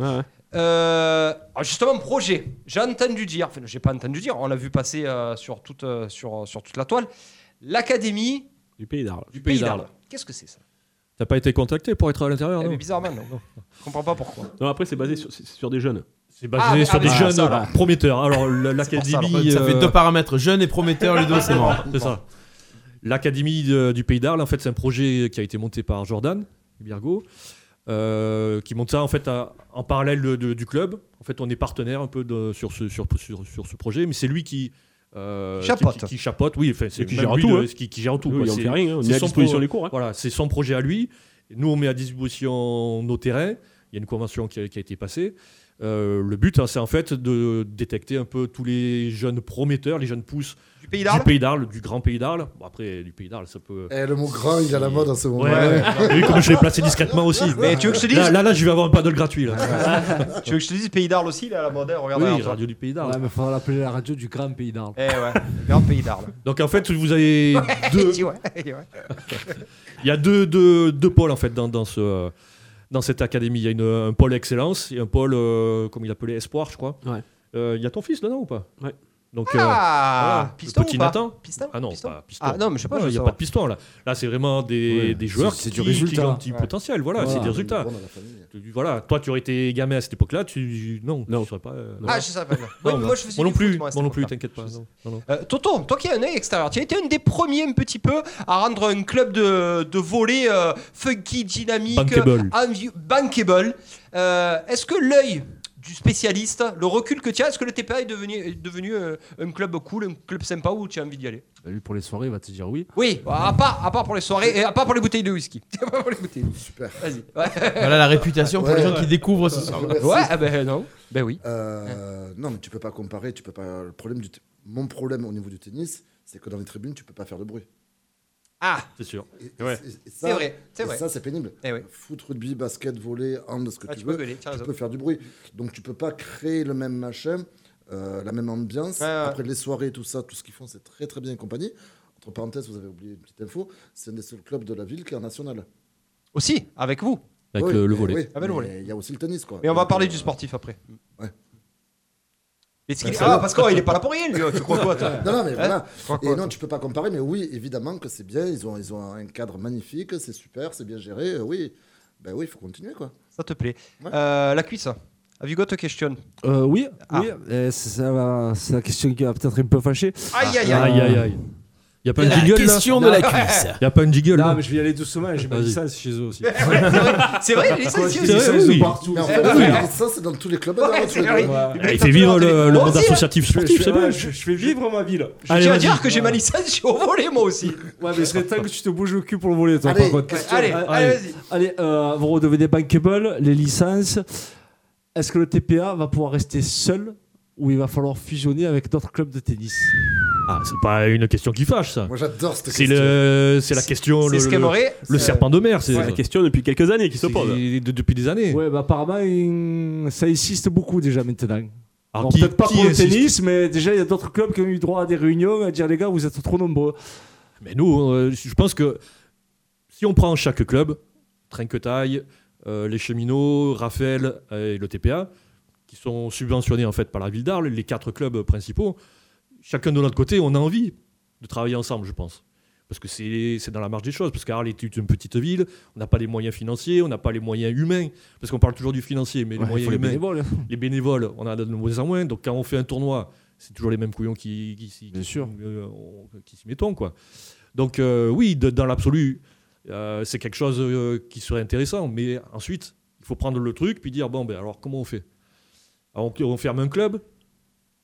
S3: Euh, alors justement, projet. J'ai entendu dire, enfin, j'ai pas entendu dire, on l'a vu passer euh, sur, toute, euh, sur, sur toute la toile, l'Académie
S8: Du pays d'Arles.
S3: du
S7: Pays
S3: Pays d'Arles.
S7: d'Arles.
S3: Qu'est-ce que c'est ça
S7: T'as pas été contacté pour être à l'intérieur,
S3: Eh, mais
S7: non
S3: Bizarrement, non. Je comprends pas pourquoi.
S8: Non, après, c'est basé sur, c'est sur des jeunes.
S7: C'est
S3: Ah, mais-
S7: basé sur
S3: ah,
S7: des
S3: mais c'est pour ça,
S7: jeunes
S3: alors.
S7: prometteurs. Alors, l-
S3: C'est pour ça, alors.
S7: l'académie.
S4: Ça fait
S7: euh,
S4: deux paramètres, jeune et prometteur, Ludo, c'est mort.
S7: C'est ça. L'Académie de- du Pays d'Arles, en fait, c'est un projet qui a été monté par Jordan Birgo, euh, qui monte ça en fait à- en parallèle de- de- du club. En fait, on est partenaire un peu de- sur, ce, sur, sur- sur ce projet, mais c'est lui qui. euh, qui-
S8: Chapote.
S7: Qui, qui chapote, oui, enfin, c'est
S8: Et qui
S7: même
S8: gère
S7: lui
S8: tout,
S7: le-
S8: hein.
S7: qui, qui gère tout.
S8: Oui,
S7: quoi.
S8: on
S7: C'est-
S8: fait rien, hein. On
S7: c'est
S8: met à
S7: son
S8: disposition
S7: pro-
S8: les cours, hein.
S7: Voilà, c'est son projet à lui. Nous, on met à disposition nos terrains. Il y a une convention qui a, qui a été passée. Euh, le but, hein, c'est en fait de détecter un peu tous les jeunes prometteurs, les jeunes pousses
S3: du pays d'Arles,
S7: du, grand pays d'Arles. Bon, après, du pays d'Arles, ça peut.
S6: Eh, le mot grand, il est à la mode en ce moment.
S7: Ouais, ouais. Oui, comme je l'ai placé discrètement aussi.
S3: Mais tu veux que je te dise
S7: Là, là, là, je vais avoir un paddle gratuit. Là.
S3: Tu veux que je te dise Pays d'Arles aussi, là, à la mode hein, Regarde,
S7: Oui,
S3: regarde.
S7: Radio du Pays d'Arles.
S5: Ouais, mais faudra l'appeler la radio du grand pays d'Arles.
S3: Eh ouais, grand Pays d'Arles.
S7: Donc en fait, vous avez deux.
S3: Tu vois, ouais, ouais.
S7: Il y a deux, deux, deux pôles en fait dans, dans, ce, euh, dans cette académie. Il y a une, un pôle excellence et un pôle, euh, comme il appelait, espoir, je crois.
S8: Ouais.
S7: Euh, il y a ton fils dedans ou pas
S8: Ouais.
S7: Donc, euh,
S3: Ah,
S7: le
S3: piston
S7: petit
S3: ou pas
S7: Nathan.
S3: Piston
S7: ah non,
S3: Piston
S7: pas piston.
S3: Ah non, mais je sais pas, je
S7: Ouais,
S3: veux
S7: Il n'y a
S3: savoir.
S7: pas de piston là. Là, c'est vraiment des,
S11: Ouais.
S7: des joueurs
S11: C'est- c'est du
S7: qui, qui- qui
S11: résultat.
S7: ont un petit
S11: Ouais.
S7: potentiel. Voilà,
S11: Voilà.
S7: c'est des résultats.
S11: Bon, dans
S7: Tu- voilà, toi, tu aurais été gamin à cette époque-là, tu non, tu serais pas. euh,
S3: Ah, je sais pas. Oui, mais
S7: Non,
S3: moi, je faisais
S7: non
S3: du foot,
S7: plus,
S3: moi, à
S7: moi non
S3: cette
S7: plus,
S3: époque-là.
S7: t'inquiète pas. non, non, non.
S3: Euh, Tonton, toi qui as un œil extérieur, tu as été un des premiers un petit peu à rendre un club de, de volley euh, funky, dynamique,
S7: Bankable.
S3: envi- bankable. Euh, est-ce que l'œil du spécialiste, le recul que tu as, est-ce que le TPA est devenu, est devenu euh, un club cool, un club sympa où tu as envie d'y aller
S5: Bah, lui pour les soirées, il va te dire oui.
S3: Oui, à part, à part pour les soirées et à part pour les bouteilles de whisky. À part pour les bouteilles.
S6: Super.
S3: Vas-y.
S4: Voilà la réputation pour les gens qui découvrent ce soir.
S3: Ouais, ah ben non. Ben oui.
S6: Euh, Non, mais tu peux pas comparer. Tu peux pas. Le problème du. t- Mon problème au niveau du tennis, c'est que dans les tribunes, tu peux pas faire de bruit.
S3: Ah
S7: C'est sûr.
S6: Et-
S7: Ouais.
S6: et- et ça-
S3: C'est vrai, c'est
S6: et
S3: vrai. Eh
S6: Ça, c'est pénible. Foot, rugby, basket, volley, hand, ce que
S3: Ah,
S6: tu,
S3: tu peux
S6: veux,
S3: gueuler,
S6: tu
S3: t'as raison.
S6: peux faire du bruit. Donc, tu peux pas créer le même machin, euh, la même ambiance.
S3: Ouais, ouais.
S6: Après, les soirées, tout ça, tout ce qu'ils font, c'est très, très bien et compagnie. Entre parenthèses, vous avez oublié une petite info, c'est un des seuls clubs de la ville qui est en national.
S3: Aussi, avec vous. Ah ben,
S6: Oui,
S7: le- le
S6: mais
S7: volley.
S6: oui,
S3: Avec le
S6: mais
S3: volley.
S6: Il y a aussi le tennis, quoi.
S3: Mais on va
S6: Donc,
S3: parler
S6: euh,
S3: du sportif après.
S6: Ouais.
S3: Est-ce qu'il-
S6: Ouais,
S3: ah,
S6: ça-
S3: parce qu'il est pas là pour rien, lui. oh, Tu crois quoi, toi
S6: Non, non, mais
S3: Hein
S6: voilà.
S3: Tu crois quoi,
S6: Et non,
S3: toi
S6: tu peux pas comparer, mais oui, évidemment que c'est bien. Ils ont, ils ont un cadre magnifique, c'est super, c'est bien géré. euh, Oui, ben oui, il faut continuer, quoi.
S3: Ça te plaît. Euh, la cuisse. Have you got a question
S11: Euh, oui,
S3: Ah.
S11: oui, euh, c'est ça va- c'est la question qui va peut-être un peu fâcher.
S3: Aïe, aïe,
S5: Ah.
S7: aïe.
S11: Euh,
S7: Aïe, aïe, aïe. Y a pas
S11: La
S7: une jingle
S11: question
S7: là
S11: de la cuisse.
S7: Y a pas une jingle
S11: Non,
S7: là
S11: mais je vais y aller doucement. J'ai pas
S7: Vas-y.
S11: dit ça chez eux aussi.
S3: C'est vrai,
S6: Ah,
S3: il est ça ici
S7: C'est
S3: aussi.
S7: vrai, oui. Ah,
S6: Mais en fait,
S7: Oui.
S6: ça, c'est dans tous les clubs.
S3: Ouais,
S6: dans tous les
S3: c'est
S6: clubs.
S3: vrai.
S7: Eh, Il fait vivre le, le monde associatif sportif, c'est bien.
S5: Je vais vivre ma vie là.
S3: Je
S7: Allez,
S3: tiens à
S7: vas-y.
S3: dire que j'ai ma licence, je suis au volet moi aussi.
S5: Ouais, mais ce serait temps que tu te bouges le cul pour le voler, toi,
S3: Allez,
S5: par contre.
S3: ouais, allez, allez, vas-y.
S5: Allez, euh, vous redevenez bankable, les licences. Est-ce que le TPA va pouvoir rester seul ou il va falloir fusionner avec d'autres clubs de tennis
S7: Ah, c'est pas une question qui fâche, ça.
S6: Moi, j'adore cette
S7: C'est le, c'est la
S8: Oh,
S7: question, le,
S5: c'est ce
S7: le-
S5: qu'aimerait-
S7: le
S5: c'est-
S7: serpent de mer. C'est
S5: Ouais.
S7: la
S8: question depuis quelques années qui se
S7: pose. Depuis des années.
S5: Ouais, bah apparemment, il- ça insiste beaucoup déjà maintenant.
S7: Alors,
S5: Alors,
S7: qui-
S5: peut-être pas
S7: qui
S5: pour le
S7: insiste
S5: tennis, mais déjà, il y a d'autres clubs qui ont eu droit à des réunions à dire les gars, vous êtes trop nombreux.
S7: Mais nous, euh, je pense que si on prend chaque club, Trinquetaille, euh, les Cheminots, Raphaël euh, et le TPA, qui sont subventionnés en fait par la ville d'Arles, les quatre clubs principaux, chacun de notre côté, on a envie de travailler ensemble, je pense. Parce que c'est c'est dans la marge des choses, parce qu'Arles est une petite ville, on n'a pas les moyens financiers, on n'a pas les moyens humains, parce qu'on parle toujours du financier, mais
S5: Ouais,
S7: les moyens
S5: faut les
S7: humains,
S5: bénévoles.
S7: les bénévoles, on en a de moins en moins, donc quand on fait un tournoi, c'est toujours les mêmes couillons qui, qui, s'y- qui- euh, on- qui s'y mettons, quoi. Donc euh, oui, de- dans l'absolu, euh, c'est quelque chose euh, qui serait intéressant, mais ensuite, il faut prendre le truc, puis dire, bon, ben alors comment on fait alors, on, on ferme un club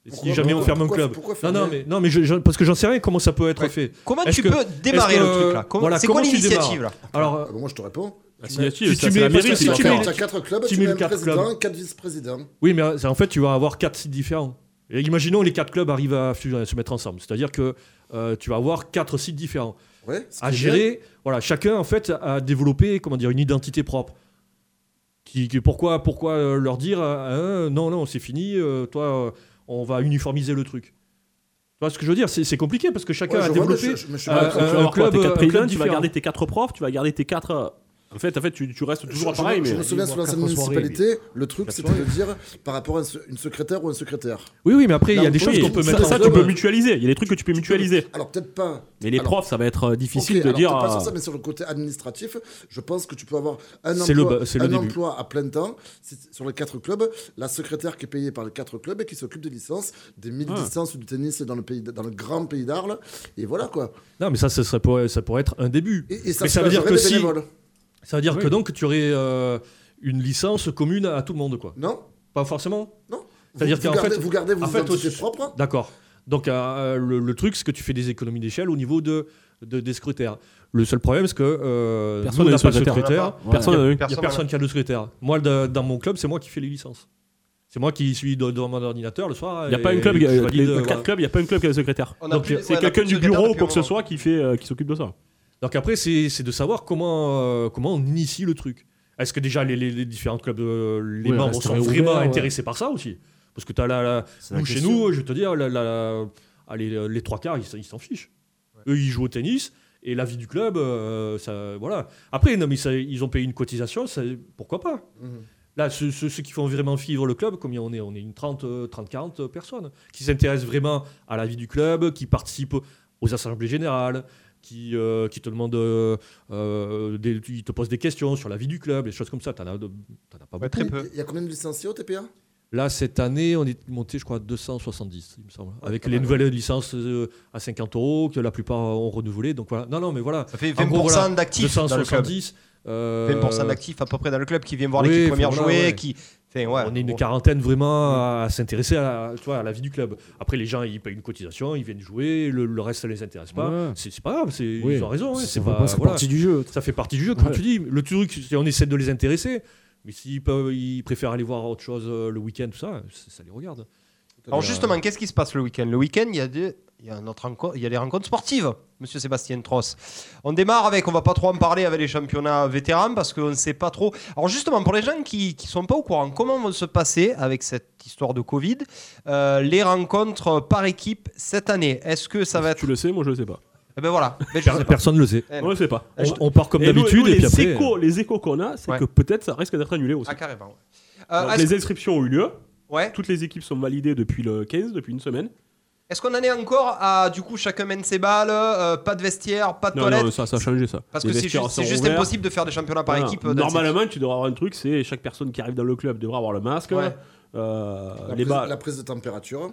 S7: Et
S8: Pourquoi-
S7: Si jamais on
S8: pourquoi-
S7: ferme
S8: pourquoi-
S7: un club
S8: pourquoi
S7: Non,
S8: fermer
S7: non, mais, non, mais je- je- parce que j'en sais rien comment ça peut être
S3: Ouais.
S7: fait.
S3: Comment
S7: Est-ce
S3: tu
S7: que-
S3: peux démarrer
S7: est-ce que,
S3: le truc, là
S7: euh,
S3: Comment-
S7: voilà,
S3: c'est quoi
S7: comment tu
S3: l'initiative,
S7: démarres
S3: là
S7: Alors,
S6: Ah, bah, moi, je te réponds.
S7: La
S6: Tu
S7: signature,
S6: mets-
S7: ça, c'est la
S6: parce que
S7: mairie,
S6: tu
S7: c'est
S6: as
S7: tu
S6: quatre-
S7: mets-
S6: tu as quatre clubs,
S7: tu
S6: tu
S7: mets
S6: mets un
S7: le quatre
S6: président,
S7: clubs.
S6: quatre vice-présidents.
S7: Oui, mais euh, en fait, tu vas avoir quatre sites différents. Et imaginons les quatre clubs arrivent à fu- à se mettre ensemble. C'est-à-dire que euh, tu vas avoir quatre sites différents
S6: Ouais, ce
S7: à
S6: qui est
S7: gérer. Voilà, chacun en fait a développé comment dire une identité propre. Qui, qui- pourquoi pourquoi euh, leur dire euh, Hein, non non c'est fini euh, toi euh, on va uniformiser le truc. Tu vois ce que je veux dire C'est c'est compliqué parce que chacun
S6: Ouais,
S7: a
S6: je vois, mais
S7: développé
S6: je- je me suis
S7: euh,
S6: pas-
S7: un-
S8: tu vas
S7: un
S8: avoir quoi,
S7: club,
S8: tes quatre présidents,
S7: un club
S8: tu vas
S7: différent.
S8: garder tes quatre profs, tu vas garder tes quatre. euh, En fait, en fait, tu, tu restes toujours
S6: je,
S8: pareil.
S6: je,
S8: mais...
S6: je me souviens sous l'ancienne municipalité, le truc c'était de dire par rapport à un se- une secrétaire ou un secrétaire.
S7: Oui, oui, mais après, il y a des
S6: Oui,
S7: choses qu'on peut
S8: ça,
S7: mettre
S8: ça,
S7: en
S8: tu peux
S7: commun.
S8: mutualiser. Il y a des trucs que tu peux mutualiser.
S6: Alors peut-être pas.
S8: Mais les
S6: Alors,
S8: profs, ça va être euh, difficile
S6: Ok,
S8: de
S6: alors,
S8: dire.
S6: peut-être Pas sur
S8: euh,
S6: ça, mais sur le côté administratif, je pense que tu peux avoir un
S7: C'est le
S6: emploi,
S7: ba- c'est le
S6: un
S7: début.
S6: emploi à plein temps c'est- sur les quatre clubs, la secrétaire qui est payée par les quatre clubs et qui s'occupe des licences, des 1000
S7: Ah.
S6: licences du tennis dans le, pays, d- dans le grand pays d'Arles. Et voilà quoi.
S7: Non, mais ça, ça, serait- pourrait- ça pourrait être un début.
S6: Et- et ça
S7: mais ça veut dire que
S6: soulagerait les
S7: si.
S6: bénévoles.
S7: Ça veut dire
S6: Oui.
S7: que donc tu aurais euh, une licence commune à tout le monde, quoi.
S6: Non.
S7: Pas forcément
S6: Non.
S7: C'est-à-dire
S6: Vous-
S7: qu'en
S6: vous gardez-
S7: fait.
S6: vous gardez vos
S7: en fait,
S6: identités
S7: au- Ah,
S6: propres.
S7: D'accord. Donc euh, le, le truc, c'est que tu fais des économies d'échelle au niveau de, de- des secrétaires. Le seul problème, c'est que euh,
S8: Personne
S7: nous, on
S8: n'a
S7: n'a
S8: de
S7: pas de
S8: secrétaire.
S7: secrétaire.
S8: Voilà. Personne
S7: Il y a-
S8: n'a eu.
S7: il y a personne qui a de secrétaire. Moi, de- dans mon club, c'est moi qui fais les licences. C'est moi qui suis de- devant mon ordinateur le soir.
S8: Il n'y a
S7: et-
S8: pas un club,
S7: et
S8: il y a-
S7: je valide,
S8: les
S7: euh,
S8: quatre
S7: voilà.
S8: clubs, il n'y a pas un club qui a le secrétaire.
S7: On a
S8: Donc
S7: plus- ouais,
S8: c'est
S7: on a
S8: quelqu'un
S7: plus de
S8: du
S7: secrétaire
S8: bureau ou
S7: depuis
S8: quoi que
S7: un
S8: ce
S7: moment.
S8: soit qui fait, euh, qui s'occupe de ça.
S7: Donc après, c'est c'est de savoir comment, euh, comment on initie le truc. Est-ce que déjà les, les- les différents clubs, euh, les
S8: Oui,
S7: membres
S8: rester
S7: sont
S8: ouvert,
S7: vraiment
S8: ouais.
S7: intéressés par ça aussi Parce que as la, la-
S8: la
S7: nous, chez
S8: question.
S7: nous, je vais te dire, la- la- allez, euh, les trois quarts, ils s'en- ils s'en fichent. Eux, ils jouent au tennis. Et la vie du club, euh, ça, voilà. Après, non, mais ça- ils ont payé une cotisation, ça- pourquoi pas
S6: Mhm.
S7: Là, ceux, ceux- ceux qui font vraiment vivre le club, combien on est On est une 30, euh, 30 40 euh, personnes qui s'intéressent vraiment à la vie du club, qui participent aux assemblées générales, qui, euh, qui te demandent, euh, euh, des- ils te posent des questions sur la vie du club, des choses comme ça. T'en as, de- t'en as pas beaucoup.
S6: Il y a combien de licenciés au TPA
S7: Là, cette année, on est monté, je crois, à 270, il me semble,
S3: Ah,
S7: avec
S6: pas
S7: les
S6: mal,
S7: nouvelles licences euh, à 50 euros que la plupart ont renouvelé. Donc voilà. Non, non, mais voilà.
S3: Ça fait
S7: En
S3: 20%
S7: gros, voilà,
S3: d'actifs dans le club.
S7: 270, euh,
S3: 20% d'actifs à peu près dans le club qui viennent voir
S7: oui,
S3: l'équipe première
S7: voilà,
S3: jouer,
S7: ouais.
S3: qui. Enfin, ouais,
S7: on est une
S3: bon.
S7: quarantaine vraiment à, à s'intéresser à, tu vois, à la vie du club. Après, les gens, ils payent une cotisation, ils viennent jouer, le, le reste, ça les intéresse pas.
S5: Ouais.
S7: C'est c'est pas grave, c'est-
S5: Oui.
S7: ils ont raison. hein,
S5: Ça
S7: c'est
S5: fait pas- c'est partie du jeu.
S7: Ça fait partie du jeu, comme
S5: Ouais.
S7: tu dis. Le truc, c'est on essaie de les intéresser. Mais s'ils peuvent- ils préfèrent aller voir autre chose euh, le week-end, tout ça, c'est- ça les regarde.
S3: Alors justement, qu'est-ce qui se passe le week-end Le week-end, il y a des... Il y, a un autre renco- il y a des rencontres sportives, monsieur Sébastien Tross. On démarre avec, on va pas trop en parler avec les championnats vétérans parce qu'on ne sait pas trop. Alors justement, pour les gens qui ne sont pas au courant, comment vont se passer avec cette histoire de Covid euh, les rencontres par équipe cette année Est-ce que ça va être... Tu
S8: le sais, moi je le sais pas.
S3: Eh ben voilà. Mais je sais pas.
S7: Personne ne le sait.
S3: Eh non.
S8: On le sait pas.
S3: Eh, je-
S7: On part comme
S8: Et nous-
S7: d'habitude
S8: nous,
S7: et puis
S8: les
S7: après- euh,
S8: échos- les échos qu'on a, c'est
S3: Ouais.
S8: que peut-être ça risque d'être annulé aussi.
S3: Ah, carrément. ouais. Euh,
S8: Donc,
S3: est-ce-
S8: les inscriptions ont eu lieu.
S3: Toutes
S8: les équipes sont validées depuis le 15, depuis une semaine.
S3: Est-ce qu'on en est encore à, du coup, chacun mène ses balles, euh, pas de vestiaire, pas de
S8: Non,
S3: toilette
S8: non, ça, ça a changé ça.
S3: Parce
S8: Les
S3: que c'est
S8: vestiaires
S3: juste, c'est
S8: seront
S3: juste
S8: ouverts.
S3: impossible de faire des championnats par
S8: Voilà.
S3: équipe. euh, dans cette-
S8: Normalement, tu devras avoir un truc c'est chaque personne qui arrive dans le club devra avoir le masque.
S6: Ouais.
S8: euh,
S7: Ah,
S6: La,
S8: les
S6: prise,
S8: balles.
S6: la prise de température.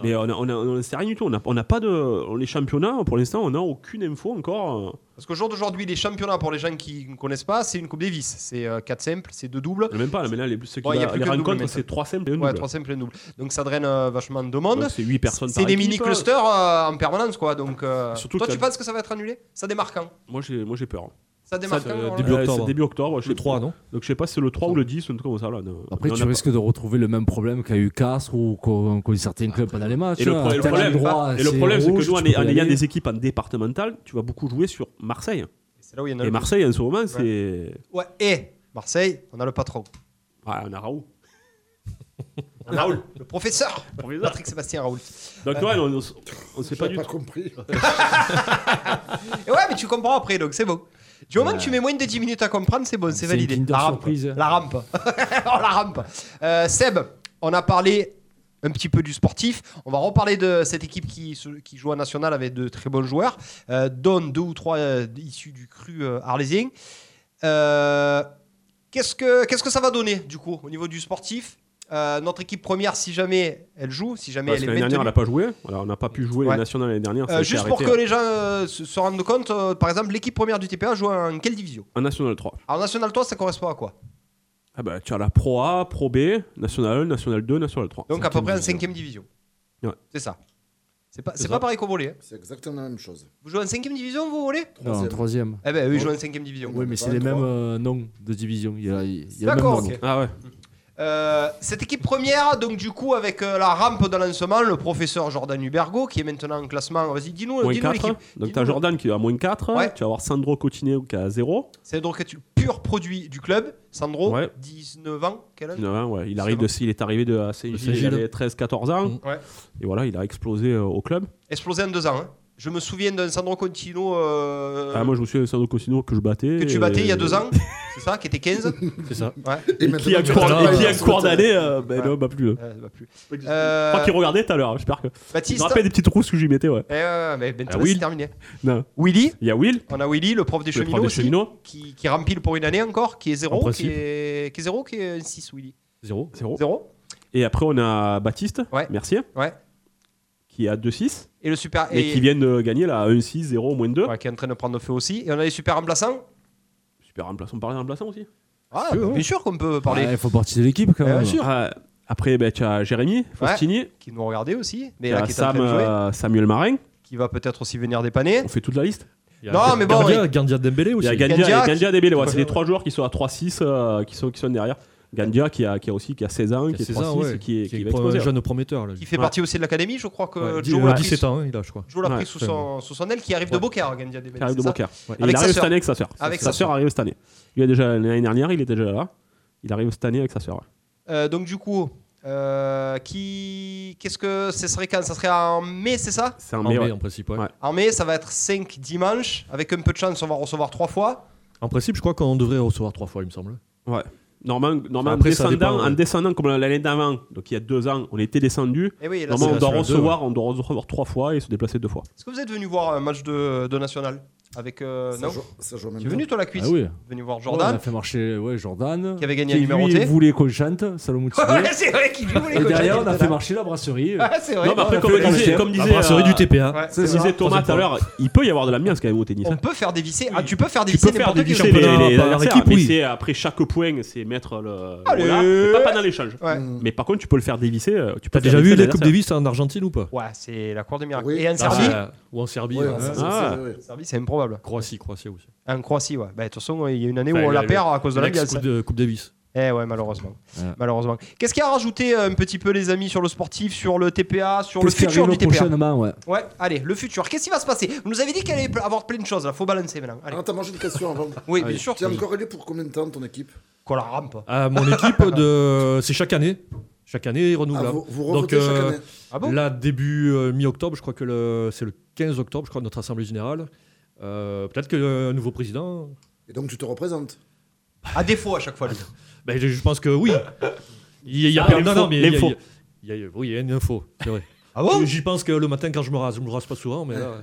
S8: Mais on a- on a- on ne sait rien du tout. On a, on a pas de. on- Les championnats, pour l'instant, on n'a aucune info encore. euh,
S3: Parce qu'au jour d'aujourd'hui, les championnats, pour les gens qui ne connaissent pas, c'est une Coupe Davis. C'est 4 simples, c'est 2 doubles.
S8: Même pas, là, mais là, les, ceux qui
S3: Bon, il y a
S8: va-
S3: plus
S8: les
S3: que le double,
S8: rencontres,
S3: mais-
S8: c'est 3 simples et un
S3: Ouais,
S8: double.
S3: 3 simples et un double. Donc ça draine euh, vachement de monde.
S8: Donc, c'est huit personnes
S3: C'est
S8: par
S3: des
S8: équipe.
S3: mini-clusters euh, en permanence, quoi. Donc, euh,
S8: Surtout
S3: toi,
S8: que
S3: tu
S8: t'as-
S3: penses que ça va être annulé Ça démarque quand
S8: Moi, j'ai Euh, moi, j'ai peur.
S3: Ça démarre quand,
S8: euh,
S3: alors, là
S8: début
S11: Ouais,
S8: octobre.
S11: c'est
S8: début octobre.
S11: Le 3, non
S8: Donc je sais pas si c'est le 3 ou le 10 ou un truc comme ça. Là.
S11: Après,
S8: Mais on
S11: tu
S8: a pas-
S11: risques de retrouver le même problème qu'a eu Castres ou qu'ont qu'ont eu certains clubs pendant les matchs.
S8: Ah, Et le,
S11: hein.
S8: pro- et le
S11: T'as
S8: problème, ah,
S11: le droit,
S8: et le problème, c'est
S11: rouge,
S8: que nous, en,
S11: tu peux y
S8: en
S11: aller.
S8: ayant des équipes en départemental, tu vas beaucoup jouer sur Marseille.
S3: C'est là où il y en a
S8: Et
S3: le-
S8: Marseille, en ce moment,
S3: Ouais.
S8: c'est.
S3: Ouais, et Marseille, on a le patron.
S8: Ouais, on a Raoult.
S3: On a Raoul, le professeur. Patrick Sébastien Raoult.
S8: Donc,
S3: Euh,
S8: ouais, on, on, on sait pas
S6: J'ai
S8: du
S6: pas
S8: tout.
S6: compris.
S3: Et ouais, mais tu comprends après, donc c'est bon. Du moment
S8: Ouais.
S3: que tu mets moins de 10 minutes à comprendre, c'est bon, c'est
S11: C'est une
S3: validé.
S11: Kinder
S3: La rampe.
S11: surprise.
S3: La rampe. on la rampe. Euh, Seb, on a parlé un petit peu du sportif. On va reparler de cette équipe qui, se- qui joue en national avec de très bons joueurs, euh, dont deux ou trois euh, issus du cru euh, arlésien. Euh, Qu'est-ce que qu'est-ce que ça va donner, du coup, au niveau du sportif Euh, Notre équipe première, si jamais elle joue, si jamais
S8: Parce que
S3: elle est
S8: l'année
S3: maintenue.
S8: dernière, on n'a pas joué. Alors, on n'a pas pu jouer
S3: Ouais.
S8: les nationales l'année dernière. ça a
S3: Euh,
S8: été
S3: juste pour
S8: arrêté
S3: que les gens euh, se, se rendent compte, euh, par exemple, l'équipe première du TPA joue en quelle division
S8: En National 3.
S3: Alors, National 3, ça correspond à quoi
S8: Ah bah, tu as la Pro A, Pro B, National 1, National 2, National 3.
S3: Donc, à peu près en 5 division.
S8: Ouais.
S3: C'est ça. C'est pas,
S8: C'est
S3: c'est
S8: ça.
S3: pas pareil qu'au volet. hein.
S6: C'est exactement la même chose.
S3: Vous jouez en 5 division, vous, au volet
S11: Non, en troisième.
S3: Eh ben, eux, ils jouent en 5 division.
S11: Oui, mais c'est les mêmes euh, noms de division. Il y a, il y a le même
S3: D'accord,
S11: nom.
S3: ok.
S8: Ah ouais.
S3: Euh, cette équipe première, donc du coup, avec euh, la rampe de lancement, le professeur Jordan Hubergo, qui est maintenant en classement. euh, Vas-y, dis-nous
S8: Moins
S3: dis nous
S8: 4.
S3: l'équipe.
S8: Donc, tu as Jordan qui est à moins 4. Tu vas avoir Sandro Coutinho qui est à 0.
S3: C'est donc tu pur produit du club. Sandro,
S8: Ouais.
S3: 19 ans, quel âge
S8: Il, en a un, ouais. il, arrive de, il est arrivé de à Saint-Gilles, il
S3: Saint-Gilles.
S8: avait 13-14 ans.
S3: Ouais.
S8: Et voilà, il a explosé euh, au club.
S3: Explosé en 2 ans. hein. Je me souviens d'un Sandro Contino. euh,
S8: Ah, moi, je me souviens de Sandro Coutinho que je battais.
S3: que tu battais
S8: et-
S3: il y a deux ans, c'est ça, qui était 15 C'est ça.
S8: Et, qui a cours, et qui a cours d'année, euh, ben non, bah plus.
S3: Ah, plus.
S8: Je
S3: Euh,
S8: crois qu'il regardait tout à l'heure, j'espère que.
S3: Baptiste
S8: Je me rappelle des petites rousses que j'y mettais, ouais.
S3: Eh ouais, mais maintenant,
S8: Ah, Will.
S3: c'est terminé.
S8: Non.
S3: Willy
S8: Il y a Will.
S3: On a Willy, le prof des
S8: Le prof
S3: cheminots,
S8: des
S3: aussi,
S8: cheminots.
S3: Qui, qui rempile pour une année encore, qui est
S8: En
S3: 0,
S8: principe.
S3: qui est, qui est 0, qui est 6, Willy.
S8: 0.
S3: 0.
S8: Et après, on a Baptiste. Mercier.
S3: Ouais.
S8: Qui est à 2-6.
S3: Et le super.
S8: Et, qui vient de gagner là 1-6, 0, moins 2.
S3: qui est en train de prendre feu aussi. Et on a les super remplaçants.
S8: Super remplaçants, on parle des remplaçants aussi.
S3: Ah,
S7: hein.
S8: Oui, oui.
S3: bien sûr qu'on peut parler.
S11: Ouais, Ah, il faut partir de l'équipe quand
S3: Eh,
S11: même.
S3: bien sûr.
S8: Ah, après, ben, tu as Jérémy
S3: Ouais,
S8: Faustini.
S3: Qui nous regardait aussi. Mais
S8: Il y
S3: là,
S8: a
S3: qui est en
S8: Sam,
S3: train de jouer.
S8: euh, Samuel Marin.
S3: Qui va peut-être aussi venir dépanner.
S8: On fait toute la liste
S3: Non, mais bon.
S7: Gandia,
S3: oui.
S7: Gandia Dembélé
S8: Il
S7: aussi.
S8: y a Gandia, et Gandia
S7: qui-
S8: Dembélé, ouais,
S7: Ouais.
S8: c'est les trois joueurs qui sont à 3-6 euh, qui, sont, qui sont derrière. Gandia qui a, qui a aussi qui a 16 ans,
S7: Qui a
S8: qui, est
S7: 16
S8: 3-6
S7: ans, ouais,
S8: et qui est,
S7: qui est
S8: va
S7: pro-
S8: exploser.
S7: jeune prometteur, là, lui.
S3: Qui fait
S8: Ouais.
S3: partie aussi de l'académie, je crois que
S7: Ouais, dix-
S3: Joe
S7: euh,
S3: l'a
S7: 17
S3: pris-
S7: ans, hein, il a, je crois.
S3: Joe l'a
S7: Ouais,
S3: pris sous
S7: c'est
S3: son, sous son aile, qui arrive de Beaucaire, Gandia Dembélé.
S8: Qui arrive de
S3: c'est ça
S8: Beaucaire. Ouais. Et
S3: Avec
S8: il
S3: sa
S8: arrive cette
S3: sœur.
S8: année avec sa sœur.
S3: Avec
S8: sa sœur arrive cette année. Il est déjà l'année dernière, il était déjà là. Il arrive cette année avec sa sœur. ouais.
S3: Euh, donc du coup, euh, qui, qu'est-ce que ce serait quand Ça serait en mai, c'est ça
S8: C'est en mai, ouais. Ouais.
S3: En mai, ça va être 5 dimanches. Avec un peu de chance, on va recevoir 3 fois.
S7: En principe, je crois qu'on devrait recevoir trois fois, il me semble.
S8: Ouais. Normalement, normalement,
S7: Après,
S8: en,
S7: ça
S8: descendant,
S7: dépend, ouais.
S8: en descendant, comme l'année d'avant, donc il y a deux ans, on était descendu.
S3: Eh oui, et là, c'est
S8: Normalement, on
S3: la
S8: doit,
S3: semaine deux,
S8: recevoir, on doit recevoir trois fois et se déplacer deux fois.
S3: Est-ce que vous êtes venu voir un match de, de national avec euh,
S6: Ça
S3: non
S6: joue- ça joue en même
S3: Tu es venu
S6: temps.
S3: toi la cuisse
S11: Ah oui.
S3: Venu voir
S11: Ouais,
S3: Jordan.
S11: on a fait marcher ouais, Jordan.
S3: Qui avait gagné
S11: qui,
S3: un numéro
S11: lui,
S3: T.
S11: voulait qu'on chante, Salomon Tissier.
S3: Ouais, c'est vrai qu'il voulait
S11: Et
S3: qu'on
S11: derrière,
S3: chante,
S11: on a
S3: il était
S11: fait
S3: là.
S11: marcher la brasserie.
S3: Ah, c'est vrai.
S11: Non, mais après,
S3: On a
S11: comme
S3: fait
S11: il
S3: la
S11: disait-
S3: fête.
S11: comme
S8: Comme disait, euh,
S11: La brasserie du
S7: hein.
S11: TPA.
S3: Ouais,
S8: comme
S3: c'est
S8: disait
S3: ça.
S8: Thomas tout à l'heure, il peut y avoir de l'ambiance quand même au tennis.
S3: On
S8: hein.
S3: peut faire dévisser. Ah, tu peux faire
S8: Tu
S3: dévisser
S8: peux faire
S3: n'importe
S8: des
S3: qui.
S8: les, les, les
S7: par
S8: adversaires,
S7: équipe,
S8: mais
S7: oui.
S8: c'est après chaque point, c'est mettre le.
S3: Allez.
S8: voilà, mais pas pendant l'échange.
S3: Ouais.
S8: Mais par contre, tu peux le faire dévisser. euh, Tu peux
S7: Mm. T'as
S8: faire
S7: déjà vu
S8: dévisser
S7: la Coupe
S8: l'adversaire.
S7: Davis en Argentine ou pas
S3: Ouais, c'est la cour des miracles.
S7: Oui.
S3: Et en
S7: Ah,
S3: Serbie
S7: euh, ou en Serbie,
S3: Ouais,
S7: ouais.
S3: en Serbie,
S7: Ah.
S3: c'est- ouais. En Serbie, c'est improbable.
S7: Croatie, Croatie aussi.
S3: En Croatie, ouais. Bah, De toute façon, il y a une année où
S7: Enfin,
S3: on la
S7: le-
S3: perd à cause de la
S7: l'ex
S3: biaise.
S7: Coupe de- Coupe Davis.
S3: Eh ouais, malheureusement. Malheureusement. Qu'est-ce qu'il y a à rajouter euh, un petit peu, les amis, sur le sportif, sur le TPA, sur le
S11: Qu'est-ce qui
S3: futur
S11: arrive
S3: du TPA
S11: prochainement, ouais.
S3: Ouais, allez, le futur. Qu'est-ce qui va se passer Vous nous avez dit qu'il allait pl- avoir plein de choses, là. Faut balancer maintenant. Allez.
S6: T'as mangé une question avant.
S3: Oui, bien sûr.
S6: T'es encore aidé pour combien de temps ton équipe
S3: Qu'on la rampe.
S7: Ah, mon équipe, de... c'est chaque année. Chaque année, renouvelable.
S6: Ah, vous- vous
S7: Donc,
S6: revotez chaque année Ah bon
S7: là, début euh, mi-octobre, je crois que le... c'est le 15 octobre, je crois, notre assemblée générale. Euh, Peut-être que euh, un nouveau président.
S6: Et donc, tu te représentes
S3: À défaut, à chaque fois.
S7: ben, je, je pense que oui. Il y a, il y a
S8: Ah,
S7: plein-
S8: l'info,
S7: non, non, mais il y a-
S8: l'info.
S7: il y a- il y a- oui, il y a une info. C'est vrai.
S3: Ah bon
S7: J'y pense que le matin, quand je me rase, je me rase pas souvent, mais là.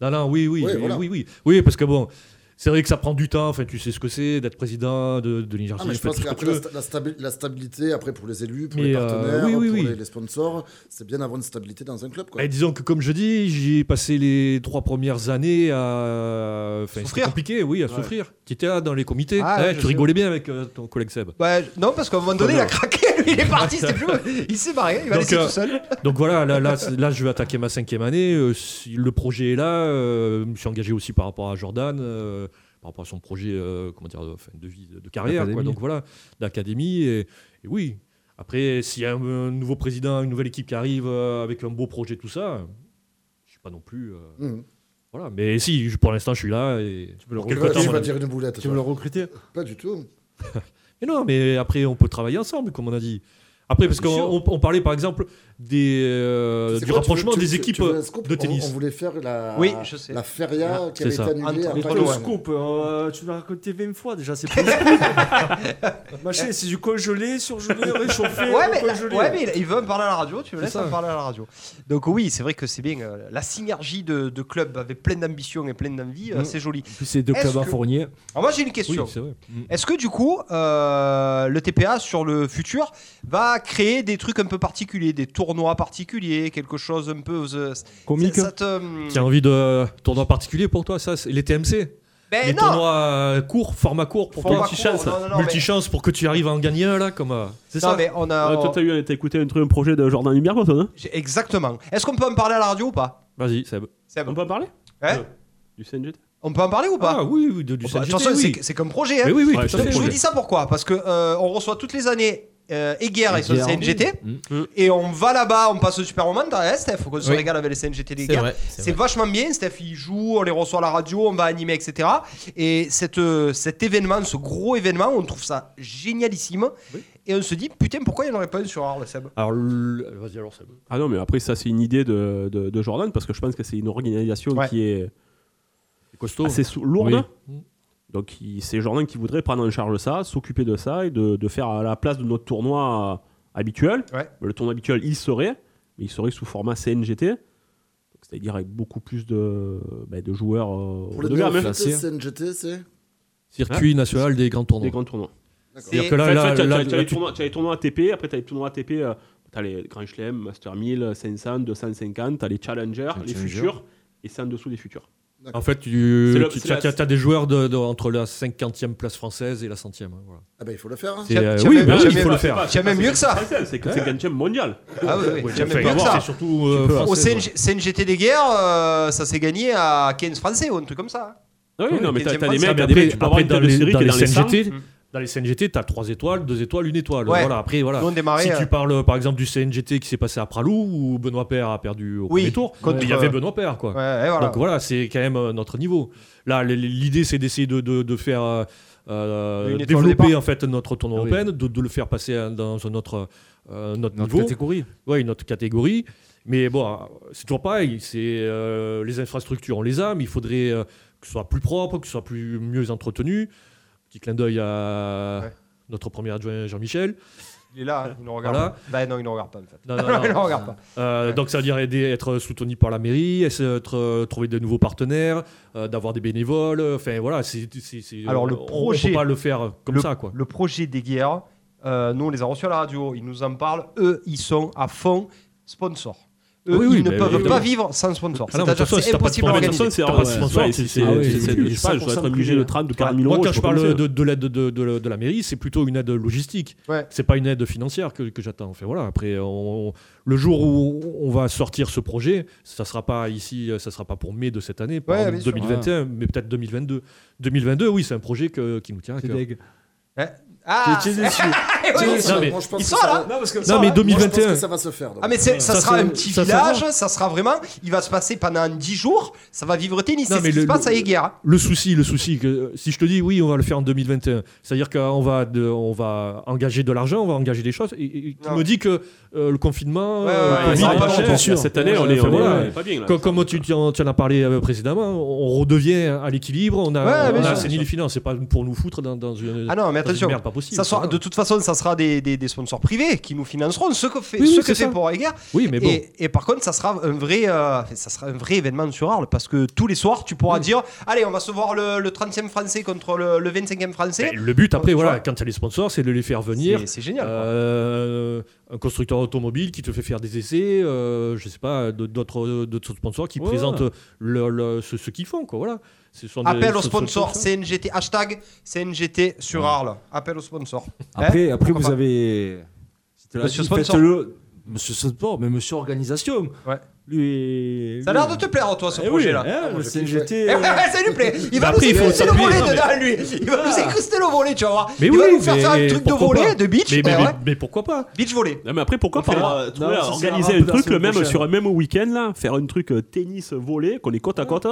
S7: Non, non, oui, oui,
S6: Ouais,
S7: oui,
S6: voilà.
S7: oui, oui. Oui, parce que bon, c'est vrai que ça prend du temps. Enfin, tu sais ce que c'est d'être président de, de l'Université.
S6: Ah, mais je
S7: fais
S6: pense
S7: tout ce que
S6: qu'après
S7: tu
S6: la,
S7: veux.
S6: sta- la stabi- la stabilité, après pour les élus, pour
S7: Mais,
S6: les
S7: euh,
S6: partenaires,
S7: oui, oui,
S6: pour
S7: oui.
S6: Les, les sponsors, c'est bien d'avoir une stabilité dans un club. Quoi.
S7: Eh, disons que, comme je dis, j'ai passé les trois premières années à. Enfin, c'était
S3: Souffrir.
S7: compliqué, oui, à
S3: Ouais.
S7: souffrir. Tu étais là dans les comités.
S3: Ah,
S7: Eh,
S3: ouais, je
S7: tu
S3: sais. Bah,
S7: rigolais bien avec euh, ton collègue Seb.
S3: Ouais, non, parce qu'à un moment donné, il a craqué, lui, il est parti, c'était plus. Il s'est barré, il va laisser
S7: euh,
S3: tout seul.
S7: donc voilà, là, là, c'est- là, je vais attaquer ma cinquième année. euh, si- le projet est là. euh, je me suis engagé aussi par rapport à Jordan, euh, par rapport à son projet euh, comment dire, de, enfin, de vie, de carrière. quoi.
S11: D'académie.
S7: donc voilà, d'académie. Et, et oui. Après, s'il y a un, un nouveau président, une nouvelle équipe qui arrive euh, avec un beau projet, tout ça, je suis pas non plus. euh,
S6: Mhm.
S7: Voilà. Mais si, je- pour l'instant, je suis là. Et tu
S6: Tu vas- tu vas dire une boulette. toi. Pas du tout.
S7: mais non, mais après, on peut travailler ensemble, comme on a dit. Après, parce qu'on
S6: Bien sûr.
S7: on- on parlait par exemple des, euh,
S6: C'est
S7: du
S6: quoi,
S7: rapprochement
S6: tu veux- tu-
S7: des
S6: tu-
S7: équipes
S6: tu veux un scoop
S7: de
S6: On- On,
S7: tennis.
S6: voulait faire la,
S7: Oui, je sais.
S6: la feria
S7: Ah,
S6: qui avait
S7: c'est
S6: été
S7: ça.
S6: annulée
S5: Antoine,
S6: après
S5: le
S6: Noël.
S5: scoop, euh, tu l'as raconté 20 fois déjà, c'est plus Machin, c'est du congelé, surgelé, réchauffé,
S11: euh,
S3: ouais,
S7: euh,
S3: mais,
S5: recongelé.
S3: ouais, mais il- il veut me parler à la radio, tu me
S5: C'est
S3: laisses
S5: ça.
S3: me parler à la radio. Donc oui, c'est vrai que c'est bien. euh, La synergie de, de clubs avec plein d'ambition et plein d'envie, euh,
S11: Mm.
S3: c'est joli.
S11: Puis c'est deux
S3: Est-ce
S11: clubs à
S3: que-
S11: Fournier.
S3: Alors moi j'ai une question.
S11: Oui, c'est vrai. Mm.
S3: Est-ce que du coup, euh, le TPA sur le futur va créer des trucs un peu particuliers, des tournois particuliers, quelque chose un peu... euh,
S7: Comique.
S3: ça- ça te, hum,
S7: Qui a envie de euh, tournoi particulier pour toi, ça c'est Les TMC
S3: Ben
S7: Les
S3: non.
S7: tournois euh, courts, format court pour
S3: Format
S7: toi.
S3: Multichance. court, non, non, non, mais-
S7: Multichance pour que tu arrives à en gagner un, là, comme. euh, C'est
S3: Non,
S7: ça
S3: mais on a-
S8: Ah, toi, t'as eu- t'as écouté un, truc, un projet de Jordan Hubergo, toi, non
S3: j'ai- Exactement. Est-ce qu'on peut en parler à la radio ou pas
S7: Vas-y, Seb.
S3: On peut en Euh,
S8: parler
S3: Du CNGT On peut en parler ou pas
S7: Ah oui, oui, de- du
S3: Oh, bah,
S7: CNGT,
S3: attention,
S7: oui.
S3: c'est- c'est comme projet. Hein.
S7: Mais oui, oui,
S3: Donc,
S7: tout à fait.
S3: je vous
S7: Projet.
S3: dis ça pourquoi Parce que euh, on reçoit toutes les années euh, Eguerre et son
S7: Eguerre. Mm.
S3: CNGT. Et on va là-bas, on passe le super moment. T'as hein, Steph, faut qu'on se
S15: Oui.
S3: régale avec les CNGT des
S15: C'est
S3: guerres.
S15: vrai, c'est
S3: C'est
S15: vrai.
S3: vachement bien. Steph, il joue, on les reçoit à la radio, on va animer, etc. Et cette, euh, cet événement, ce gros événement, on trouve ça génialissime. Et on se dit, putain, pourquoi il n'y en aurait pas une sur Arles, Seb
S7: Alors, le- vas-y, alors, Seb.
S8: Ah non, mais après, ça, c'est une idée de, de, de Jordan parce que je pense que c'est une organisation qui est
S7: costaud.
S8: assez sou- lourde.
S7: Oui.
S8: Donc, il- c'est Jordan qui voudrait prendre en charge ça, s'occuper de ça et de, de faire à la place de notre tournoi euh, habituel. Le tournoi habituel, il serait, mais il serait sous format CNGT. Donc, C'est-à-dire avec beaucoup plus de, bah, de joueurs euh,
S6: Pour
S8: haut
S6: les
S8: de gamme, hein.
S6: deux CNGT, c'est
S7: Circuit
S8: Hein
S7: national des grands tournois.
S8: Des grands tournois.
S7: C'est-à-dire que là,
S8: Enfin,
S7: là,
S8: tu as- tu as-
S7: là,
S8: tu as
S7: là,
S8: les
S7: tu-
S8: tournois- tu as les tournois ATP, après tu as les tournois ATP, euh, tu as les Grand Chelem, Master 1000, 500, 250, tu as les Challengers, les
S7: Challenger.
S8: futurs, et c'est en dessous des futurs.
S3: Ah.
S7: En fait, tu
S8: C'est le- c'est
S7: as,
S8: la-
S7: des joueurs de- de- entre la 50e place française et la 100e. hein, Voilà.
S6: Ah ben il faut le faire. hein.
S7: C'est, euh, oui, bah oui, il faut le faire.
S3: Tiens, même mieux que ça.
S8: C'est que c'est Ganchem mondial.
S3: Ah oui, oui, tiens,
S8: Tu
S3: même
S8: peux
S3: mieux que ça.
S8: avoir-
S7: euh,
S8: tu peux-
S3: Au CNG CNGT des guerres, euh, ça s'est gagné à 15 français ou un truc comme ça. hein.
S8: Ah oui, non, mais t'as-
S3: 15e
S8: t'as des
S3: Français.
S8: mecs,
S7: mais
S8: t'as
S7: après,
S8: des mecs, tu peux avoir
S7: après,
S8: une
S7: dans
S8: tête de
S7: les,
S8: série
S7: dans
S8: qui est
S7: les
S8: dans les
S7: CNGT,
S8: 100.
S7: dans les CNGT, t'as 3 étoiles, 2 étoiles, 1 étoile.
S3: Ouais.
S7: Voilà, après, voilà.
S3: Nous, on démarrait,
S7: si
S3: euh,
S7: tu parles par exemple du CNGT qui s'est passé à Pralou où Benoît Père a perdu au
S3: Oui,
S7: premier tour,
S3: contre-
S7: mais il y avait Benoît Père quoi.
S3: Ouais, et voilà.
S7: Donc voilà, c'est quand même euh, notre niveau. Là, l- l'idée c'est d'essayer de, de- de faire euh, euh,
S11: Une étoile au
S7: développer
S11: départ.
S7: en fait notre tournoi
S11: Ah oui.
S7: open, de, de le faire passer à- dans un autre, euh, notre
S11: Notre
S7: niveau.
S11: catégorie.
S7: Ouais, une autre catégorie. Mais bon, euh, c'est toujours pareil. C'est euh, les infrastructures, on les a, mais il faudrait euh, que ce soit plus propre, que ce soit plus mieux entretenu. Petit clin d'œil à notre premier adjoint Jean-Michel.
S3: Il est là, hein, il nous regarde.
S7: Voilà.
S3: pas. Bah non, il nous regarde pas en fait.
S7: Non, non, non.
S3: il nous regarde pas.
S7: Euh, Donc ça veut dire aider, être soutenu par la mairie, être, euh, trouver de nouveaux partenaires, euh, d'avoir des bénévoles. euh, Enfin voilà, c'est c'est- c'est-
S3: Alors le
S7: on- on
S3: projet,
S7: peut pas le faire comme
S3: le-
S7: ça quoi.
S3: Le projet des guerres, euh, nous on les a reçus à la radio, ils nous en parlent. Eux, ils sont à fond sponsors. Eux,
S7: Oui, oui,
S3: ils ne
S7: bah,
S3: peuvent
S7: oui,
S3: pas
S7: oui.
S3: vivre sans sponsors.
S7: Ah non, mais de
S3: C'est-à-dire
S7: toute façon,
S3: que
S7: si
S3: c'est
S7: t'as pas de
S3: impossible à
S7: sponsor,
S3: organiser.
S7: c'est pas de sponsor, c'est- c'est-
S8: Ah ouais,
S7: c'est-
S8: c'est- je
S7: c'est-
S8: sais
S7: c'est
S8: pas, je dois être
S7: 100%
S8: obligé de tra- de 40 000
S7: Moi,
S8: euros,
S7: quand
S8: je
S7: je
S8: peux pas
S7: parle
S8: le
S7: de,
S8: dire.
S7: de l'aide de, de la- de la mairie, c'est plutôt une aide logistique. C'est pas une aide financière que, que j'attends. Enfin, voilà, après, on- on- le jour où on va sortir ce projet, ça sera pas ici, ça sera pas pour mai de cette année, par
S3: Ouais,
S7: exemple,
S3: bien sûr.
S7: 2021, mais peut-être 2022. 2022, oui, c'est un projet que- qui nous tient à cœur.
S3: Eh, Ah.
S5: T'es- t'es déçu.
S3: Eh oui.
S5: T'es déçu.
S3: Non, mais-
S6: Moi, je pense
S3: Ils
S6: que
S3: sont
S6: ça
S3: là
S6: va- Non, parce que ça va. Moi, je pense que ça va se faire, donc.
S3: Ah mais c'est- ça,
S6: Ça
S3: sera
S6: se-
S3: un petit
S6: ça se
S3: village,
S6: fera.
S3: ça sera vraiment. Il va se passer pendant 10 jours, ça va vivre au tennis.
S7: Non,
S3: C'est ce
S7: mais
S3: qui
S7: le-
S3: se passe à
S7: le-
S3: Eger. hein.
S7: Le souci, le souci, que euh, si je te dis oui, on va le faire en 2021, c'est-à-dire qu'on va, de- on va engager de l'argent, on va engager des choses. Et, et tu me dis que euh, le confinement,
S8: Ouais, ouais,
S7: euh,
S8: ouais,
S7: Covid,
S8: ça va pas
S7: machin,
S8: longtemps. Cette année, on est-
S7: enfin,
S8: on est-
S7: voilà.
S8: on est pas bien, là.
S7: Comme, comme tu, tu en, tu en as parlé euh, précédemment, on on redevient à l'équilibre, on a,
S3: Ouais, bien
S7: Ah, on a
S3: sûr,
S7: assaini
S3: bien
S7: les finances. C'est pas pour nous foutre dans, dans une
S3: Ah non, mais
S7: dans une
S3: attention.
S7: merde pas possible.
S3: ça sera- de toute façon, ça sera des, des- des sponsors privés qui nous financeront ce que fait,
S7: Oui, oui,
S3: ce
S7: c'est
S3: que fait
S7: ça.
S3: pour Eger.
S7: Oui, mais bon.
S3: Et, et par contre, ça sera un vrai, euh, ça sera un vrai événement sur Arles parce que tous les soirs, tu pourras dire, allez, on va se voir le, le 30e français contre le, le 25e français.
S7: Ben, le but après,
S3: Ah, Tu
S7: voilà,
S3: vois.
S7: quand tu as les sponsors, c'est de les faire venir.
S3: C'est- c'est génial, quoi.
S7: Euh, un constructeur automobile qui te fait faire des essais, euh, je sais pas, de- d'autres d'autres sponsors qui
S3: Ouais.
S7: présentent le, le- ce, ce qu'ils font, quoi. Voilà. Ce sont des-
S3: Appel aux
S7: ce- ce-
S3: sponsors
S7: ce-
S3: CNGT, hashtag CNGT sur Arles. Appel aux sponsors.
S7: Ah.
S11: Après,
S3: Hein
S11: après
S3: Pourquoi
S11: vous
S3: pas
S11: avez. Si t'as la
S3: Monsieur
S11: vie,
S3: Sponsor.
S11: faites-le. Monsieur Sponsor, mais monsieur Organisation.
S3: Ouais.
S11: Lui.
S3: Ça a l'air de te plaire, toi, ce
S11: Eh oui,
S3: projet-là.
S11: hein,
S3: Ah,
S11: le
S3: moi, je kiffe,
S11: CNGT,
S3: ouais.
S11: euh,
S3: Eh ouais, ça lui plaît. Il va
S7: Après, il
S3: nous
S7: faut
S3: écouster le
S7: s'appuyer,
S3: volet
S7: non, mais- Ah.
S3: dedans, lui. Il va nous écouster le volet, tu vas voir.
S7: Mais
S3: il
S7: oui,
S3: va nous faire faire un
S7: mais
S3: truc de
S7: pourquoi
S3: volet,
S7: pas
S3: de beach.
S7: Mais,
S3: eh
S7: mais-
S3: ouais.
S7: mais- mais pourquoi pas
S3: Beach volet.
S8: Non, mais après, pourquoi
S7: Enfin,
S8: pas
S7: euh,
S8: euh, trouver
S7: non,
S8: à
S7: ça, c'est
S8: organiser
S7: un
S8: un
S7: peu la
S8: truc le
S7: semaine
S8: même
S7: prochaine.
S8: sur un même week-end là, faire un truc euh, tennis volet qu'on est côte à côte.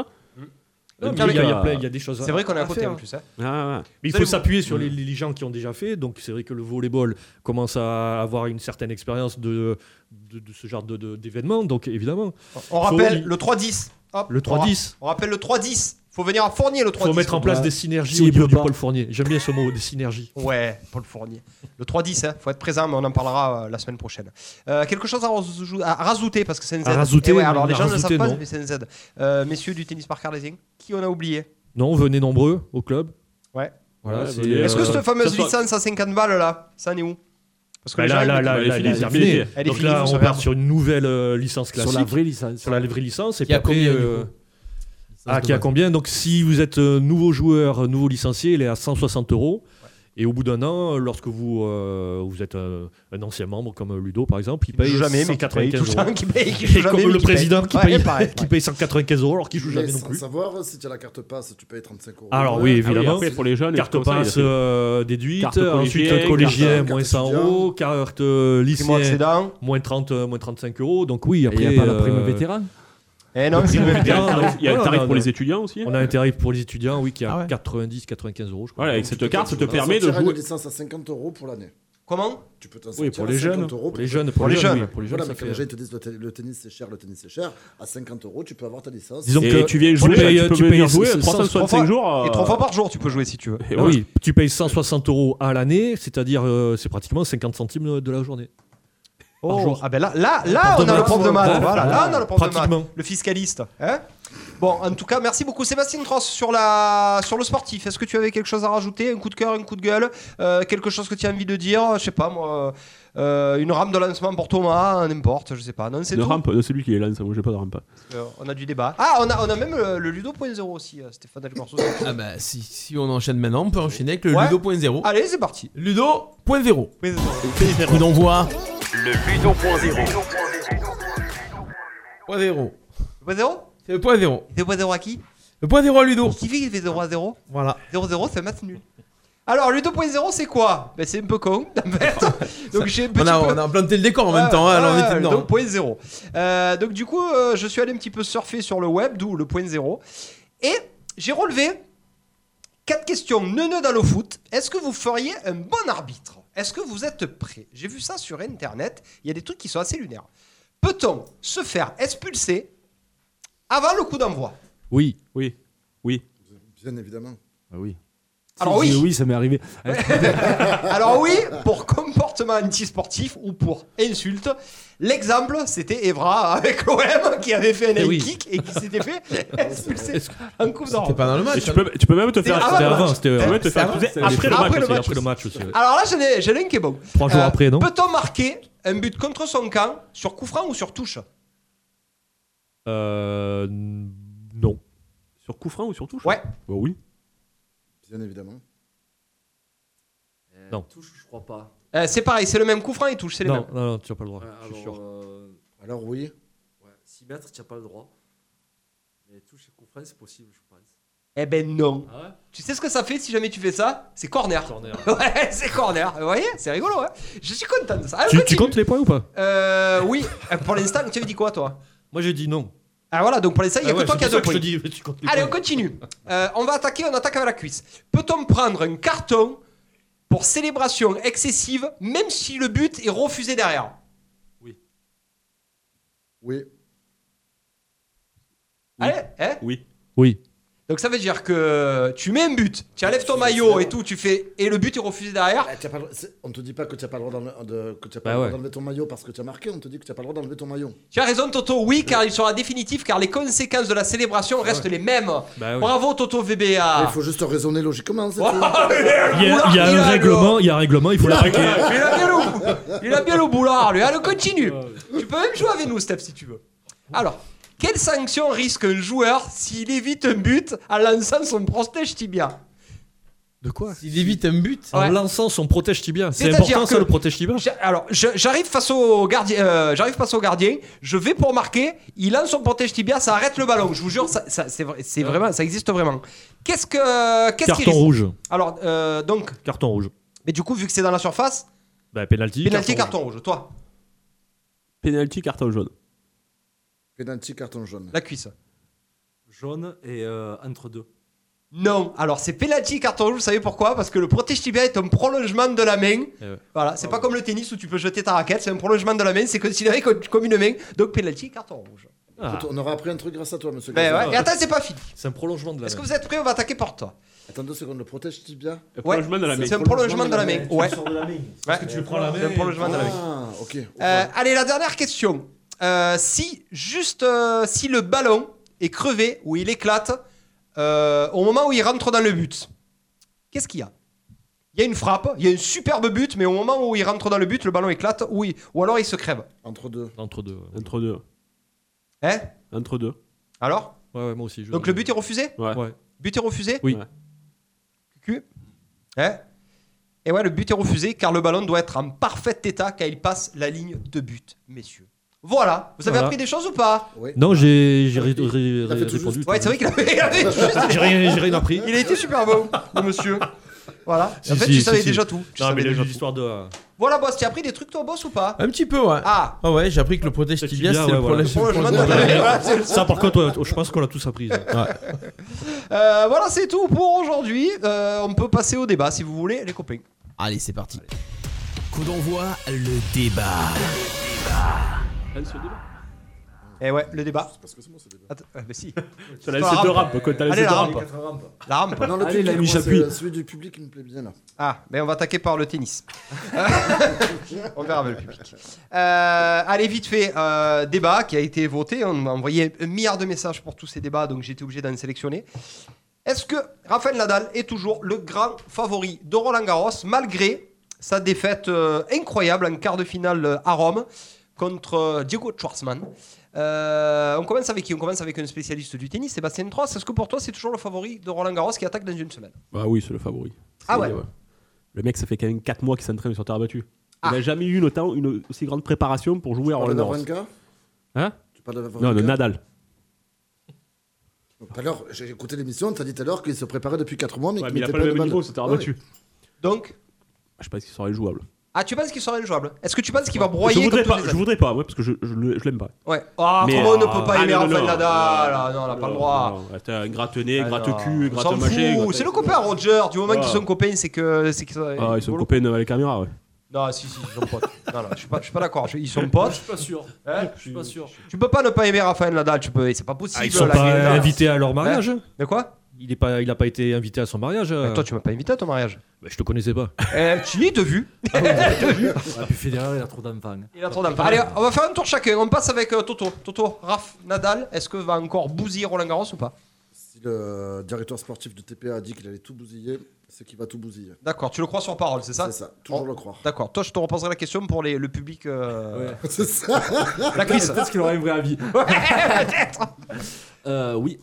S7: Non, Euh, mais il y a- il y a plein- il y a des choses
S3: C'est vrai qu'on est à côté,
S7: faire.
S3: en plus, hein.
S8: Ah, ouais.
S7: Mais il
S8: Vous
S7: faut
S8: allez-
S7: s'appuyer sur les, les gens qui ont déjà fait. Donc c'est vrai que le volleyball commence à avoir une certaine expérience de, de, de ce genre de- de- d'événement. Donc évidemment.
S3: On
S7: Faut-
S3: rappelle le 3-10. Hop,
S7: Le 3-10.
S3: On ra- on rappelle le 3-10. Faut venir à Fournier, le 3-10.
S7: faut mettre en
S3: Bah,
S7: place des synergies au niveau du Paul Fournier. J'aime bien ce mot, des synergies.
S3: Ouais, Paul Fournier. Le 3-10, hein, faut être présent, mais on en parlera euh, la semaine prochaine. Euh, quelque chose à, rajou- à rajouter, parce que c'est une Z.
S7: À rajouter,
S3: Eh ouais, alors
S7: non,
S3: les
S7: à
S3: gens ne le
S7: rajouter,
S3: savent pas,
S7: non.
S3: mais c'est une Z. Euh, messieurs du tennis par Carlesing, qui on a oublié
S7: Non, venez nombreux au club.
S3: Ouais.
S8: Ouais,
S7: Voilà, c'est,
S8: venez.
S3: Est-ce que
S7: euh,
S3: cette fameuse
S7: ça sera-
S3: licence à 50 balles, là, ça en est où Parce
S7: Bah
S3: les
S7: là,
S3: gens,
S7: là,
S3: ils
S7: là,
S3: mettent-
S7: là,
S3: Elle
S7: elle est terminée.
S3: Elle est
S7: Donc
S3: finie,
S7: là,
S3: vous
S7: on
S3: savez.
S7: part sur une nouvelle euh, licence
S11: Sur
S7: classique.
S11: la vraie licence.
S7: Sur la vraie licence. Et
S11: Qui a
S7: puis après,
S11: combien, du
S7: euh,
S11: coup
S7: Ah,
S11: de
S7: qui a
S11: base.
S7: combien Donc si vous êtes euh, nouveau joueur, euh, nouveau licencié, elle est à 160 euros. Et au bout d'un an, euh, lorsque vous, euh, vous êtes euh, un ancien membre comme euh, Ludo par exemple,
S3: Qui
S7: il
S3: ne
S7: paye
S3: joue jamais, mais qui paye
S7: 195
S3: tout le temps,
S7: euros.
S3: qui paye- qui joue
S7: Et
S3: jamais,
S7: comme
S3: mais
S7: le
S3: qui paye.
S7: président qui
S3: Ouais,
S7: paye,
S3: pareil,
S7: qui paye 195 euros alors qu'il joue
S6: Mais
S7: jamais non
S6: sans
S7: plus.
S6: savoir, si tu as la carte passe, tu payes 35 euros.
S7: Alors Ah oui,
S3: Ah
S7: évidemment. carte passe euh, déduite,
S8: Carte collégienne,
S7: ensuite
S8: carte-
S7: collégien moins
S8: carte
S7: 100
S8: étudiant.
S7: euros, carte euh,
S3: Primo
S7: lycéen
S3: accédant.
S7: moins 30, euh, moins 35 euros. Donc oui, après.
S11: il y a pas la prime
S7: euh,
S11: vétéran
S3: Eh non,
S7: la
S3: c'est
S7: prime
S3: le même
S7: vétéran,
S3: tarif.
S7: non.
S8: Il y a le
S7: Voilà,
S8: tarif
S7: on
S8: pour les étudiants aussi.
S7: On a un tarif pour les étudiants, oui, qui est à
S8: Ah ouais.
S7: 90, 95 euros. Je crois.
S8: Voilà, avec cette carte, ça te
S6: Tu peux t'en
S8: permet de
S6: sortir
S8: jouer.
S6: une licence à 50 euros pour l'année.
S3: Comment
S6: Tu peux t'en
S7: Oui,
S6: sortir
S7: pour
S6: à
S7: les
S6: 50
S7: jeunes.
S6: euros
S7: Pour les jeunes, pour les jeunes, oui, pour les
S6: Voilà,
S7: jeunes,
S6: mais
S7: ça
S6: quand
S7: fait-
S6: les gens ils te disent le, t- le tennis c'est cher, le tennis c'est cher, à 50 euros tu peux avoir ta licence.
S7: Disons Et que tu viens tu jouer, payes- tu peux tu venir payes jouer ce- 365
S3: Trois fois-
S7: jours, euh,
S3: Et trois fois par jour, tu peux jouer si tu veux.
S7: Ah oui, tu payes 160 euros à l'année, c'est-à-dire euh, c'est pratiquement 50 centimes de la journée. Par
S3: Oh,
S7: jour.
S3: ah ben là, là, là
S7: Pardon,
S3: on a le prof de maths.
S7: pardon.
S3: Voilà, là on a le prof de
S7: Pratiquement.
S3: maths. Le fiscaliste. hein bon, en tout cas, merci beaucoup Sébastien Tross sur, la... sur le sportif. Est-ce que tu avais quelque chose à rajouter Un coup de cœur, un coup de gueule euh, Quelque chose que tu as envie de dire Je sais pas moi. euh, une rampe de lancement pour Thomas, hein, n'importe, je sais pas. Non, c'est
S8: de
S3: tout.
S8: rampe, de celui qui est là, ça, moi j'ai pas de rampe. hein.
S3: Euh, on a du débat. Ah, on a, on a même euh, le, Ludo.0 aussi, euh, Stéphane Del Corso.
S15: Ah bah si, si on enchaîne maintenant, on peut enchaîner avec le
S3: Ouais.
S15: Ludo.0.
S3: Allez, c'est parti.
S15: Ludo.0. Coup d'envoi. Le Ludo.0. Point 0.
S3: Le point 0
S15: C'est le point 0.
S3: Le point 0 à qui
S15: Le point 0 à Ludo.
S3: Qui fait qu'il fait 0 à 0
S15: Voilà.
S3: 0-0, c'est un match nul. Alors, le 2.0, c'est quoi ben, C'est un peu con, en fait. Donc, j'ai un petit
S15: On a,
S3: peu-
S15: on a planté le décor en même
S3: Ouais,
S15: temps, hein, alors on
S3: ouais,
S15: était
S3: le
S15: dedans.
S3: 2.0. Euh, donc, du coup, euh, je suis allé un petit peu surfer sur le web, d'où le point 0. Et j'ai relevé quatre questions neuneux dans le foot. Est-ce que vous feriez un bon arbitre Est-ce que vous êtes prêt J'ai vu ça sur Internet. Il y a des trucs qui sont assez lunaires. Peut-on se faire expulser avant le coup d'envoi
S7: Oui.
S8: Oui. Oui.
S6: Bien évidemment.
S11: Ah oui.
S3: Alors
S11: Si je
S3: bah oui.
S11: dis Oui, ça m'est arrivé.
S3: Alors oui, pour comportement antisportif ou pour insulte, l'exemple c'était Evra avec l'OM qui avait fait un
S7: Eh
S3: high
S7: oui.
S3: kick et qui s'était fait expulser en coupe d'or.
S8: Et tu, peux, tu peux même te
S3: C'était
S8: faire
S3: hein. avant
S7: C'était
S3: le match. C'était
S7: avant, c'était euh, ouais, te faire
S3: avant,
S7: accuser
S3: c'était
S7: après le
S3: après
S7: match
S3: le
S7: aussi, hein,
S3: match
S7: après le match aussi. ouais.
S3: Alors là, j'en ai, j'en ai un qui est bon. Euh,
S7: Trois jours après, non
S3: Peut-on marquer un but contre son camp sur coup franc ou sur touche
S7: Euh, non.
S8: Sur coup franc ou sur touche
S3: Ouais.
S8: Bah oui.
S6: Bien évidemment.
S7: Non.
S11: Eh, Touche, je crois pas.
S3: Euh, C'est pareil, c'est le même coup franc et touche, c'est les
S7: Non,
S3: mêmes.
S7: non, non, tu n'as pas le droit. je suis sûr.
S11: euh,
S6: Alors oui.
S11: 6 mètres, tu n'as pas le droit. Mais toucher coup franc, c'est possible, je pense.
S3: Eh ben non.
S7: Ah
S3: Tu sais ce que ça fait si jamais tu fais ça C'est corner. ouais, c'est corner. Vous voyez C'est rigolo, hein Je suis content de ça. Allez,
S7: Tu, tu
S3: continue.
S7: comptes les points ou pas
S3: Euh, oui, Euh, pour l'instant, tu avais dit quoi, toi
S7: Moi, j'ai dit non.
S3: Ah voilà, donc pour l'instant, il n'y a
S7: Ah
S3: que
S7: ouais,
S3: toi
S7: c'est
S3: qui as deux
S7: pour ça que
S3: points.
S7: je te dis, tu comptes les
S3: Allez, on
S7: points.
S3: continue. Euh, on va attaquer, on attaque avec la cuisse. Peut-on prendre un carton pour célébration excessive, même si le but est refusé derrière
S6: Oui.
S3: Allez, hein
S8: Oui.
S7: Oui.
S3: Donc ça veut dire que tu mets un but, tu enlèves ton maillot et tout, tu fais et le but est refusé derrière.
S6: Ah, t'as pas le- c'est- on te dit pas que tu n'as pas le droit d'enle- de- que t'as pas
S3: Bah
S6: le droit
S3: ouais.
S6: d'enlever ton maillot parce que tu as marqué, on te dit que tu n'as pas le droit d'enlever ton maillot.
S3: Tu as raison Toto, oui, car il sera définitif, car les conséquences de la célébration restent les mêmes.
S6: oui.
S3: Bravo Toto
S6: Mais
S3: VBA.
S6: Il faut juste raisonner logiquement. c'est
S7: Il y a, il y a un règlement, il y a un règlement, il faut l'appliquer.
S3: Il a bien le, il a bien le boulard, lui. Allez, continue. Tu peux même jouer avec nous, Steph, si tu veux. Alors, quelle sanction risque un joueur s'il évite un but en lançant son prostège tibia
S7: De quoi
S15: Il évite un but
S7: en
S3: Ouais.
S7: lançant son protège tibia. C'est
S3: C'est-à-dire
S7: important ça
S3: que-
S7: le protège tibia.
S3: J'a- Alors, je- j'arrive face au gardien, euh, j'arrive face au gardien, je vais pour marquer, il lance son protège tibia, ça arrête le ballon. Je vous jure, ça, ça- c'est, vrai- c'est vraiment, ça existe vraiment. Qu'est-ce que, qu'est-ce qui
S7: Carton
S3: risque
S7: rouge.
S3: Alors, euh, donc,
S7: Carton rouge.
S3: mais du coup, vu que c'est dans la surface,
S7: Bah penalty.
S3: pénalty, carton rouge. Toi,
S8: Penalty, carton jaune.
S6: Penalty, carton jaune.
S3: la cuisse.
S5: Jaune et euh, entre deux.
S3: Non, alors c'est penalty carton rouge, vous savez pourquoi Parce que le protège tibia est un prolongement de la main. Voilà,
S5: Ah
S3: c'est pas comme le tennis où tu peux jeter ta raquette, c'est un prolongement de la main, c'est considéré co- comme une main, donc penalty carton rouge.
S6: Écoute, On aura appris un truc grâce à toi, monsieur.
S3: Ben
S6: Gazan.
S3: ouais, et attends, c'est pas fini.
S7: Ah. C'est un prolongement de la
S3: Est-ce que vous êtes prêts On va attaquer par toi.
S6: Attends deux secondes, le protège tibia
S3: Ouais, C'est un prolongement de la main. Ouais.
S6: Parce
S3: Ouais.
S6: que tu le prends la main
S3: C'est un
S6: et-
S3: prolongement de la main.
S6: Ah, ok.
S3: Euh, allez, la dernière question. Euh, si juste euh, si le ballon est crevé ou il éclate euh, au moment où il rentre dans le but, qu'est-ce qu'il y a Il y a une frappe, il y a un superbe but, mais au moment où il rentre dans le but, le ballon éclate ou, il- ou alors il se crève.
S6: Entre deux.
S7: Entre deux.
S8: Entre deux.
S3: Hein
S8: Entre deux.
S3: Alors
S7: Ouais, ouais, moi aussi. je-
S3: Donc le but est refusé
S8: Ouais.
S3: But est refusé
S7: Oui.
S3: Cucu Hein Et ouais, le but est refusé car le ballon doit être en parfait état quand il passe la ligne de but, messieurs. Voilà, vous avez
S7: Voilà.
S3: appris des choses ou pas
S7: Non, j'ai j'ai ré- ré-
S3: a fait tout
S7: répondu.
S3: Ouais, c'est vrai qu'il avait, il avait juste-
S7: J'ai rien- j'ai rien appris.
S3: Il a été super bon, le monsieur. Voilà.
S7: Si,
S3: en fait,
S7: si,
S3: tu
S7: si,
S3: savais
S7: si.
S3: déjà tout. Tu
S7: Non, mais
S3: savais déjà
S7: les
S3: tout.
S7: histoires de. euh,
S3: Voilà, boss, tu as appris des trucs, toi, boss, ou pas
S15: Un petit peu, ouais.
S3: Ah
S15: Ah ouais, j'ai appris que le protège tibia,
S7: tibia,
S15: c'est
S7: ouais,
S15: le
S7: voilà.
S15: prolongement
S7: Ça, par contre, ouais, je pense qu'on l'a tous appris. ça.
S3: Euh, Voilà, c'est tout pour aujourd'hui. Euh, on peut passer au débat si vous voulez, les copains.
S9: Allez, c'est parti. Coup d'envoi, le débat.
S3: Eh ouais, le débat.
S6: Parce que c'est moi, c'est débat.
S3: Attends, euh, bah si.
S8: T'as laissé deux rampes, quoi, t'as laissé
S3: Allez, la
S8: deux
S3: rampe.
S8: rampes.
S3: La rampe.
S6: Non, le
S8: Allez,
S6: public,
S8: l'ami,
S6: moi, c'est-
S8: j'appuie.
S6: Celui du public, il me plaît bien là.
S3: Ah, mais on va attaquer par le tennis. on verra avec le public. Euh, allez, vite fait, euh, débat qui a été voté. On m'a envoyé un milliard de messages pour tous ces débats, donc j'étais obligé d'en sélectionner. Est-ce que Rafael Nadal est toujours le grand favori de Roland Garros, malgré sa défaite euh, incroyable en quart de finale euh, à Rome contre euh, Diego Schwartzmann Euh, On commence avec qui On commence avec un spécialiste du tennis, Sébastien Tross. Est-ce que pour toi, c'est toujours le favori de Roland Garros qui attaque dans une semaine
S8: Bah oui, c'est le favori.
S3: Ah
S8: C'est- euh,
S3: ouais.
S8: Le mec, ça fait quand même 4 mois qu'il s'entraîne sur terre battue.
S3: Ah.
S8: Il n'a jamais eu notamment une aussi grande préparation pour jouer
S6: Tu
S8: à
S6: parles
S8: Roland
S6: de
S8: Garros.
S6: Wawrinka
S8: Hein
S6: Tu parles de Wawrinka
S8: Oh, Non, de Nadal.
S6: Tout à l'heure, j'ai écouté l'émission, t'as dit tout à l'heure qu'il se préparait depuis 4 mois, mais
S8: Ouais,
S6: qu'il
S8: mais il a
S6: mettait
S8: pas le
S6: de
S8: même
S6: balle.
S8: niveau, c'est terre
S6: Ouais,
S8: battue.
S3: Donc,
S8: Je pense qu'il serait jouable.
S3: Ah, tu penses qu'il sera injouable Est-ce que tu penses qu'il va
S8: Je
S3: broyer comme
S8: voudrais
S3: tous
S8: pas,
S3: les
S8: je
S3: autres
S8: voudrais pas, ouais, parce que je, je, le- je l'aime pas.
S3: Ouais. Ah,
S8: Mais,
S3: comment on ne
S8: ah,
S3: peut pas
S8: ah,
S3: aimer
S8: non, non,
S3: Rafael
S8: non,
S3: Nadal Ah, Non, on n'a
S8: non,
S3: pas le
S8: non,
S3: droit.
S8: non, ouais, t'as un gratte-nez,
S3: Ah,
S8: gratte-cul,
S3: non. On s'en
S8: gratte-machin.
S3: fout,
S8: gratte-
S3: C'est le copain, Roger. Du moment
S8: Ouais.
S3: qu'ils sont copains, c'est que. c'est qu'ils sont-
S8: Ah, ils sont copains avec les caméras, ouais.
S3: Non, si, si, ils sont potes. non, non, je suis pas, je suis pas d'accord. Je- Ils sont potes. Hein
S5: pas sûr. je suis pas sûr.
S3: Tu peux pas ne pas aimer Rafael Nadal, tu peux. C'est pas possible.
S7: Ah, ils sont
S3: la
S7: pas
S3: guerre.
S7: invités à leur mariage
S3: Hein De quoi
S7: il, est pas, il a pas été invité à son mariage. euh.
S3: Mais toi, tu m'as pas invité à ton mariage.
S7: Bah, je te connaissais pas.
S3: Eh, Tu l'as de vue.
S11: Ah, puis Federer, il a trop d'enfants.
S3: Il a trop d'enfants. Allez, on va faire un tour chacun. On passe avec euh, Toto. Toto, Raf, Nadal, est-ce que va encore bousiller Roland Garros ou pas
S6: Si le directeur sportif de TPA a dit qu'il allait tout bousiller, c'est qu'il va tout bousiller.
S3: D'accord, tu le crois sur parole, c'est ça Oh,
S6: C'est ça, toujours le croire.
S3: D'accord, toi je te reposerai la question pour les- le public. euh,
S6: C'est ça.
S3: La cuisse.
S5: Peut-être qu'il aura un vrai avis.
S3: Ouais, peut-être.
S11: Euh, oui.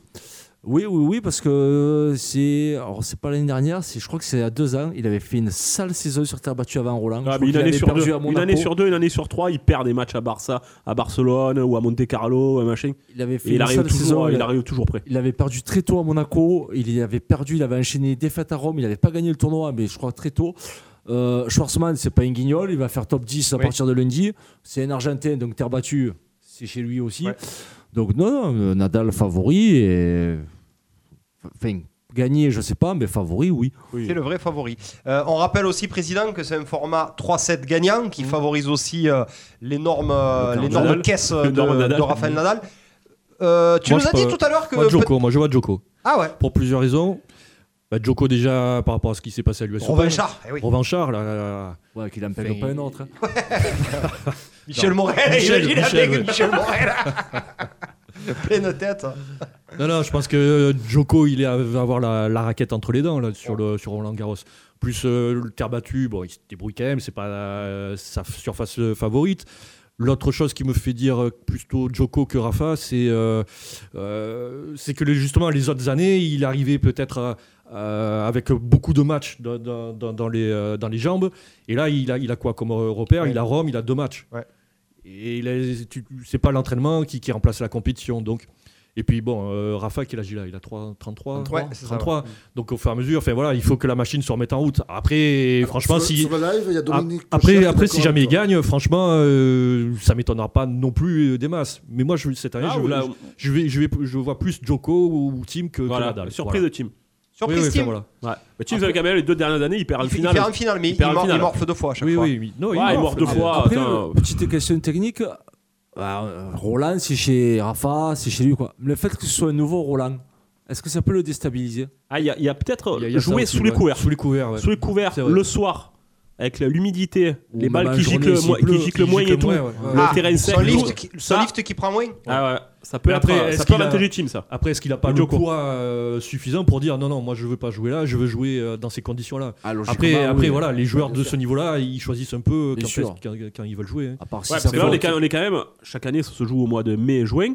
S5: Oui, oui, oui, parce que c'est. Alors, c'est pas l'année dernière, c'est, je crois que c'est à deux ans. Il avait fait une sale saison sur terre battue avant Roland. Je
S8: Ah,
S5: crois
S8: mais une,
S5: qu'il
S8: année
S5: avait
S8: sur
S5: perdu
S8: deux,
S5: à
S8: une
S5: Monaco.
S8: année sur deux, une année sur trois, il perd des matchs à Barça, à Barcelone ou à Monte Carlo, à machin.
S5: Il avait fait
S8: Et il
S5: une
S8: arrive
S5: sale
S8: toujours,
S5: saison,
S8: il
S5: il-
S8: arrive toujours prêt.
S5: Il avait perdu très tôt à Monaco. Il y avait perdu, il avait enchaîné défaite à Rome. Il n'avait pas gagné le tournoi, mais je crois très tôt. Euh, Schwarzman, c'est pas un guignol. Il va faire top 10 à partir de lundi. C'est un Argentin, donc terre battue, c'est chez lui aussi. Donc, non, non, euh, Nadal favori. Et... Enfin, gagner, je sais pas, mais favori, oui.
S3: C'est le vrai favori. Euh, on rappelle aussi, Président, que c'est un format 3-7 gagnant qui favorise aussi euh, l'énorme euh,
S7: Mmh. Le
S3: l'énorme
S7: Nadal.
S3: caisse euh,
S7: Le
S3: de,
S7: Nadal.
S3: de Rafael Nadal. Euh, tu
S7: Moi,
S3: nous
S7: je
S3: as dit
S7: peux-
S3: tout à l'heure que.
S7: Moi, Djoko, moi je vois Djoko.
S3: Ah ouais
S7: Pour plusieurs raisons. Bah, Djoko, déjà, par rapport à ce qui s'est passé à l'US Open.
S3: Revanchard, eh oui.
S7: Revanchard, là. là, là.
S5: Ouais, qu'il appelle
S7: Enfin,
S5: pas un autre. hein.
S3: Michel Morel,
S7: Michel,
S3: il a dit
S7: Michel,
S3: avec
S7: ouais.
S3: Michel Morel. Pleine tête.
S7: Non, non, je pense que euh, Djoko, il est à- va avoir la, la raquette entre les dents là, sur, le, sur Roland Garros. Plus euh, le terre battu, bon, il se débrouille quand même, c'est pas euh, sa f- surface euh, favorite. L'autre chose qui me fait dire euh, plutôt Djoko que Rafa, c'est euh, euh, c'est que les- justement les autres années, il arrivait peut-être à- à- avec beaucoup de matchs dans, dans- dans- dans les, euh, dans les jambes. Et là, il a, il a quoi comme euh, repère
S3: Ouais.
S7: Il a Rome, il a deux matchs. Et il a- tu- c'est pas l'entraînement qui, qui remplace la compétition. Donc. Et puis bon, euh, Rafa, quel âge il a Il a 3, 33
S6: 33, ouais, c'est ça,
S7: 33. Donc au fur et à mesure, enfin, voilà, il faut que la machine se remette en route. Après, franchement,
S6: sur-
S7: si.
S6: sur le live, il y a Dominique
S7: Ap- après,
S6: Cochard qui est
S7: après si
S6: d'accord
S7: jamais il
S6: avec
S7: gagne, franchement, euh, ça m'étonnera pas non plus euh, des masses. Mais moi, je, cette année,
S8: Ah,
S7: je,
S8: ou là-
S7: je vais, je, vais, je vois plus Joko ou Tim que, que
S8: Voilà,
S7: Nadal.
S8: surprise
S7: Voilà.
S8: de Tim.
S7: Surprise Oui, oui, Tim. enfin,
S8: Ouais.
S7: voilà.
S8: Mais Tim,
S7: Après-
S8: quand même, les deux dernières années, il perd en
S3: Il fait- il
S8: finale.
S3: perd en finale, mais il
S8: perd en
S3: mor- il
S8: finale.
S3: morfe deux fois à chaque
S8: Oui,
S3: fois.
S8: oui, oui. Non, il morfe. deux fois.
S5: Après,
S8: attends.
S5: euh, petite question technique. Bah, euh, Roland, c'est chez Rafa, c'est chez lui. Quoi. Le fait que ce soit un nouveau Roland, est-ce que ça peut le déstabiliser
S8: Ah, il y a, il y a peut-être
S5: il y a ça
S8: joué
S5: aussi,
S8: sous les
S5: ouais.
S8: couverts.
S5: Sous les couverts, ouais.
S8: Sous les couverts,
S5: C'est vrai.
S8: le soir, avec la- l'humidité,
S5: Ou
S8: les
S5: même
S8: balles
S5: la
S8: qui
S5: journée,
S8: giclent,
S5: s'il
S8: moins-
S5: pleut,
S8: qui giclent
S5: qui
S8: moins et
S5: giclent
S8: tout.
S5: moins, ouais.
S8: Le
S3: Ah,
S8: terrain sec.
S3: son
S8: tout.
S3: lift, qui- son lift qui prend moins
S8: Ah ouais, ça peut
S7: Mais
S8: être- ça
S7: est-ce
S8: peut
S7: qu'il a-
S8: avantager Tim, ça.
S7: Après, est-ce qu'il a pas
S8: Le
S7: le
S8: Djoko.
S7: poids euh, suffisant pour dire non, non, moi je veux pas jouer là, je veux jouer euh, dans ces conditions-là
S5: Ah, logiquement,
S7: Après,
S5: oui.
S7: après voilà, les
S5: Ouais,
S7: joueurs
S5: bien
S7: de
S5: sûr.
S7: ce niveau-là, ils choisissent un peu euh,
S5: Bien
S7: quand,
S5: sûr.
S7: est-ce- quand- quand ils veulent jouer.
S5: À part
S8: Ouais, parce que là, on est, quand même, on est quand même- chaque année, ça se joue au mois de mai et juin.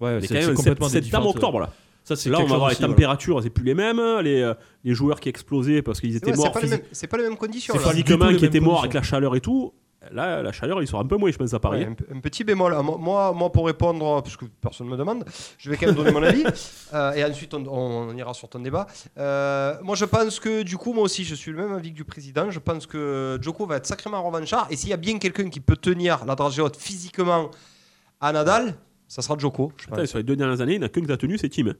S7: Ouais,
S8: On est
S7: c'est-
S8: quand même
S7: c'est
S8: en
S7: complètement
S8: sept-
S7: des
S8: septembre,
S7: différentes-
S8: octobre. Là,
S7: Ça, c'est
S8: là on
S7: quelque
S8: va avoir
S7: chose
S8: les
S7: aussi,
S8: températures, c'est plus les mêmes. Les, euh, les joueurs qui explosaient parce qu'ils
S3: C'est
S8: étaient
S3: vrai, c'est
S8: morts.
S3: pas les
S8: physiquement.
S3: mêmes- C'est pas les mêmes conditions.
S8: C'est
S3: là.
S8: physiquement qui étaient morts avec la chaleur et tout. Là, la chaleur, il sera un peu moins, je pense, à Paris.
S3: Ouais, un, p- un petit bémol. Ah, Moi, moi, moi, pour répondre, euh, parce que personne ne me demande, je vais quand même donner mon avis. Euh, et ensuite, on, on ira sur ton débat. Euh, moi, je pense que, du coup, moi aussi, je suis le même avis que du président. Je pense que Djoko va être sacrément revanchard. Et s'il y a bien quelqu'un qui peut tenir la dragée haute physiquement à Nadal, ça sera Djoko. je pense.
S8: Attends, sur les deux dernières années, il n'y en a qu'un qui a tenu, c'est Tim.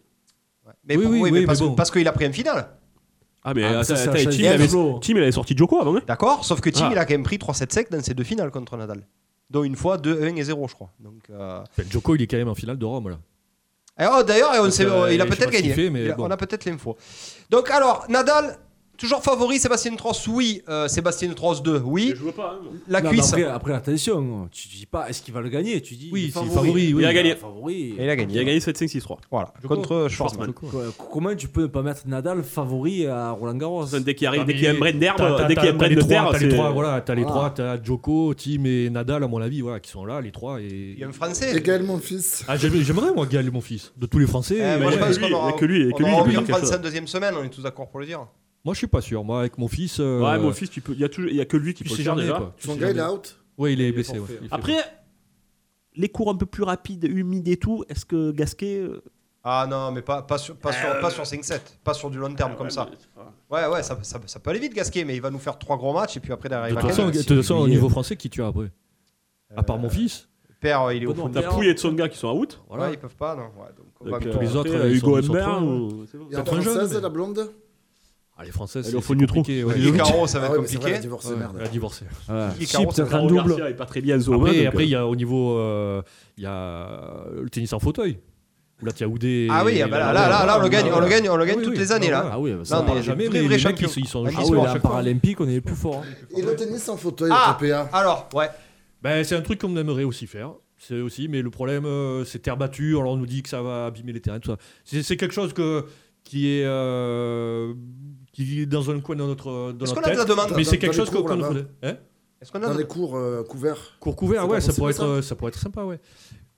S3: Mais pour- oui, mais parce que- parce qu'il a pris un final.
S8: Ah, mais
S3: Ah, mais
S8: attends,
S3: ça, c'est
S8: attends,
S3: un
S8: Tim,
S3: changement.
S8: il avait-
S3: Tableau.
S8: Tim, il avait sorti Joko avant. hein.
S3: D'accord, sauf que Tim,
S8: Ah.
S3: il a quand même pris 3-7 sec dans ses deux finales contre Nadal. Dont une fois 2, 1 et 0, je crois. Donc, euh,
S7: Enfin, Djoko, il est quand même en finale de Rome là.
S3: Et oh, d'ailleurs, on
S7: Donc,
S3: sait-
S7: euh,
S3: il a
S7: je sais
S3: peut-être
S7: pas ce qu'il
S3: gagné.
S7: fait, mais
S3: Il a-
S7: bon.
S3: On a peut-être l'info. Donc, alors, Nadal, toujours favori, Sébastien Tross, oui. Euh, Sébastien Tross 2, oui. La
S5: Non, mais
S3: cuisse.
S5: Après, après, attention, tu dis pas est-ce qu'il va le gagner Tu dis il est
S8: Il a gagné.
S5: Favori.
S3: Et il a gagné.
S8: Ah, Il a gagné 7-5-6-3.
S3: Voilà.
S5: Djoko.
S3: Contre euh, Schwarzman.
S5: Quoi, Comment tu peux ne pas mettre Nadal favori à Roland Garros
S8: Dès qu'il arrive,
S7: Non,
S8: dès
S7: mais
S8: qu'il y a un brin
S7: Bah, t'as-
S8: d'herbe,
S7: t'as-
S8: dès qu'il y a un
S7: t'as
S8: brin
S7: les
S8: de
S7: trois,
S8: terre,
S7: T'as les
S8: c'est-
S7: trois, voilà, t'as
S3: Ah.
S7: les
S5: Ah.
S8: Voilà.
S7: trois, t'as Djoko, Tim et Nadal, à mon avis, voilà, qui sont là, les trois. Et... Il
S3: y a un Français.
S6: Et Gaël, mon fils.
S7: Ah, j'aime- j'aimerais, moi, Gaël, mon fils. De tous les Français.
S3: Eh, moi,
S7: ouais.
S3: je pense qu'on aura- on aura envie en France en
S7: Moi,
S3: deuxième semaine, on est tous d'accord pour le dire.
S7: je suis pas sûr. Moi, avec mon fils. euh,
S8: Ouais, mon fils, tu peux- il y a toujours- il y a que lui qui
S7: tu
S8: peut
S7: sais
S8: le faire
S7: jamais,
S8: déjà.
S7: quoi. Tu
S6: Son
S7: sais
S6: gars, il est
S7: jamais.
S6: out
S7: Ouais, il est blessé. ouais. Il fait-
S8: Après, les cours un peu plus rapides, humides et tout, est-ce que Gasquet. euh,
S3: Ah non, mais pas, pas sur, pas sur, pas sur 5-7, pas sur du long terme comme ça. Ouais, ouais, ça, ça- ça peut aller vite, Gasquet, mais il va nous faire trois gros matchs et puis après derrière,
S7: De
S3: il va
S7: toute façon,
S3: gagner.
S7: de toute façon, au niveau français, qui tu as après À
S8: Euh,
S7: part mon fils
S3: Père, il est au fond.
S8: T'as Pouille et Tsonga qui sont à out.
S3: Voilà, ils peuvent pas, non. Ouais, donc on
S8: Et
S3: va
S8: puis
S3: bien.
S8: tous les autres,
S7: Après, ils
S8: Hugo
S7: sont- ils sont
S8: Humbert
S7: trop,
S8: ou-
S7: hein.
S6: Et la
S7: Après, jeune,
S6: française,
S7: mais-
S6: la blonde
S7: Ah, les Français,
S8: Elle est
S7: c'est
S8: au fond
S7: c'est
S8: du trou.
S7: compliqué. ouais.
S8: Les Caro,
S3: ça va
S6: Ah
S3: être
S6: ouais, mais c'est vrai,
S3: compliqué.
S6: elle a divorcé,
S7: Ouais,
S6: merde.
S7: elle euh, a divorcé.
S8: Ah.
S5: Ouais.
S3: Si, Caro,
S8: peut-être
S7: Caro
S8: un double.
S7: Garcia
S8: est pas très bien, Zouma,
S7: Après,
S8: donc,
S7: après,
S8: euh.
S7: il y a au niveau, euh, il y a le tennis en fauteuil. Où là, Tiaoudé.
S3: Ah oui, ah bah là, là, là, là, on le gagne,
S7: Ah,
S3: on le gagne, on le gagne
S7: Oui,
S3: toutes
S7: oui.
S3: les années, là.
S5: Ah oui, bah,
S3: Là,
S5: ça
S3: on
S5: parle
S3: est
S5: jamais,
S3: des
S5: mais
S3: vrais, vrais
S5: les mecs,
S3: champions.
S5: ils sont-
S3: Un
S5: ils sont- Ah
S3: discours
S5: oui,
S3: à
S5: là,
S3: chaque fois.
S5: paralympique, on est les plus forts.
S7: hein.
S6: Et le tennis en fauteuil,
S3: Ah,
S6: le PA.
S3: Alors, ouais.
S7: Ben, c'est un truc qu'on aimerait aussi faire. C'est aussi, mais le problème, euh, c'est terre battue. Alors on nous dit que ça va abîmer les terrains, tout ça. C'est, c'est quelque chose que qui est euh, qui est dans un coin de notre de
S3: Est-ce
S7: notre
S3: qu'on a de
S7: tête.
S3: la demande
S7: Mais
S6: Dans-
S7: c'est
S6: dans les
S7: quelque chose qu'on
S6: cours,
S7: qu'on
S6: là-bas.
S7: voulait. Hein
S3: Est-ce qu'on a
S6: Dans
S3: de-
S6: les cours euh, couverts.
S7: Cours couvert,
S6: C'est
S7: ouais,
S6: pas
S7: ça pourrait
S6: possible,
S7: être ça pourrait être sympa, ouais.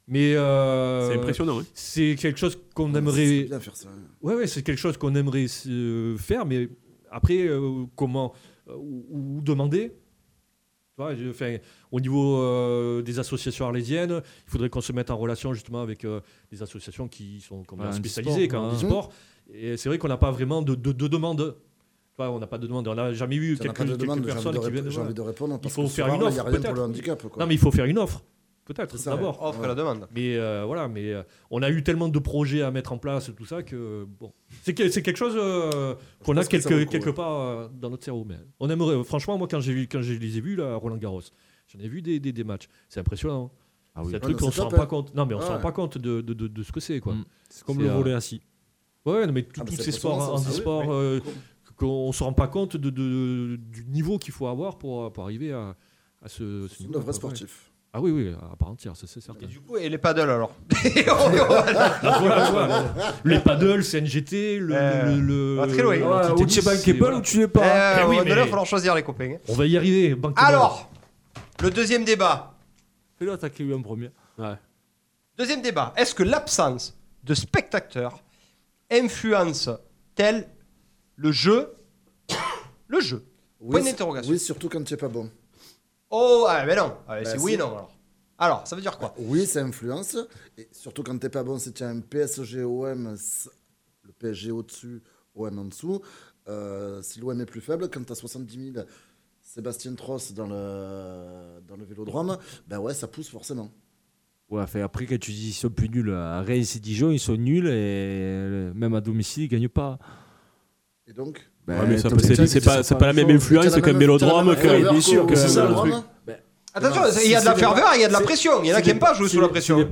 S7: Mais euh,
S8: C'est impressionnant, hein.
S7: C'est quelque chose qu'on
S6: Ouais,
S7: aimerait.
S6: Ah, c'est bien faire ça, hein. ouais.
S7: Ouais, ouais, c'est quelque chose qu'on aimerait euh, faire, mais après, euh, comment euh, ou, ou demander Tu vois, je- 'fin, au niveau euh, des associations arlésiennes, il faudrait qu'on se mette en relation justement avec euh, des associations qui sont comme
S6: Bah,
S11: Voilà,
S7: spécialisées
S11: du sport,
S7: quand même,
S11: quoi,
S7: du
S11: hein.
S7: sport. Et c'est vrai qu'on n'a pas vraiment de, de, de demande. Tu vois, on n'a pas de demande. On n'a jamais eu
S6: Si on n'a
S7: quelques,
S6: pas de
S7: quelques
S6: demande, j'ai envie
S7: personnes
S6: de
S7: qui
S6: rép-
S7: viennent.
S6: j'ai envie de répondre,
S7: Il
S6: parce
S7: faut
S6: que
S7: faire
S6: souvent,
S7: une
S6: il y a
S7: offre.
S6: rien pour
S7: peut-être.
S6: le handicap, quoi.
S7: Non, mais il faut faire une offre. Peut-être,
S6: C'est ça,
S7: d'abord.
S6: ouais. Offre et la
S3: demande.
S7: Mais euh, voilà, mais euh, on a eu tellement de projets à mettre en place, tout ça, que euh, bon. C'est que- c'est quelque chose euh, qu'on
S11: Je
S7: a
S11: pense que ça
S7: quelque,
S11: vaut le coup,
S7: quelque
S11: ouais.
S7: part euh, dans notre cerveau. Mais on aimerait, franchement, moi, quand, j'ai vu, quand je les ai vus, là, à Roland Garros, j'en ai vu des, des, des matchs. C'est impressionnant.
S11: Ah oui.
S7: C'est un
S11: Ah
S7: truc
S11: non,
S7: qu'on ne
S11: c'est
S7: se rend
S11: top,
S7: pas
S11: hein.
S7: compte. Non, mais on se
S11: Ah
S7: rend
S11: ouais.
S7: pas compte de, de, de- de ce que c'est, quoi.
S11: C'est comme le volet
S7: assis. Ouais, non, mais tout-
S11: Ah, bah,
S7: tous
S11: c'est
S7: ces sports,
S11: impressionnant, ça, ça, oui,
S7: handisports,
S11: oui.
S7: euh, qu'on ne se rend pas compte de, de- du niveau qu'il faut avoir pour, pour arriver à, à ce, ce niveau.
S6: un vrai
S7: quoi, ouais.
S6: sportif.
S7: Ah oui, oui, à part entière, ça, c'est certain.
S3: Du coup, et les paddles alors
S7: Ah, voilà, voilà. Les paddles, c'est NGT, le.
S3: Euh,
S7: le, le-
S3: on va très loin.
S7: le
S3: Ouais,
S7: petit
S3: ou
S7: tennis,
S3: tu es bankable
S7: voilà.
S3: ou tu l'es pas. Eh,
S7: Eh oui,
S3: on va-
S7: mais
S3: de là, il va falloir choisir, les copains.
S7: On va y arriver. bankable.
S3: Alors, le deuxième débat.
S5: Fais-le attaquer lui en premier.
S3: Deuxième débat. Est-ce que l'absence de spectateurs influence-t-elle le jeu Le jeu. Point
S6: c'est-
S3: d'interrogation.
S6: Oui, surtout quand tu n'es pas bon.
S3: Oh, ah, mais non. Ah,
S6: Bah,
S3: c'est
S6: si.
S3: oui, non alors. Alors, ça veut dire quoi
S6: Oui, ça influence. Et surtout quand t'es pas bon, si tu as un PSG OM, s- le PSG au-dessus, OM en dessous. euh, si l'OM est plus faible, quand tu as 70 000 Sébastien Tross dans le, dans le vélodrome, ben ouais, ça pousse forcément.
S11: Ouais, enfin, après, quand tu dis ils sont plus nuls, à Reims et Dijon, ils sont nuls et euh, même à domicile, ils gagnent pas.
S6: Et donc
S11: Ben,
S8: Ouais, mais ça
S11: t'as-
S8: peut- c'est-
S11: t'as-
S8: c'est
S11: t'as-
S8: pas-
S11: t'as
S8: c'est pas la même
S11: chose.
S8: influence
S11: T'as la
S8: qu'un
S11: même-
S8: vélodrome,
S11: t'as la
S8: que-
S11: même
S8: bien sûr
S11: ferveur
S8: que-
S11: qu'au- c'est
S8: le
S11: ça,
S8: truc.
S11: le truc.
S3: Attention, il y a de la ferveur, il y a de la pression. Il y en a qui n'aiment pas jouer sous la pression.
S5: C'est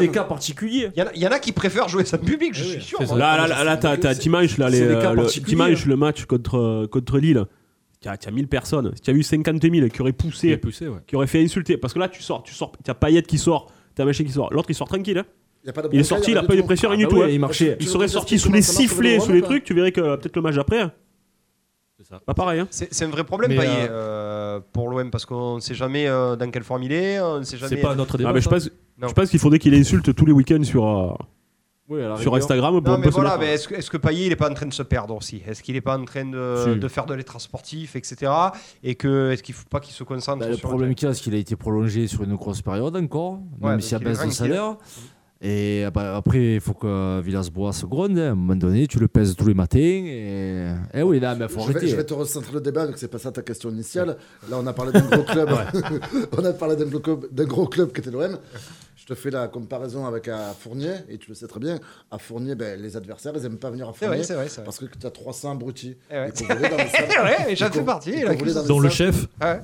S5: des
S11: Ah
S5: cas particuliers.
S3: Il y en a- il y en a qui préfèrent jouer sans public, je suis sûr. hein.
S8: Là,
S3: moi.
S8: là, là, là, t'as t'as dimanche, là, les,
S3: C'est des cas
S8: euh, le,
S3: particuliers,
S8: dimanche,
S3: hein.
S8: le match contre, euh, contre Lille. T'as as 1000 personnes. Si t'as eu 50 000 qui auraient poussé,
S7: Qui auraient poussé, ouais.
S8: qui auraient fait insulter. Parce que là, tu sors, tu sors, t'as Payet qui sort, t'as Machin qui sort. L'autre, il sort tranquille. hein.
S6: Y a pas de
S8: il est
S6: bronca,
S8: sorti,
S6: y
S8: il
S6: a
S8: a
S6: rien
S8: pas
S6: du
S8: eu
S6: tout.
S8: pression, rien
S6: Ah
S8: du
S6: bah
S8: tout.
S6: oui,
S8: hein.
S6: il marchait.
S8: Il
S6: Tu
S8: serait
S6: veux
S8: sorti
S6: qu'on
S8: sous les
S6: explique comment ça marche le
S8: sifflets, sous les
S6: Rwanda,
S8: trucs. Tu verrais que euh, peut-être le match d'après. hein. Pas pareil. hein.
S3: C'est c'est un vrai problème,
S8: Mais,
S3: Payet, euh, pour l'OM, parce qu'on ne sait jamais euh, dans quelle forme il est, on ne sait jamais.
S8: Ah, mais je pense,
S3: Non.
S8: je pense qu'il faudrait qu'il insulte tous les week-ends sur, euh, sur Instagram bah, pour
S3: Non,
S8: un
S3: mais
S8: peu se
S3: voilà,
S8: mettre-
S3: mais est-ce que, est-ce que Payet, il n'est pas en train de se perdre aussi Est-ce qu'il n'est pas en train de,
S11: Si.
S3: de faire de l'état sportif, etc. Et que est-ce qu'il ne faut pas qu'il se concentre
S6: Bah,
S11: Bah, Le
S3: sur
S11: problème qu'il y a, c'est qu'il a été prolongé sur une grosse période encore,
S3: Ouais,
S11: même
S3: donc
S11: s'il y a
S3: il est
S11: baisse de
S3: tranquille.
S11: salaire. Et bah, après, il faut que Villas-Boas se gronde. hein. À un moment donné, tu le pèses tous les matins. Et... Eh oui, là, mais faut
S6: je,
S11: arrêter.
S6: vais, je vais te recentrer le débat, donc c'est pas ça ta question initiale. Là, on a parlé d'un gros club. on a parlé d'un gros club, d'un gros club qui était l'OM. Je te fais la comparaison avec à Fournier, et tu le sais très bien. À Fournier, ben, les adversaires, ils aiment pas venir à
S3: C'est
S6: Fournier.
S3: vrai, c'est vrai, c'est vrai.
S6: Parce que tu as 300 abrutis.
S3: Eh ouais.
S6: Et qu'on roulait dans les salles.
S3: Eh ouais, mais
S6: Et
S3: j'en fais
S6: qu'on-
S3: partie,
S6: et
S3: là,
S6: qu'on roulait
S3: qui-
S6: dans les
S3: Dont le
S6: salles.
S3: chef. Ouais.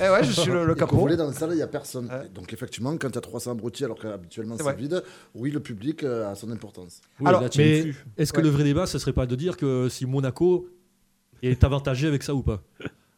S3: Eh ouais, je suis le- le
S6: Et qu'on
S3: capot.
S6: roulait dans les salles, il n'y a personne. Et Donc, effectivement, quand tu as 300 abrutis, alors qu'habituellement
S3: C'est
S6: c'est
S3: vrai.
S6: vide, oui, le public euh, a son importance.
S7: Oui, là, tu mais est-ce que le vrai débat, ce serait pas de dire que si Monaco est avantagé avec ça ou pas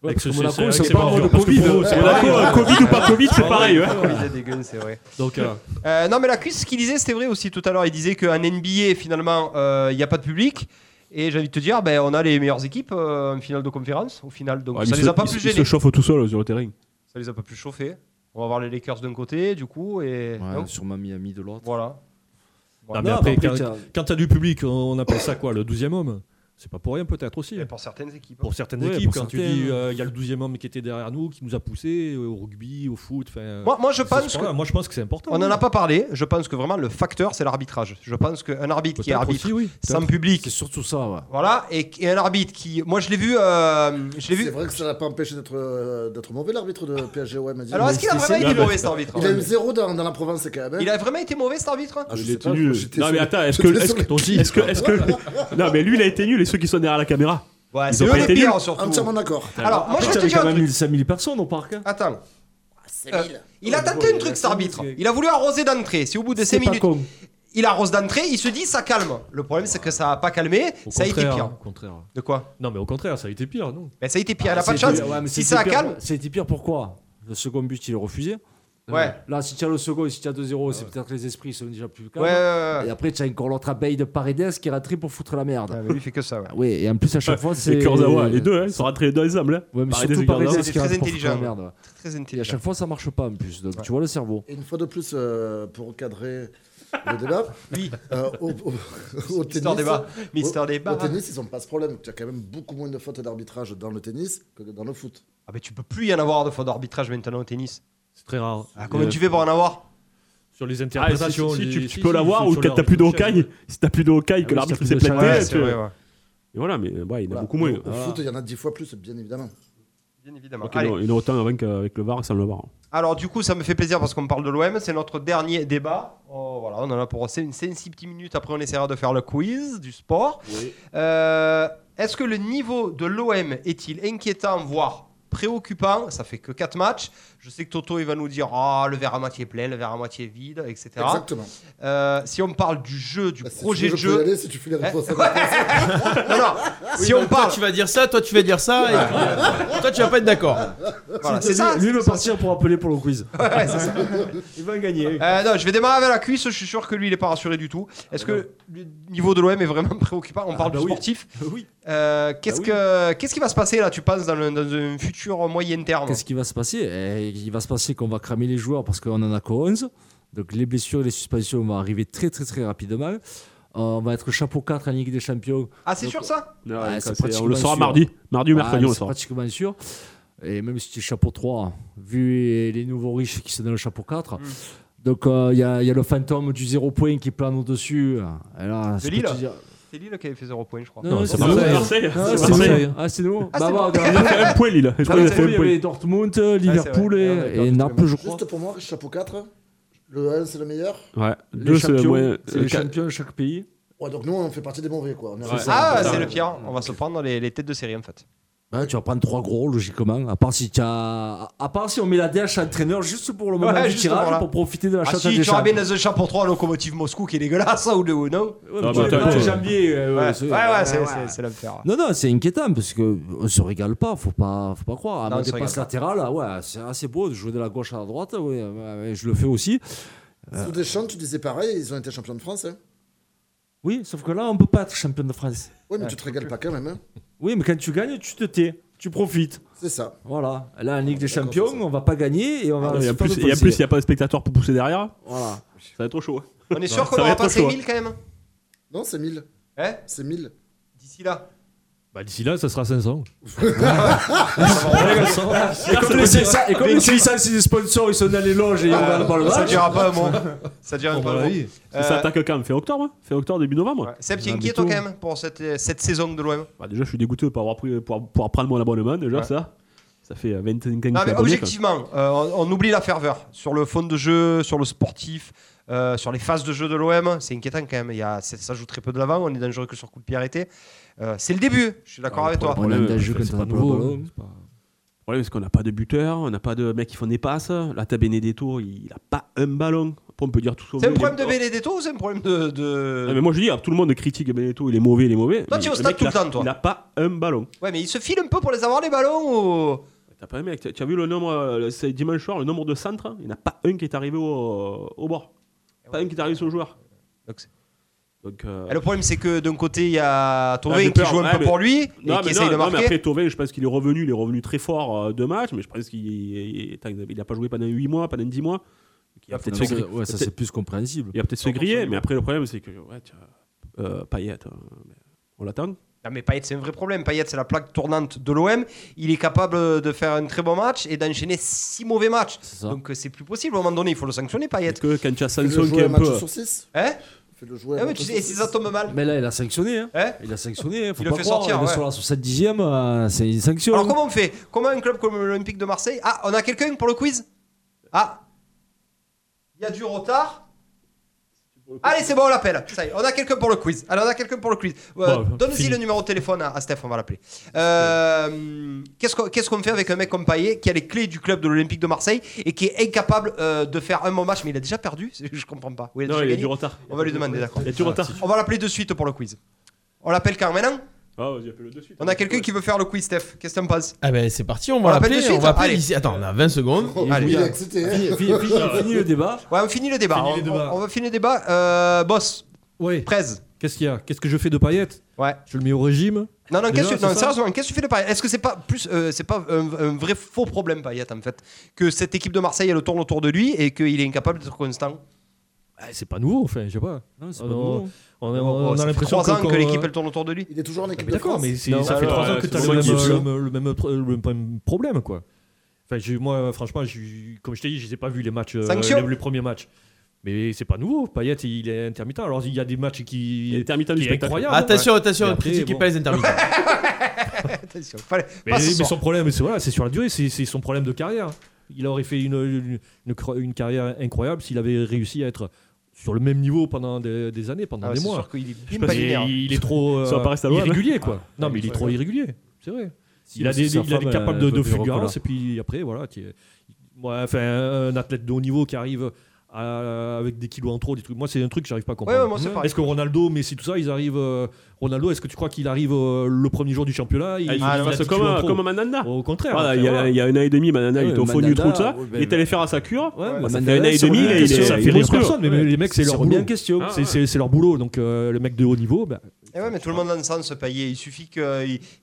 S11: Ouais,
S7: Avec
S11: parce que
S7: ce-
S11: Monaco,
S7: c'est-
S11: ils
S7: avec
S11: sont
S7: ces
S11: pas en
S7: bordures,
S11: mode
S7: parce que
S11: Covid.
S3: euh,
S7: pour eux, c'est
S11: Ouais,
S7: pareil,
S11: ouais,
S7: ouais.
S11: ouais. Covid ou pas Covid, c'est
S7: Ah ouais,
S11: pareil, ouais.
S3: Covid est dégueu, c'est vrai.
S7: Donc, euh,
S3: Euh, non, mais la cuisse, ce qu'il disait, c'était vrai aussi tout à l'heure. Il disait qu'en NBA, finalement, euh, il n'y a pas de public. Et j'ai envie de te dire, ben, on a les meilleures équipes euh, en finale de conférence, au final. Donc
S8: Ouais,
S3: ça
S8: mais
S3: les a
S8: se-
S3: pas
S8: ils
S3: plus
S8: se- ils se
S3: gênés.
S8: chauffe tout seul euh, sur le terrain.
S3: Ça les a pas plus chauffés. On va voir les Lakers d'un côté, du coup. Et... non
S11: sur ma Miami de l'autre.
S3: Voilà.
S7: non, mais après, quand, quand t'as du public, on appelle ça quoi Le 12e homme C'est pas pour rien peut-être aussi.
S3: pour certaines équipes. hein.
S7: Pour certaines
S3: Ouais,
S7: équipes,
S3: pour
S7: quand
S3: certaines.
S7: tu dis euh, il y a le 12e homme qui était derrière nous, qui nous a poussé euh, au rugby, au foot. enfin,
S3: Moi- moi, je
S7: ce
S3: pense
S7: sport-là,
S3: que-
S7: moi, je pense que c'est important.
S3: On n'en
S7: oui.
S3: a pas parlé. Je pense que vraiment le facteur, c'est l'arbitrage. Je pense qu'un arbitre qui
S7: Peut-être
S3: arbitre
S7: aussi, oui.
S3: sans
S7: Peut-être.
S3: public.
S11: C'est surtout ça, ouais.
S3: Voilà. Et, et un arbitre qui. Moi, je l'ai vu. euh, je l'ai vu.
S6: C'est vrai que ça l'a pas empêché d'être euh, d'être mauvais l'arbitre de PSG OM.
S3: Alors, est-ce qu'il a vraiment été mauvais, cet arbitre hein,
S6: Il a eu zéro dans, dans la province quand même.
S3: Il a vraiment été mauvais cet arbitre
S6: Ah, je
S8: Il
S6: sais
S8: était
S6: pas,
S8: nul.
S6: j'étais
S8: Non
S6: sur
S8: mais
S6: le-
S8: attends, est-ce que,
S6: j'étais
S8: est-ce
S6: sur
S8: que,
S6: le-
S8: est-ce que, est-ce que, non mais lui il a été nul et ceux qui sont derrière la caméra.
S3: Ouais,
S8: ils
S3: c'est
S8: ont
S3: eux
S8: pas
S3: les
S8: été
S3: pires,
S8: nuls.
S3: surtout.
S6: Ah, Entièrement d'accord.
S3: Alors, moi, je vais te
S5: t'avais
S3: dire
S5: quand
S3: un
S5: même
S3: truc.
S5: eu 5000 personnes au parc. hein.
S3: Ah, Attends. Euh, il a tenté un truc, cet arbitre. Il a voulu arroser d'entrée. Si au bout de 5
S5: pas
S3: minutes,
S5: con.
S3: il arrose d'entrée, il se dit ça calme. Le problème, c'est que ça n'a pas calmé.
S7: Au
S3: ça a été
S7: contraire,
S3: pire.
S7: Au contraire.
S3: De quoi
S7: Non, mais au contraire, ça a été pire, non
S3: Ben, ça a été pire.
S11: Ah,
S3: Elle a pas de
S11: c'était-
S3: chance.
S11: ouais, mais
S3: si
S11: c'était
S3: ça
S11: pire-
S3: calme.
S11: C'était pire pourquoi Le second but, il est refusé.
S3: Ouais.
S5: Euh, Là, si tu as le second et si tu as 2-0, c'est peut-être que les esprits sont déjà plus calmes.
S3: Ouais, ouais, ouais, Ah,
S5: Et après, tu as encore l'autre abeille de Paredes qui est rentré pour foutre la merde.
S3: lui, il fait que ça, ouais.
S5: Oui, et en plus, à chaque fois, c'est.
S8: Et Kurzawa, les deux, hein, ils sont rentrés les deux ensemble. Hein.
S5: Ouais, mais
S8: Paredes
S5: surtout
S8: et Kurzawa.
S5: Paredes qui rentre pour foutre la merde. ouais. Et à chaque fois, ça marche pas en plus. Donc, tu vois le cerveau.
S6: Et une fois de plus, euh, pour cadrer le débat, euh, au, au- au
S3: Mister
S6: tennis,
S3: débat.
S6: au-
S3: Mister débat.
S6: au tennis, ils n'ont pas ce problème. Tu as quand même beaucoup moins de fautes d'arbitrage dans le tennis que dans le foot.
S3: Ah, mais tu peux plus y en avoir de fautes d'arbitrage maintenant au tennis.
S7: C'est très rare.
S3: Ah, comment tu fais pour en avoir
S7: Sur les
S8: Ah,
S7: interprétations.
S8: si, si,
S7: les-
S8: tu, tu
S7: si,
S8: peux
S7: si,
S8: l'avoir
S7: sur-
S8: ou
S7: sur
S8: quand
S7: leur-
S8: t'as plus de
S7: sur chaîne.
S8: Hawkeye. Si t'as plus de Hawkeye,
S7: Ah
S8: que
S7: oui,
S8: l'arbitre
S7: si
S8: s'est
S7: t'as plus de
S8: planté.
S7: chaîne, ouais,
S8: tu
S7: c'est
S8: vois.
S7: vrai, ouais.
S8: Et voilà, mais euh, bah, il y en a
S6: Voilà.
S8: beaucoup moins.
S6: Au foot, il y en a dix fois plus, bien évidemment.
S3: Bien évidemment.
S8: Donc, il y en a-
S3: Allez.
S8: il y en a autant avec, euh, avec le VAR et sans le VAR.
S3: Alors du coup, ça me fait plaisir parce qu'on parle de l'OM. C'est notre dernier débat. Oh, voilà, on en a pour c'est une 6 petites minutes. Après, on essaiera de faire le quiz du sport. Euh, Est-ce que le niveau de l'OM est-il inquiétant, voire préoccupant Ça fait que 4 matchs. Je sais que Toto il va nous dire ah le verre à moitié plein, le verre à moitié vide, etc.
S6: Exactement.
S3: Euh, si on parle du jeu, du
S6: Bah, Si
S3: projet
S6: tu
S3: de
S6: veux, je peux y
S3: jeu. Eh,
S6: aller si tu fais les réponses. à la fin.
S3: non, non. si on parle,
S4: Toi, tu vas dire ça, toi, tu vas dire ça. Et puis, euh, toi, tu vas pas être d'accord.
S3: Voilà, c'est ça.
S16: Lui, le partir pour appeler pour le quiz.
S3: Ouais, c'est ça.
S16: Il va gagner.
S3: Euh, non, je vais démarrer avec la cuisse. Je suis sûr que lui, il n'est pas rassuré du tout. Est-ce que le niveau de l'OM est vraiment préoccupant On parle
S8: bah
S3: du
S8: oui.
S3: sportif.
S8: Oui.
S3: Euh, qu'est-ce que qu'est-ce qui va se passer là Tu penses dans, le- dans un futur moyen terme
S5: Qu'est-ce qui va se passer Eh, Il va se passer qu'on va cramer les joueurs parce qu'on en a que 11. Donc les blessures et les suspensions vont arriver très très très rapidement. Euh, on va être chapeau 4 en Ligue des Champions.
S3: Ah, c'est
S5: Donc,
S3: sûr ça
S5: Ouais,
S8: Ouais,
S5: c'est
S8: ça, c'est-
S5: pratiquement
S8: on le saura
S5: sûr.
S8: mardi. Mardi ou mercredi,
S5: Ouais,
S8: on le
S5: c'est
S8: saura.
S5: pratiquement sûr. Et même si tu es chapeau 3, vu les nouveaux riches qui sont dans le chapeau 4.
S3: Mm.
S5: Donc euh, il y, a- il y a le fantôme du zéro point qui plane au-dessus. Et là,
S3: Ah, C'est
S5: c'est
S3: Lille
S5: pas-
S3: C'est Lille qui avait fait 0 points, je crois.
S5: Non, non, c'est Marseille. Ah, c'est Marseille. Ah, c'est nous.
S3: Ah, c'est
S5: bah,
S3: nous.
S5: bah,
S3: Ils ont fait un point, Lille.
S5: Ah,
S3: Je crois qu'ils ont
S5: oui,
S3: fait un
S5: oui,
S3: point.
S5: oui, Dortmund, Liverpool
S3: vrai.
S5: et-
S3: Ah, ouais,
S5: et,
S3: Dortmund,
S5: Naples, je crois.
S6: Juste pour moi, chapeau 4, le 1 c'est le meilleur.
S8: Ouais.
S5: Les
S8: Deux, c'est-
S5: champions,
S8: ouais,
S5: c'est les
S8: euh, quatre-
S5: champions de chaque pays.
S6: Ouais, donc nous, on fait partie des mauvais, quoi. On est restés-
S3: Ah,
S5: Ouais.
S3: c'est le pire. On va se prendre les, les têtes de série en fait.
S5: Bah, tu vas prendre trois gros, logiquement. À part si, tu as... à part si on met la DH entraîneur juste pour le moment
S3: Ouais,
S5: du
S3: juste pour
S5: tirage,
S3: là.
S5: pour profiter de la
S3: Ah
S5: chatte
S3: si,
S5: des
S3: tu ramènes
S5: champions.
S3: dans un chapeau 3 locomotive Moscou qui est dégueulasse, ça, ou de ou non
S5: Ouais, mais Ah, tu bah, l'as t'as pas, pas. janvier, euh, ouais,
S3: Ouais,
S5: c'est-
S3: ouais, ouais, c'est-
S5: ouais.
S3: c'est c'est l'enfer.
S5: Non, non, c'est inquiétant parce qu'on se régale pas, faut pas, faut pas croire.
S3: Non,
S5: À
S3: on se
S5: des passes
S3: régale
S5: latérales, ah ouais, c'est assez beau de jouer de la gauche à la droite, oui, euh, je le fais aussi. Euh,
S6: Sous Deschamps, tu disais pareil, ils ont été champions de France. Hein.
S5: oui, sauf que là, on peut pas être champion de France.
S6: Oui, mais tu te régales pas quand même. Hein.
S5: Oui, mais quand tu gagnes, tu te tais, tu profites.
S6: C'est ça.
S5: Voilà, là, en Ligue des Champions, on va pas gagner
S7: Ah,
S5: et on va.
S8: Et
S5: se
S8: en
S5: faire
S8: plus, et en
S5: offenser.
S8: plus, il n'y a pas de spectateurs pour pousser derrière.
S5: Voilà.
S8: Ça va être trop chaud. hein.
S3: On est sûr
S8: Ça
S3: qu'on
S8: va
S3: aura
S8: être
S3: pas
S8: chaud,
S3: 5000 quand même
S6: Non, c'est 1000.
S3: Hein
S6: C'est 1000.
S3: D'ici là.
S7: Bah, D'ici là, ça sera 500.
S5: Et comme les 600 et comme les 600, c'est des sponsors, ils sont dans les loges et ils regardent pas le match.
S3: Ça durera pas un mois. Ça durera pas un mois.
S8: Ça
S7: Euh,
S8: s'attaque quand même. Fait octobre, hein Fait octobre, début novembre. ouais.
S3: Seb, t'es
S8: Ah,
S3: inquiet
S8: mais
S3: toi
S8: tout.
S3: quand même pour cette, cette saison de l'OM
S8: Bah, déjà, je suis dégoûté de pas avoir pris, pour pour prendre mon abonnement, déjà,
S3: Ouais.
S8: ça. Ça fait 25 ans que je
S3: Non
S8: suis
S3: mais
S8: abonné,
S3: objectivement, euh, on, on oublie la ferveur sur le fond de jeu, sur le sportif, euh, sur les phases de jeu de l'OM. C'est inquiétant quand même. Il y a, c'est- ça joue très peu de l'avant. On est dangereux que sur coup de pied arrêté. Euh, c'est le début. Je suis d'accord avec toi.
S5: Ah, problème d'un jeu quand
S8: c'est
S5: t'as
S8: pas
S5: un nouveau,
S8: nouveau,
S5: hein.
S8: c'est pas- Le problème, c'est qu'on n'a pas de buteur, on n'a pas de mecs qui font des passes. Là, t'as Benedetto, il n'a pas un ballon. Après, on peut dire tout ça.
S3: C'est un problème de Benedetto ou c'est un problème de. de-
S8: mais moi, je dis, ah, tout le monde critique Benedetto, il est mauvais, il est mauvais.
S3: Toi,
S8: mais
S3: tu es au
S8: le
S3: stade
S8: mec,
S3: tout le
S8: il a-
S3: temps, toi.
S8: Il n'a pas un ballon.
S3: Ouais, mais il se file un peu pour les avoir les ballons ou.
S8: T'as pas un mec. T'as- Tu as vu le nombre, euh, c'est dimanche soir, le nombre de centres Il n'y en a pas un qui est arrivé au, au bord.
S3: Eh
S8: Pas un qui est arrivé sur le joueur.
S3: Donc, c'est-
S8: Donc, euh,
S3: Et le problème, c'est que d'un côté, il y a
S8: Ah,
S3: Thauvin qui
S8: j'ai peur.
S3: joue un
S8: Ouais,
S3: peu
S8: mais-
S3: pour lui
S8: Non,
S3: et qui
S8: mais
S3: essaye
S8: non,
S3: de
S8: non, mais
S3: marquer.
S8: après, Thauvin, je pense qu'il est revenu, il est revenu très fort euh, de match, mais je pense qu'il il- il- il a pas joué pendant 8 mois, pendant 10 mois. Donc, Il a
S5: Ah,
S8: peut-être
S5: non,
S8: se griller.
S5: c'est- ouais, ça, c'est plus compréhensible.
S8: Il a peut-être se griller, mais après, le problème, c'est que ouais, tu as, euh, Payet, euh, on l'attend.
S3: Non, mais Payet, c'est un vrai problème. Payet, c'est la plaque tournante de l'OM. Il est capable de faire un très bon match et d'enchaîner six mauvais matchs. Donc euh, c'est plus possible. À un moment donné, il faut le sanctionner, Payet.
S8: Que quand tu as
S6: Fais-le
S8: Sanson qui
S6: jouer
S8: est
S6: un
S8: un
S6: match
S8: peu.
S6: sur 6.
S3: Hein
S6: Fais-le jouer
S3: Ah,
S6: un
S3: mais
S6: match
S3: tu
S6: sur
S3: sais, et
S6: six.
S3: si ça tombe mal.
S5: Mais là, il a sanctionné. Hein.
S3: Hein
S5: il a sanctionné. hein, Faut
S3: Il le
S5: pas
S3: fait
S5: croire,
S3: sortir,
S5: Il est
S3: ouais.
S5: sur la 70 e c'est une sanction.
S3: Alors comment on fait Comment un club comme l'Olympique de Marseille Ah, on a quelqu'un pour le quiz Ah Il y a du retard Allez, c'est bon, on l'appelle. Ça y est, on a quelqu'un pour le quiz. Allez, on a quelqu'un pour le quiz. Euh,
S7: Bon,
S3: Donne-y
S7: fini.
S3: le numéro de téléphone à, à Steph, on va l'appeler. Euh, Qu'est-ce qu'on qu'est-ce qu'on fait avec un mec comme Payet qui a les clés du club de l'Olympique de Marseille et qui est incapable euh, de faire un bon match Mais il a déjà perdu, je comprends pas. Oui,
S8: Non,
S3: déjà
S8: il y a
S3: gagné
S8: du retard.
S3: On va lui demander, d'accord.
S8: Il y a du retard.
S3: On va l'appeler de suite pour le quiz. On l'appelle quand maintenant
S8: Ah, vas-y, appelle-le de suite.
S3: On a quelqu'un qui veut faire le quiz, Steph. Qu'est-ce que t'en penses
S15: Ah ben c'est parti, on
S3: On
S15: va
S3: l'appelle
S15: l'appeler.
S3: de suite,
S15: On va appeler
S3: allez.
S15: d'ici- Attends, on a 20 secondes.
S3: hein.
S4: hein.
S5: le débat.
S3: Ouais, on finit le débat.
S7: Fini
S3: on,
S7: les débats.
S3: on va finir le débat. Euh, boss.
S7: Ouais.
S3: 13.
S7: Qu'est-ce qu'il y a Qu'est-ce que je fais de paillettes
S3: Ouais.
S7: Je le mets au régime
S3: Non, non,
S7: Déjà,
S3: qu'est-ce que
S7: c'est
S3: non,
S7: ça
S3: sérieusement, qu'est-ce que tu fais de Payet Est-ce que c'est pas plus, euh, c'est pas un, un vrai faux problème Payet en fait, que cette équipe de Marseille elle tourne autour de lui et qu'il est incapable d'être constant.
S7: Ah, C'est pas nouveau, enfin, je sais pas.
S3: Non, c'est
S7: On-
S3: pas nouveau.
S7: On, on-
S3: Oh,
S7: on
S3: ça
S7: a
S3: fait
S7: l'impression
S3: trois ans
S7: qu'on-
S3: que l'équipe, elle tourne autour de lui.
S6: Il est toujours en équipe de
S7: D'accord,
S6: France.
S7: Ah, mais c'est-
S6: Non,
S7: ça fait
S6: alors,
S7: trois ans
S6: euh,
S7: que tu as
S6: c'est
S7: le même,
S6: Monkey Flow.
S7: le même- le même problème, quoi. Enfin, j'ai- moi, franchement, j'ai- comme je t'ai dit, je n'ai pas vu les matchs, euh,
S3: Sanction.
S7: les, les premiers matchs. Mais c'est pas nouveau. Payet, il est intermittent. Alors, il y a des matchs qui. Il est
S8: intermittent
S7: du
S8: spectacle.
S15: Attention, attention,
S7: ne
S15: critiquez pas les intermittents.
S3: Attention, fallait-
S7: mais,
S3: pas ce
S7: mais
S3: soir.
S7: son problème, c'est voilà, c'est sur la durée, c'est c'est son problème de carrière. Il aurait fait une, une, une cro- une carrière incroyable s'il avait réussi à être sur le même niveau pendant des, des années, pendant
S3: Ah,
S7: des
S3: c'est
S7: mois.
S3: sûr qu'il est
S7: Je sais pas
S3: pas
S7: si-
S3: linéaire.
S7: il, est trop euh,
S8: Ça va pas rester à l'ouest,
S7: irrégulier,
S8: hein.
S7: quoi.
S8: Ah,
S7: non, mais il est
S8: ouais.
S7: trop irrégulier, c'est vrai.
S8: Si,
S7: il, a
S8: parce
S7: des,
S8: que sa
S7: il a des
S8: femme,
S7: capable
S3: euh,
S8: elle
S7: de, de
S8: veut du Rocola.
S7: fulgurance, et puis après, voilà. tu es- ouais, enfin, un athlète de haut niveau qui arrive. à- avec des kilos en trop, des trucs. Moi, c'est un truc que j'arrive pas à comprendre. Mmh.
S3: Ouais, ouais, moi, c'est pareil.
S7: est-ce que Ronaldo, Messi, tout ça, ils arrivent. euh, Ronaldo, est-ce que tu crois qu'il arrive euh, le premier jour du championnat
S8: Ah, il
S7: a
S8: fasse
S7: 10
S8: comme
S7: kilos en
S8: un-
S7: trop
S8: comme un Mananda.
S7: Au contraire.
S8: Voilà,
S7: enfin,
S8: Ah, il y, a,
S7: voilà.
S8: il y a un an et demi, Mananda, il
S7: Ouais,
S8: était au fond du
S7: Mandanda,
S8: trou de ça.
S7: ouais,
S8: il est
S7: mais-
S8: allé faire à sa cure.
S7: Ouais,
S8: ça
S7: mais
S8: fait un an et
S7: ça
S8: demi.
S7: remet en
S8: et il
S7: question.
S8: est-
S7: Ça
S8: il
S7: fait
S8: est
S7: rire
S8: monstrueux.
S7: personne, mais mais les mecs, c'est
S8: Ça
S7: leur
S8: remet
S7: boulot.
S8: en question.
S7: C'est- C'est c'est leur boulot. Donc, euh, le mec de haut niveau, bah,
S3: Eh ouais, mais tout le monde en sens ce Payet. Il suffit qu'il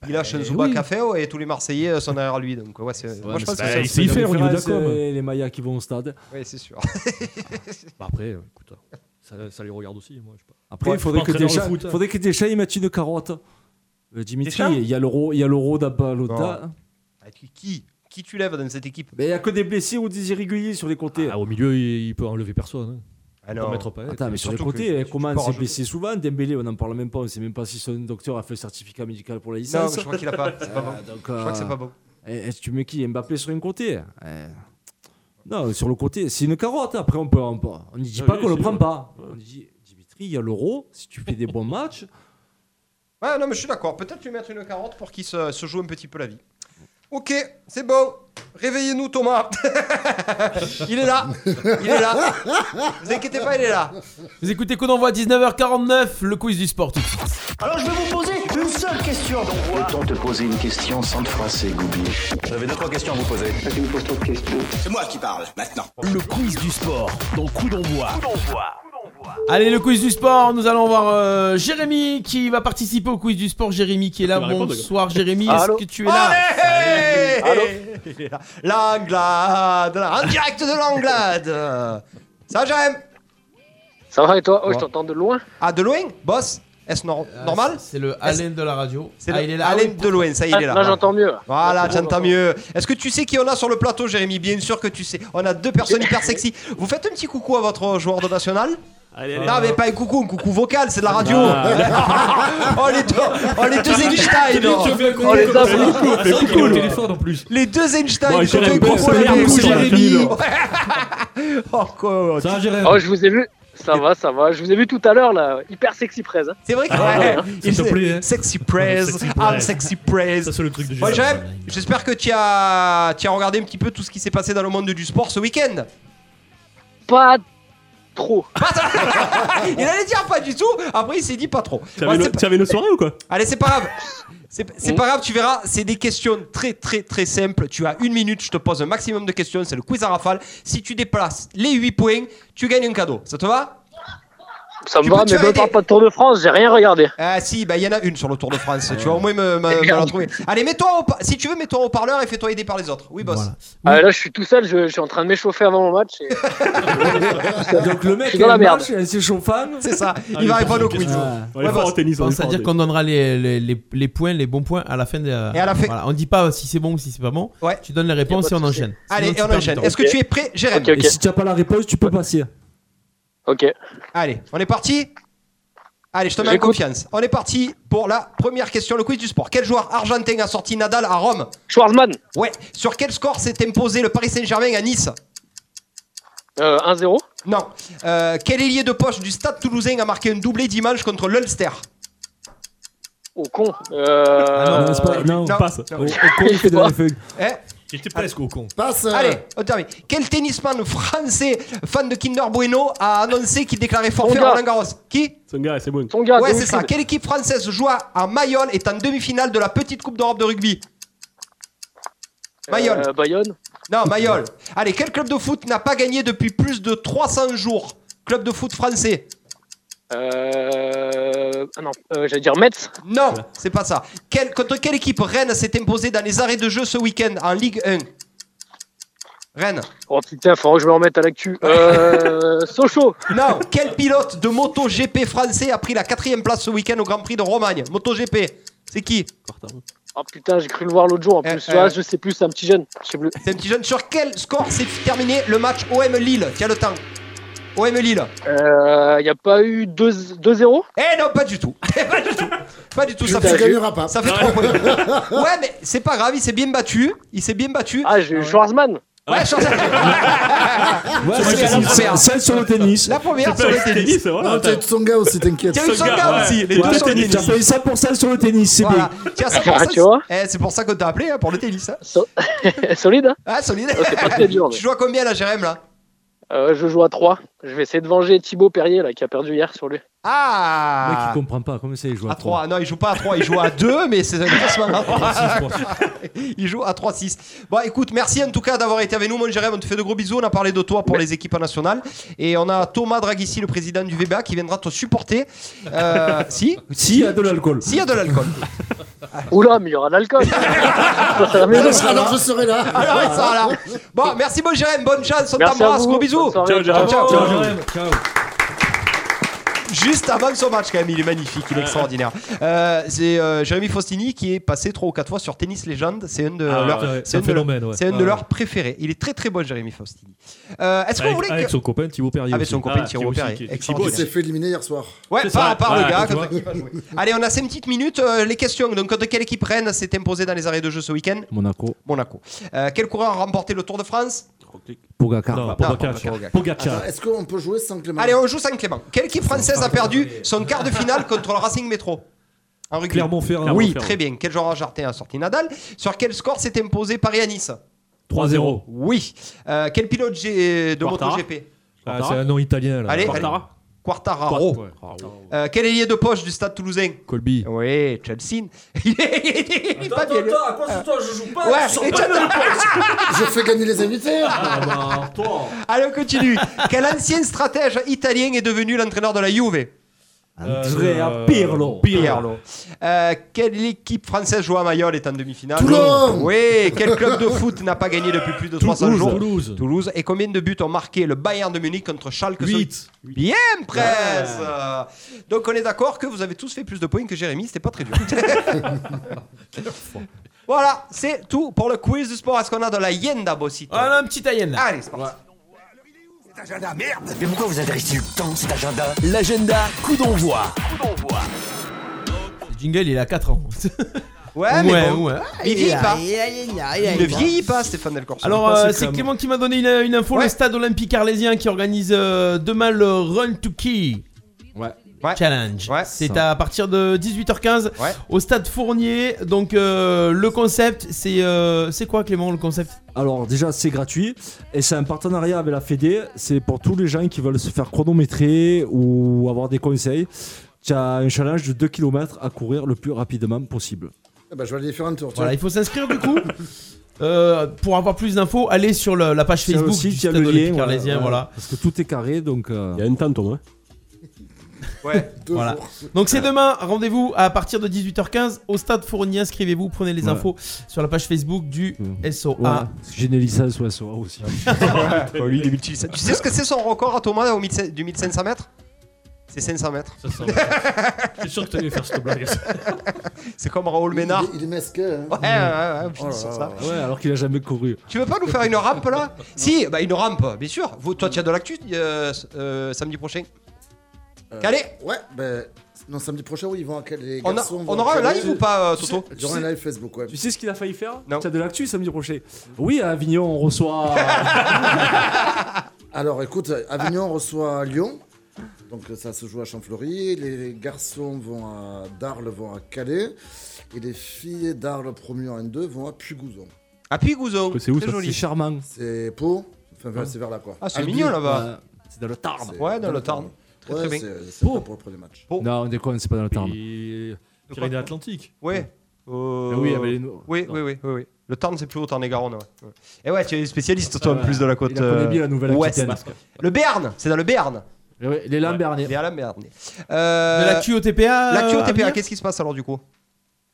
S3: il lâche un Zuba Café oh, et tous les Marseillais euh, sont derrière lui. Donc ouais, c'est. moi je pense que c'est-
S5: c'est
S7: fait au niveau de la
S5: référence,
S7: com.
S5: euh, Les Mayas qui vont au stade.
S3: Ouais, c'est sûr.
S7: bah après, euh, écoute, ça, ça les regarde aussi. Moi, je sais pas.
S5: Après,
S7: Ouais,
S5: il faudrait
S7: je
S5: que
S7: suis pas entraîneur
S5: Deschamps-
S7: de foot.
S5: faudrait que Deschamps y mette une carotte. Euh, Dimitri,
S3: Deschamps
S5: il y a l'euro, il y a l'euro
S3: Non.
S5: d'Abalota.
S3: Ah, tu- Qui qui tu lèves dans cette équipe
S5: Mais il y a que des blessés ou des irréguliers sur les côtés.
S7: Ah, au milieu, il, il peut enlever personne. hein. Il peut
S3: non.
S7: mettre pas.
S5: Attends, mais sur les
S3: surtout
S5: côtés,
S3: que
S5: eh,
S3: tu
S5: Coman
S3: peux
S5: s'est
S3: rajouter-
S5: blessé souvent. Dembélé, on n'en parle même pas. On ne sait même pas si son docteur a fait le certificat médical pour la
S3: Non,
S5: licence.
S3: mais je crois qu'il a pas. C'est pas bon.
S5: Euh, donc,
S3: Je crois que c'est
S5: euh,
S3: pas bon.
S5: eh, eh, tu mets qui Mbappé sur un côté Eh, Non, sur le côté, c'est une carotte. Après, on peut, on peut- on ne dit
S11: Ah
S5: pas
S11: oui,
S5: qu'on le
S11: c'est
S5: prend
S11: vrai.
S5: pas. On dit Dimitri, il y a l'euro. Si tu fais des bons matchs,
S3: Ouais, Ah, non, mais je suis d'accord. Peut-être lui mettre une carotte pour qu'il se, se joue un petit peu la vie. Ok, c'est bon. Réveillez-nous, Thomas. il est là. Il est là. Vous inquiétez pas, il est là.
S15: Vous écoutez Coup d'envoi 19h49, le quiz du sport tout de suite.
S17: Alors je vais vous poser une seule question.
S18: Autant te poser une question sans te froisser, Goubi. J'avais deux, trois questions à vous poser. Tu me poses trop de questions. C'est moi qui parle, maintenant.
S9: Le quiz du sport dans Coup d'envoi.
S15: Allez, le quiz du sport, nous allons voir euh, Jérémy qui va participer au quiz du sport. Jérémy qui est là.
S3: Tu vas répondre,
S15: Bonsoir
S3: gars.
S15: Jérémy,
S3: Allô
S15: est-ce que tu es là
S3: Allez
S15: Allô
S3: Il est là. L'Anglade. En direct de l'Anglade. Ça, j'aime.
S19: Ça va et toi
S3: Oh, je
S19: t'entends de loin
S3: Ah, de loin Boss Est-ce nor- normal
S15: C'est le Alain de la radio.
S3: C'est
S15: Ah,
S3: le-
S15: il est là.
S3: Alain
S15: Ah oui,
S3: de loin, ça y est, il est là.
S19: Là, j'entends mieux.
S3: Voilà,
S19: Là,
S3: j'entends
S19: j'entends.
S3: mieux. Est-ce que tu sais qui on a sur le plateau, Jérémy Bien sûr que tu sais. On a deux personnes hyper sexy. Vous faites un petit coucou à votre joueur de national
S8: Allez, allez.
S3: non mais pas un coucou, un coucou vocal, c'est de la radio.
S8: Ah.
S3: oh les deux, oh les deux Einstein.
S8: Fais-lui- fais-lui
S7: Ah,
S8: un coucou.
S3: Oh, les deux-
S8: Fais-lui un coucou, fais-lui un coucou, le téléphone, en plus.
S3: Les deux Einstein.
S8: Bon,
S3: ils ont
S8: Jérémy,
S3: fait un coucou à
S8: grosse
S3: la
S8: merde,
S3: télé.
S8: sur la fille, là.
S3: Oh quoi
S7: Ça
S19: Oh, je vous ai vu. Ça va, ça va. Je vous ai vu tout à l'heure là, hyper sexy presse.
S3: C'est
S8: Ah
S3: vrai que ouais, il disait, sexy praise, I'm sexy praise. Ça
S7: c'est le truc de
S3: Ouais, Jérém, j'espère que tu as, tu as regardé un petit peu tout ce qui s'est passé dans le monde du sport ce week-end.
S19: Pas trop.
S3: il allait dire pas du tout, après il s'est dit pas trop.
S8: Tu avais
S3: Ouais,
S8: le-
S3: c'est pas-
S8: tu avais le soirée ou quoi
S3: Allez, c'est pas grave. C'est c'est
S19: Mm.
S3: pas grave, tu verras, c'est des questions très très très simples. Tu as une minute, je te pose un maximum de questions, c'est le quiz à rafale. Si tu déplaces les 8 points, tu gagnes un cadeau. Ça te va
S19: Ça me
S3: Tu
S19: va,
S3: peux- tu
S19: mais
S3: avais
S19: me
S3: des-
S19: parle pas de Tour de France, j'ai rien regardé.
S3: Ah si, bah il y en a une sur le Tour de France. tu vas au moins me, me- me la trouver. Allez, mets-toi au pa- si tu veux, mets-toi au parleur et fais-toi aider par les autres. Oui, boss.
S19: Ah, là, je suis tout seul, je, je suis en train de m'échauffer avant mon match. et-
S3: Ah,
S5: donc le
S19: Je
S5: mec
S19: suis
S5: il
S19: dans la merde.
S5: match, c'est chauffant.
S3: C'est Ah, ça.
S15: Il va répondre
S5: au
S15: quiz.
S5: On Ah, est fort au tennis, on est fort au
S15: C'est-à-dire
S5: tennis.
S15: qu'on donnera les, les, les, les points, les bons points à la fin de la.
S3: Et à la fin-
S15: Voilà, on dit pas si c'est bon ou si c'est pas bon. Tu donnes les réponses et on enchaîne.
S3: Allez,
S15: Sinon,
S3: et
S15: tu
S3: on
S15: perds du
S3: enchaîne.
S15: temps.
S3: Est-ce que tu es prêt, Jérém Euh,
S5: Et si tu n'as pas la réponse, tu peux passer.
S19: Ok.
S3: Allez, on est parti Allez, je te mets en
S5: J'écoute.
S3: confiance. On est parti pour la première question, le quiz du sport. Quel joueur argentin a sorti Nadal à Rome
S19: Schwarzman.
S3: Ouais. Sur quel score s'est imposé le Paris Saint-Germain à Nice
S19: Euh, 1-0
S3: Non. Euh, quel ailier de poche du Stade Toulousain a marqué un doublé dimanche contre l'Ulster
S19: Au con. Euh...
S7: Ah
S3: non, c'est pas- non, passe.
S5: Au con, il fait de la feuille.
S3: Eh,
S7: J'étais presque au con.
S6: Passe.
S3: Allez, on termine. Quel tennisman français, fan de Kinder Bueno, a annoncé qu'il déclarait forfait
S8: Tsonga.
S3: Roland Garros Qui
S8: Tsonga, c'est bon.
S3: Ouais, c'est ça. Quelle équipe française joue à Mayol est en demi-finale de la petite Coupe d'Europe de rugby Mayol.
S19: Euh, Bayonne.
S3: Non, Mayol. Allez, quel club de foot n'a pas gagné depuis plus de 300 jours Club de foot français
S19: Euh... Ah non, euh, j'allais dire Metz.
S3: Non, c'est pas ça. Quelle- contre quelle équipe Rennes s'est imposée dans les arrêts de jeu ce week-end en Ligue 1 Rennes.
S19: Oh putain, faudra que je me remette à l'actu. Euh... Sochaux.
S3: Non, quel pilote de MotoGP français a pris la quatrième place ce week-end au Grand Prix de Romagne MotoGP, c'est qui
S19: Oh putain, j'ai cru le voir l'autre jour. En plus,
S3: eh,
S19: là,
S3: ouais.
S19: je sais plus, c'est un petit jeune. Je sais plus.
S3: C'est un petit jeune. Sur quel score s'est terminé le match OM Lille Tiens le temps. OM Lille.
S19: Euh, y a pas eu 2-0
S3: Eh non, pas du tout. pas du tout. Pas du tout.
S19: Putain, je-
S3: Ça fait trois points. Ouais, mais c'est pas grave. Il s'est bien battu. Il s'est bien battu.
S19: Ah, j'ai eu Schwarzman.
S5: Ah.
S3: Ouais, Schwarzman.
S19: Ouais,
S3: c'est
S19: c'est-
S3: la première.
S6: celle sur le tennis.
S3: La première sur le tennis.
S6: Non, t'as eu Tsonga aussi, t'inquiète.
S3: T'as eu Tsonga Tsonga, aussi, ouais. les deux sur le tennis.
S6: T'as pas eu ça pour celle sur le tennis, c'est
S3: Voilà.
S6: bien.
S3: Tiens,
S19: Ah,
S3: c'est pour, ça, eh, c'est pour ça qu'on t'a appelé, hein, pour le tennis. hein.
S19: Solide, hein
S3: Ah, solide.
S19: Oh, c'est pas très dur, mais.
S3: tu joues à combien là, Jérém là
S19: Euh, je joue à 3. Je vais essayer de venger Thibaut Perrier là, qui a perdu hier sur lui.
S11: Le mec,
S3: Ah
S11: il comprend pas. Comment ça, il joue à
S3: à
S11: 3
S3: 3, non, il joue pas à 3, il joue à 2, mais c'est un classement à trois.
S11: Six, je
S3: Il joue à 3-6. Bon, écoute, merci en tout cas d'avoir été avec nous, mon Jérém. On te fait de gros bisous. On a parlé de toi pour les équipes nationales. Et on a Thomas Dragissi, le président du VBA, qui viendra te supporter. Euh, si
S11: S'il y a de l'alcool.
S3: S'il y a de l'alcool.
S19: Oula, mais il y aura de l'alcool.
S6: Alors, alors, je serai là.
S3: Alors, il sera là. Bon, merci, mon Jérém. Bonne chance. On
S19: Merci à
S3: t'embrasse.
S19: vous.
S3: Gros bisous.
S19: Bonne soirée. Ciao, Jérém. Ciao, Jérém.
S3: Juste avant son match, quand même, il est magnifique, il est extraordinaire. Euh, c'est euh, Jérémy Faustini qui est passé 3 ou 4 fois sur Tennis Légende. C'est un de
S7: Ah,
S3: leurs
S7: ouais,
S3: c'est
S7: un
S3: un de leurs-
S7: phénomène, ouais.
S3: c'est un de
S7: Ouais.
S3: leurs préférés. Il est très très bon, Jérémy Faustini. Euh, Est-ce que vous
S7: Avec-
S3: voulez que-
S7: Avec son copain Thibaut Perrier.
S3: Avec
S7: aussi.
S3: son copain
S7: Ah,
S3: Thibaut
S7: aussi,
S3: Perrier,
S7: qui- qui-
S3: excellent.
S6: Il
S7: qui-
S6: s'est fait éliminer hier soir.
S3: Ouais,
S7: C'est
S3: par,
S7: ça,
S3: par
S7: ouais,
S3: le gars. contre
S7: tu vois.
S3: qui va jouer. Allez, on a 5 petites minutes. euh, les questions. Donc, contre quelle équipe Rennes s'est imposée dans les arrêts de jeu ce week-end
S11: Monaco.
S3: Monaco. Euh, quel coureur a remporté le Tour de France
S11: Pogacar.
S7: Non,
S3: Non,
S7: Pogacar.
S3: Pogacar.
S7: Pogacar.
S6: Attends, Est-ce qu'on peut jouer sans Clément
S3: Allez, on joue sans Clément. Quelle équipe française a perdu son quart de finale contre le Racing Métro En rugby.
S7: Clermont-Ferrand.
S3: Oui,
S7: Clermont-Ferrand.
S3: très bien. Quel genre Jartin a sorti Nadal Sur quel score s'est imposé Paris à Nice
S7: 3-0.
S3: Oui. Euh, quel pilote G- euh, de
S7: Quartara.
S3: MotoGP
S7: Ah, c'est un nom italien là.
S3: Allez, allez.
S7: Quartara.
S3: Quartararo. Euh, quel ailier de poche du stade toulousain
S7: Colby.
S3: Oui, Chelsea. Il est- il est pas bien, lui.
S5: à quoi c'est toi Je joue
S3: Ouais, et tu-
S6: Je fais gagner les invités.
S7: Ah, bah,
S3: Allez, on continue. Quel ancien stratège italien est devenu l'entraîneur de la Juve
S5: Andrea Euh, Pirlo.
S3: Pirlo. Euh, quelle équipe française joue à Mayol est en demi-finale
S6: Toulon
S3: Oui, quel club de foot n'a pas gagné depuis plus de 300 jours
S7: Toulouse.
S3: Toulouse. Et combien de buts ont marqué le Bayern de Munich contre Schalke
S7: 8.
S3: Bien, presse Euh, Donc on est d'accord que vous avez tous fait plus de points que Jérémy, c'était pas très dur. voilà, c'est tout pour le quiz du sport. Est-ce qu'on a de la Yenda Bossito
S15: On a un petit Ayen.
S3: Allez, c'est parti.
S18: Agenda, merde Mais pourquoi vous intéressez le temps, cet agenda
S9: L'agenda coup d'envoi.
S15: Le jingle, il a 4 ans.
S3: Ouais, Ah, mais
S15: Ouais,
S3: bon.
S15: ouais.
S3: Il vieillit pas. Il ne
S15: ne
S3: vieillit pas, Stéphane Del Corso.
S15: Alors, euh, c'est Clément qui m'a donné une, une info.
S3: Ouais.
S15: Le stade olympique arlésien qui organise euh, demain le Run to Key.
S3: Ouais. Ouais.
S15: Challenge.
S3: Ouais.
S15: C'est à partir de 18h15
S3: Ouais.
S15: au stade Fournier. Donc euh, le concept, c'est euh, c'est quoi Clément le concept
S5: Alors déjà c'est gratuit et c'est un partenariat avec la Fédé. C'est pour tous les gens qui veulent se faire chronométrer ou avoir des conseils. Tu as un challenge de 2 km à courir le plus rapidement possible.
S6: Eh ben, je vais aller faire un tour.
S15: Voilà, il faut s'inscrire du coup. Euh, pour avoir plus d'infos, allez sur le- la page
S5: Sur le
S15: Facebook du
S5: site, il y a
S15: stade
S5: le
S15: olympique
S5: lien. voilà,
S15: arlésien.
S5: ouais,
S15: Voilà.
S5: Parce que tout est carré donc. euh,
S8: Il y a une tente, au moins.
S3: Ouais.
S15: Voilà. Donc c'est demain, rendez-vous à partir de 18h15 au stade Fournier. Inscrivez-vous, prenez les
S5: Ouais.
S15: infos sur la page Facebook du SOA.
S5: voilà. Parce que J'ai une licence au SOA
S3: Eh,
S5: aussi.
S3: Oh, Tu sais ce que c'est son record à Thomas au 1500 du 1500 mètres C'est 500 mètres.
S7: Je suis sûr que tu allais faire cette blague.
S3: C'est comme Raoul Ménard.
S6: Il est hein. mesquin.
S3: Ouais, ouais, ouais, je suis
S7: Oh
S6: là
S3: sûr
S6: là.
S3: ça.
S5: Oh Ouais, alors qu'il a jamais couru.
S3: Tu veux pas nous faire une rampe là Si, bah une rampe, bien sûr. Vous, toi, tu as de l'actu euh, s- euh, samedi prochain
S6: Euh.
S3: Calais
S6: Ouais, ben. Non, samedi prochain, oui, ils vont à Calais.
S3: On a- on aura un live ou pas, euh, Toto
S6: Il y aura un live Facebook, ouais.
S5: Ah, Tu sais ce qu'il a failli faire
S3: Non.
S5: Tu as de l'actu samedi prochain. Oui, à Avignon, on reçoit.
S6: Alors écoute, Avignon reçoit Lyon. Donc ça se joue à Champfleury. Les garçons vont à Darles, vont à Calais. Et les filles d'Arles promues en N2 vont à Pugouzon.
S3: À Pigouzeau.
S6: C'est où, ça
S3: joli.
S6: C'est
S5: charmant.
S6: C'est Pau Enfin, vers- c'est vers là quoi.
S3: Ah, c'est mignon là-bas.
S5: C'est dans le Tarn.
S3: Ouais, dans le Tarn. Très très
S6: Ouais,
S3: bien.
S6: c'est- C'est pas pour le premier match.
S5: Non, on déconne, c'est pas dans le Tarn.
S7: Pyrénées-Atlantiques.
S3: Ouais.
S7: Euh, Ah
S5: Mais oui, il y
S7: bah,
S5: avait les no-
S3: Euh, oui, oui, oui, oui, oui. Le Tarn, c'est plus haut, Tarn-et-Garonne. Ouais. Ouais. Et ouais, tu es spécialiste, toi,
S5: Ah
S3: en plus
S5: ouais.
S3: de la côte. euh,
S5: Il la connaît bien, la Nouvelle-Aquitaine.
S3: ouest. Le Béarn, c'est dans le Béarn.
S5: les lames Béarnais.
S3: Les lames Béarnais. Euh,
S20: De la QOTPA,
S3: La
S20: euh, à
S3: QOTPA,
S20: venir
S3: qu'est-ce qui se passe alors du coup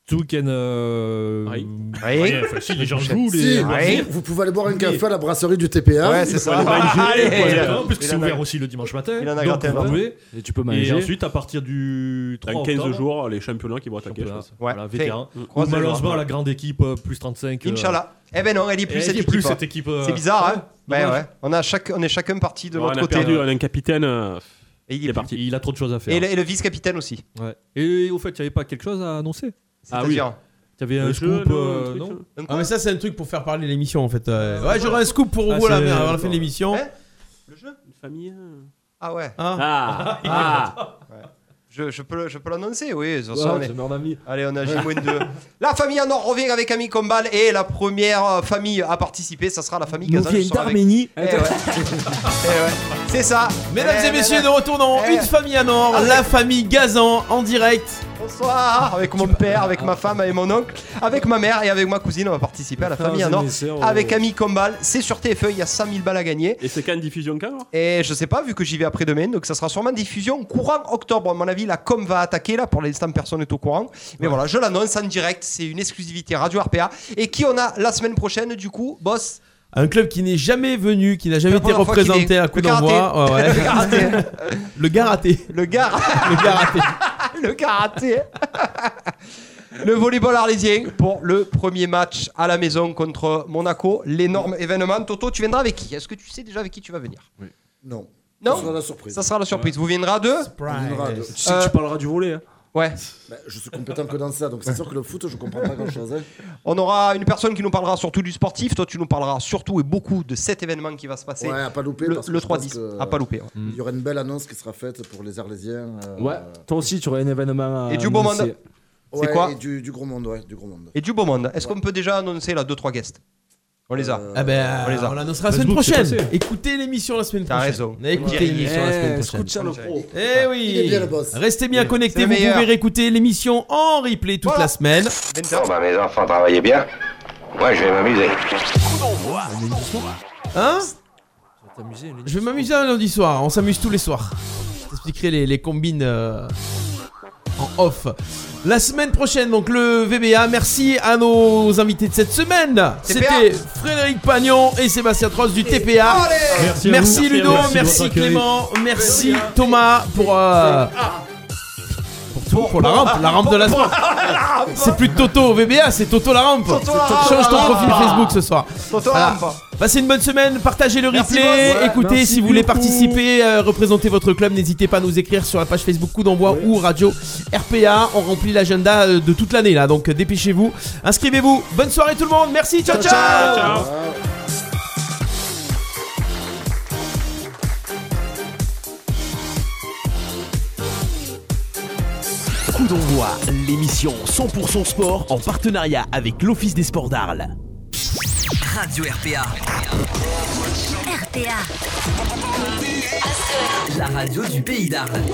S7: Tout can. Euh... Oui. enfin, si, les gens jouent.
S6: Si,
S7: Les...
S6: vous- vous pouvez aller boire un café à la brasserie du TPA.
S7: Ouais, c'est ça. Allez, voilà, parce que
S6: Il
S7: c'est
S6: en a-
S7: ouvert aussi le dimanche matin.
S6: il en a
S7: Donc,
S6: gratté un
S7: vous
S6: peu.
S7: pouvez.
S5: Et tu peux
S7: Et
S5: manger.
S7: ensuite, à partir du 3
S8: Dans 15
S7: octobre,
S8: jours, les championnats qui vont attaquer, je pense.
S7: voilà, vétéran.
S8: Fait.
S7: Ou
S8: Croisez les
S7: malheureusement,
S8: bras.
S7: la grande équipe, euh, plus 35. euh,
S3: Inch'Allah. Eh ben non, elle est plus,
S7: elle
S3: cette,
S7: est
S3: équipe,
S7: plus
S3: hein.
S7: cette équipe, euh,
S3: C'est bizarre, hein
S7: ouais,
S3: Ben
S7: dommage.
S3: ouais. On, a chaque, on est chacun parti de
S8: on
S3: l'autre
S8: a
S3: côté.
S8: perdu un capitaine. euh,
S3: il,
S8: est parti.
S7: Il a trop de choses à faire.
S3: Et le, et le vice-capitaine aussi.
S7: Ouais. Et au fait, il n'y avait pas quelque chose à annoncer
S3: C'est-à-dire
S7: Tu avais un
S3: Le jeu,
S7: scoop,
S3: le
S7: euh,
S3: truc,
S7: non
S3: le-
S4: Ah mais ça c'est un truc pour faire parler l'émission en fait. euh,
S3: Ah,
S4: ouais j'aurais un scoop pour vous là mais avant la fin de l'émission.
S3: Le
S8: jeu Une famille. euh.
S3: Hein Ah ouais.
S8: Ah. Ah.
S3: Ouais. Je, je peux, le- je peux l'annoncer, oui. sur
S8: Ouais,
S3: ça, on
S8: c'est mon ami.
S3: Allez, on a J-2. la famille en or revient avec Ami Combal et la première euh, famille à participer, ça sera la famille
S21: Nous
S3: Kazan, je
S21: vient
S3: serai avec-
S21: d'Arménie.
S3: Eh ouais. Eh ouais. C'est ça.
S20: Mesdames
S3: Eh,
S20: et messieurs,
S3: nanana.
S20: nous retournons
S3: Eh.
S20: une famille à Nord, la famille Gazan en direct.
S3: Bonsoir, avec mon père, avec ma femme et mon oncle, avec ma mère et avec ma cousine, on va participer à la
S8: Frères
S3: famille
S4: Ah,
S8: et
S3: en or
S8: mes sœurs,
S3: avec
S8: euh.
S3: Ami Combal. C'est sur TF1, il y a 5000 balles à gagner.
S8: Et c'est quand diffusion quand alors
S3: Et je sais pas, vu que j'y vais après-demain, donc ça sera sûrement diffusion courant octobre. À mon avis, la com va attaquer là. Pour l'instant, personne n'est au courant. Mais voilà, je l'annonce en direct. C'est une exclusivité Radio RPA. Et qui on a la semaine prochaine, du coup, boss
S4: Un club qui n'est jamais venu, qui n'a jamais
S3: La
S4: été
S3: première fois qu'il
S4: représenté
S3: est-
S4: à coup
S3: le karaté.
S4: d'envoi. Ouais, ouais.
S3: Le karaté.
S4: Le garaté.
S3: Le gar.
S4: Le garaté.
S3: le karaté. Le volleyball arlésien pour le premier match à la maison contre Monaco. L'énorme événement. Toto, tu viendras avec qui Est-ce que tu sais déjà avec qui tu vas venir
S6: Non.
S3: Non
S6: Ça sera la surprise.
S3: Ça sera la surprise. Vous viendrez à deux
S6: On viendra à deux.
S3: Euh,
S6: parleras du hein. volet.
S3: Ouais.
S6: je suis compétent que dans ça, donc c'est sûr que le foot, je comprends pas hein. grand chose.
S3: On aura une personne qui nous parlera surtout du sportif. Toi, tu nous parleras surtout et beaucoup de cet événement qui va se passer.
S6: Ouais, à pas louper.
S3: Le,
S6: parce que
S3: le
S6: je pense
S3: 3-10.
S6: que
S3: À pas louper. ouais.
S6: Il y aura une belle annonce qui sera faite pour les Arlésiens. euh,
S5: Ouais, toi aussi, tu aurais un événement euh, à
S3: Et du beau monde.
S5: annoncer.
S3: C'est
S6: ouais,
S3: quoi
S6: et du, du gros monde, ouais, du gros monde.
S3: Et du beau monde. Est-ce qu'on peut déjà annoncer là 2-3 guests On les
S6: Euh,
S3: a.
S4: Ah ben,
S3: on les a.
S4: on l'annoncera la semaine prochaine. Écoutez l'émission la semaine
S3: T'as
S4: prochaine.
S3: raison.
S4: Écoutez
S3: Ouais.
S4: l'émission la
S3: Eh,
S4: semaine
S3: scout sur
S4: prochaine.
S3: le pro.
S4: Eh oui.
S3: Il est bien, le boss.
S4: Restez bien
S3: C'est
S4: connectés.
S3: le
S4: Vous
S3: meilleur.
S4: pouvez réécouter l'émission en replay toute la semaine.
S22: Bon, bah, mes enfants, travaillez bien. Moi, je vais m'amuser.
S4: Ah, Hein Je vais m'amuser un lundi soir, on s'amuse tous les soirs. Je t'expliquerai les, les combines euh, en off. La semaine prochaine, donc le VBA, merci à nos invités de cette semaine. C'était Frédéric Pagnon et Sébastien Tross du TPA.
S20: Allez Merci à vous.
S4: Ludo,
S20: Merci à vous.
S4: merci,
S20: Merci de votre
S4: Clément, merci
S6: hein.
S4: Thomas pour... euh, pour tout, pour la rampe, la rampe de la semaine. C'est plus Toto au VBA, c'est Toto la rampe.
S3: Toto la rampe.
S4: Change ton profil
S3: Ah.
S4: Facebook ce soir.
S3: Toto la rampe.
S4: Passez une bonne semaine, partagez le
S3: Merci,
S4: replay,
S3: boss. Ouais,
S4: écoutez
S3: merci
S4: si vous voulez
S3: beaucoup.
S4: participer, euh, représenter votre club, n'hésitez pas à nous écrire sur la page Facebook Coup d'envoi ou Radio RPA. On remplit l'agenda euh, de toute l'année là, donc euh, dépêchez-vous, inscrivez-vous. Bonne soirée tout le monde, merci, ciao. ciao, ciao.
S23: Coup d'envoi, l'émission 100% sport en partenariat avec l'Office des sports d'Arles.
S24: Radio RPA. RPA. La radio du pays d'Arles.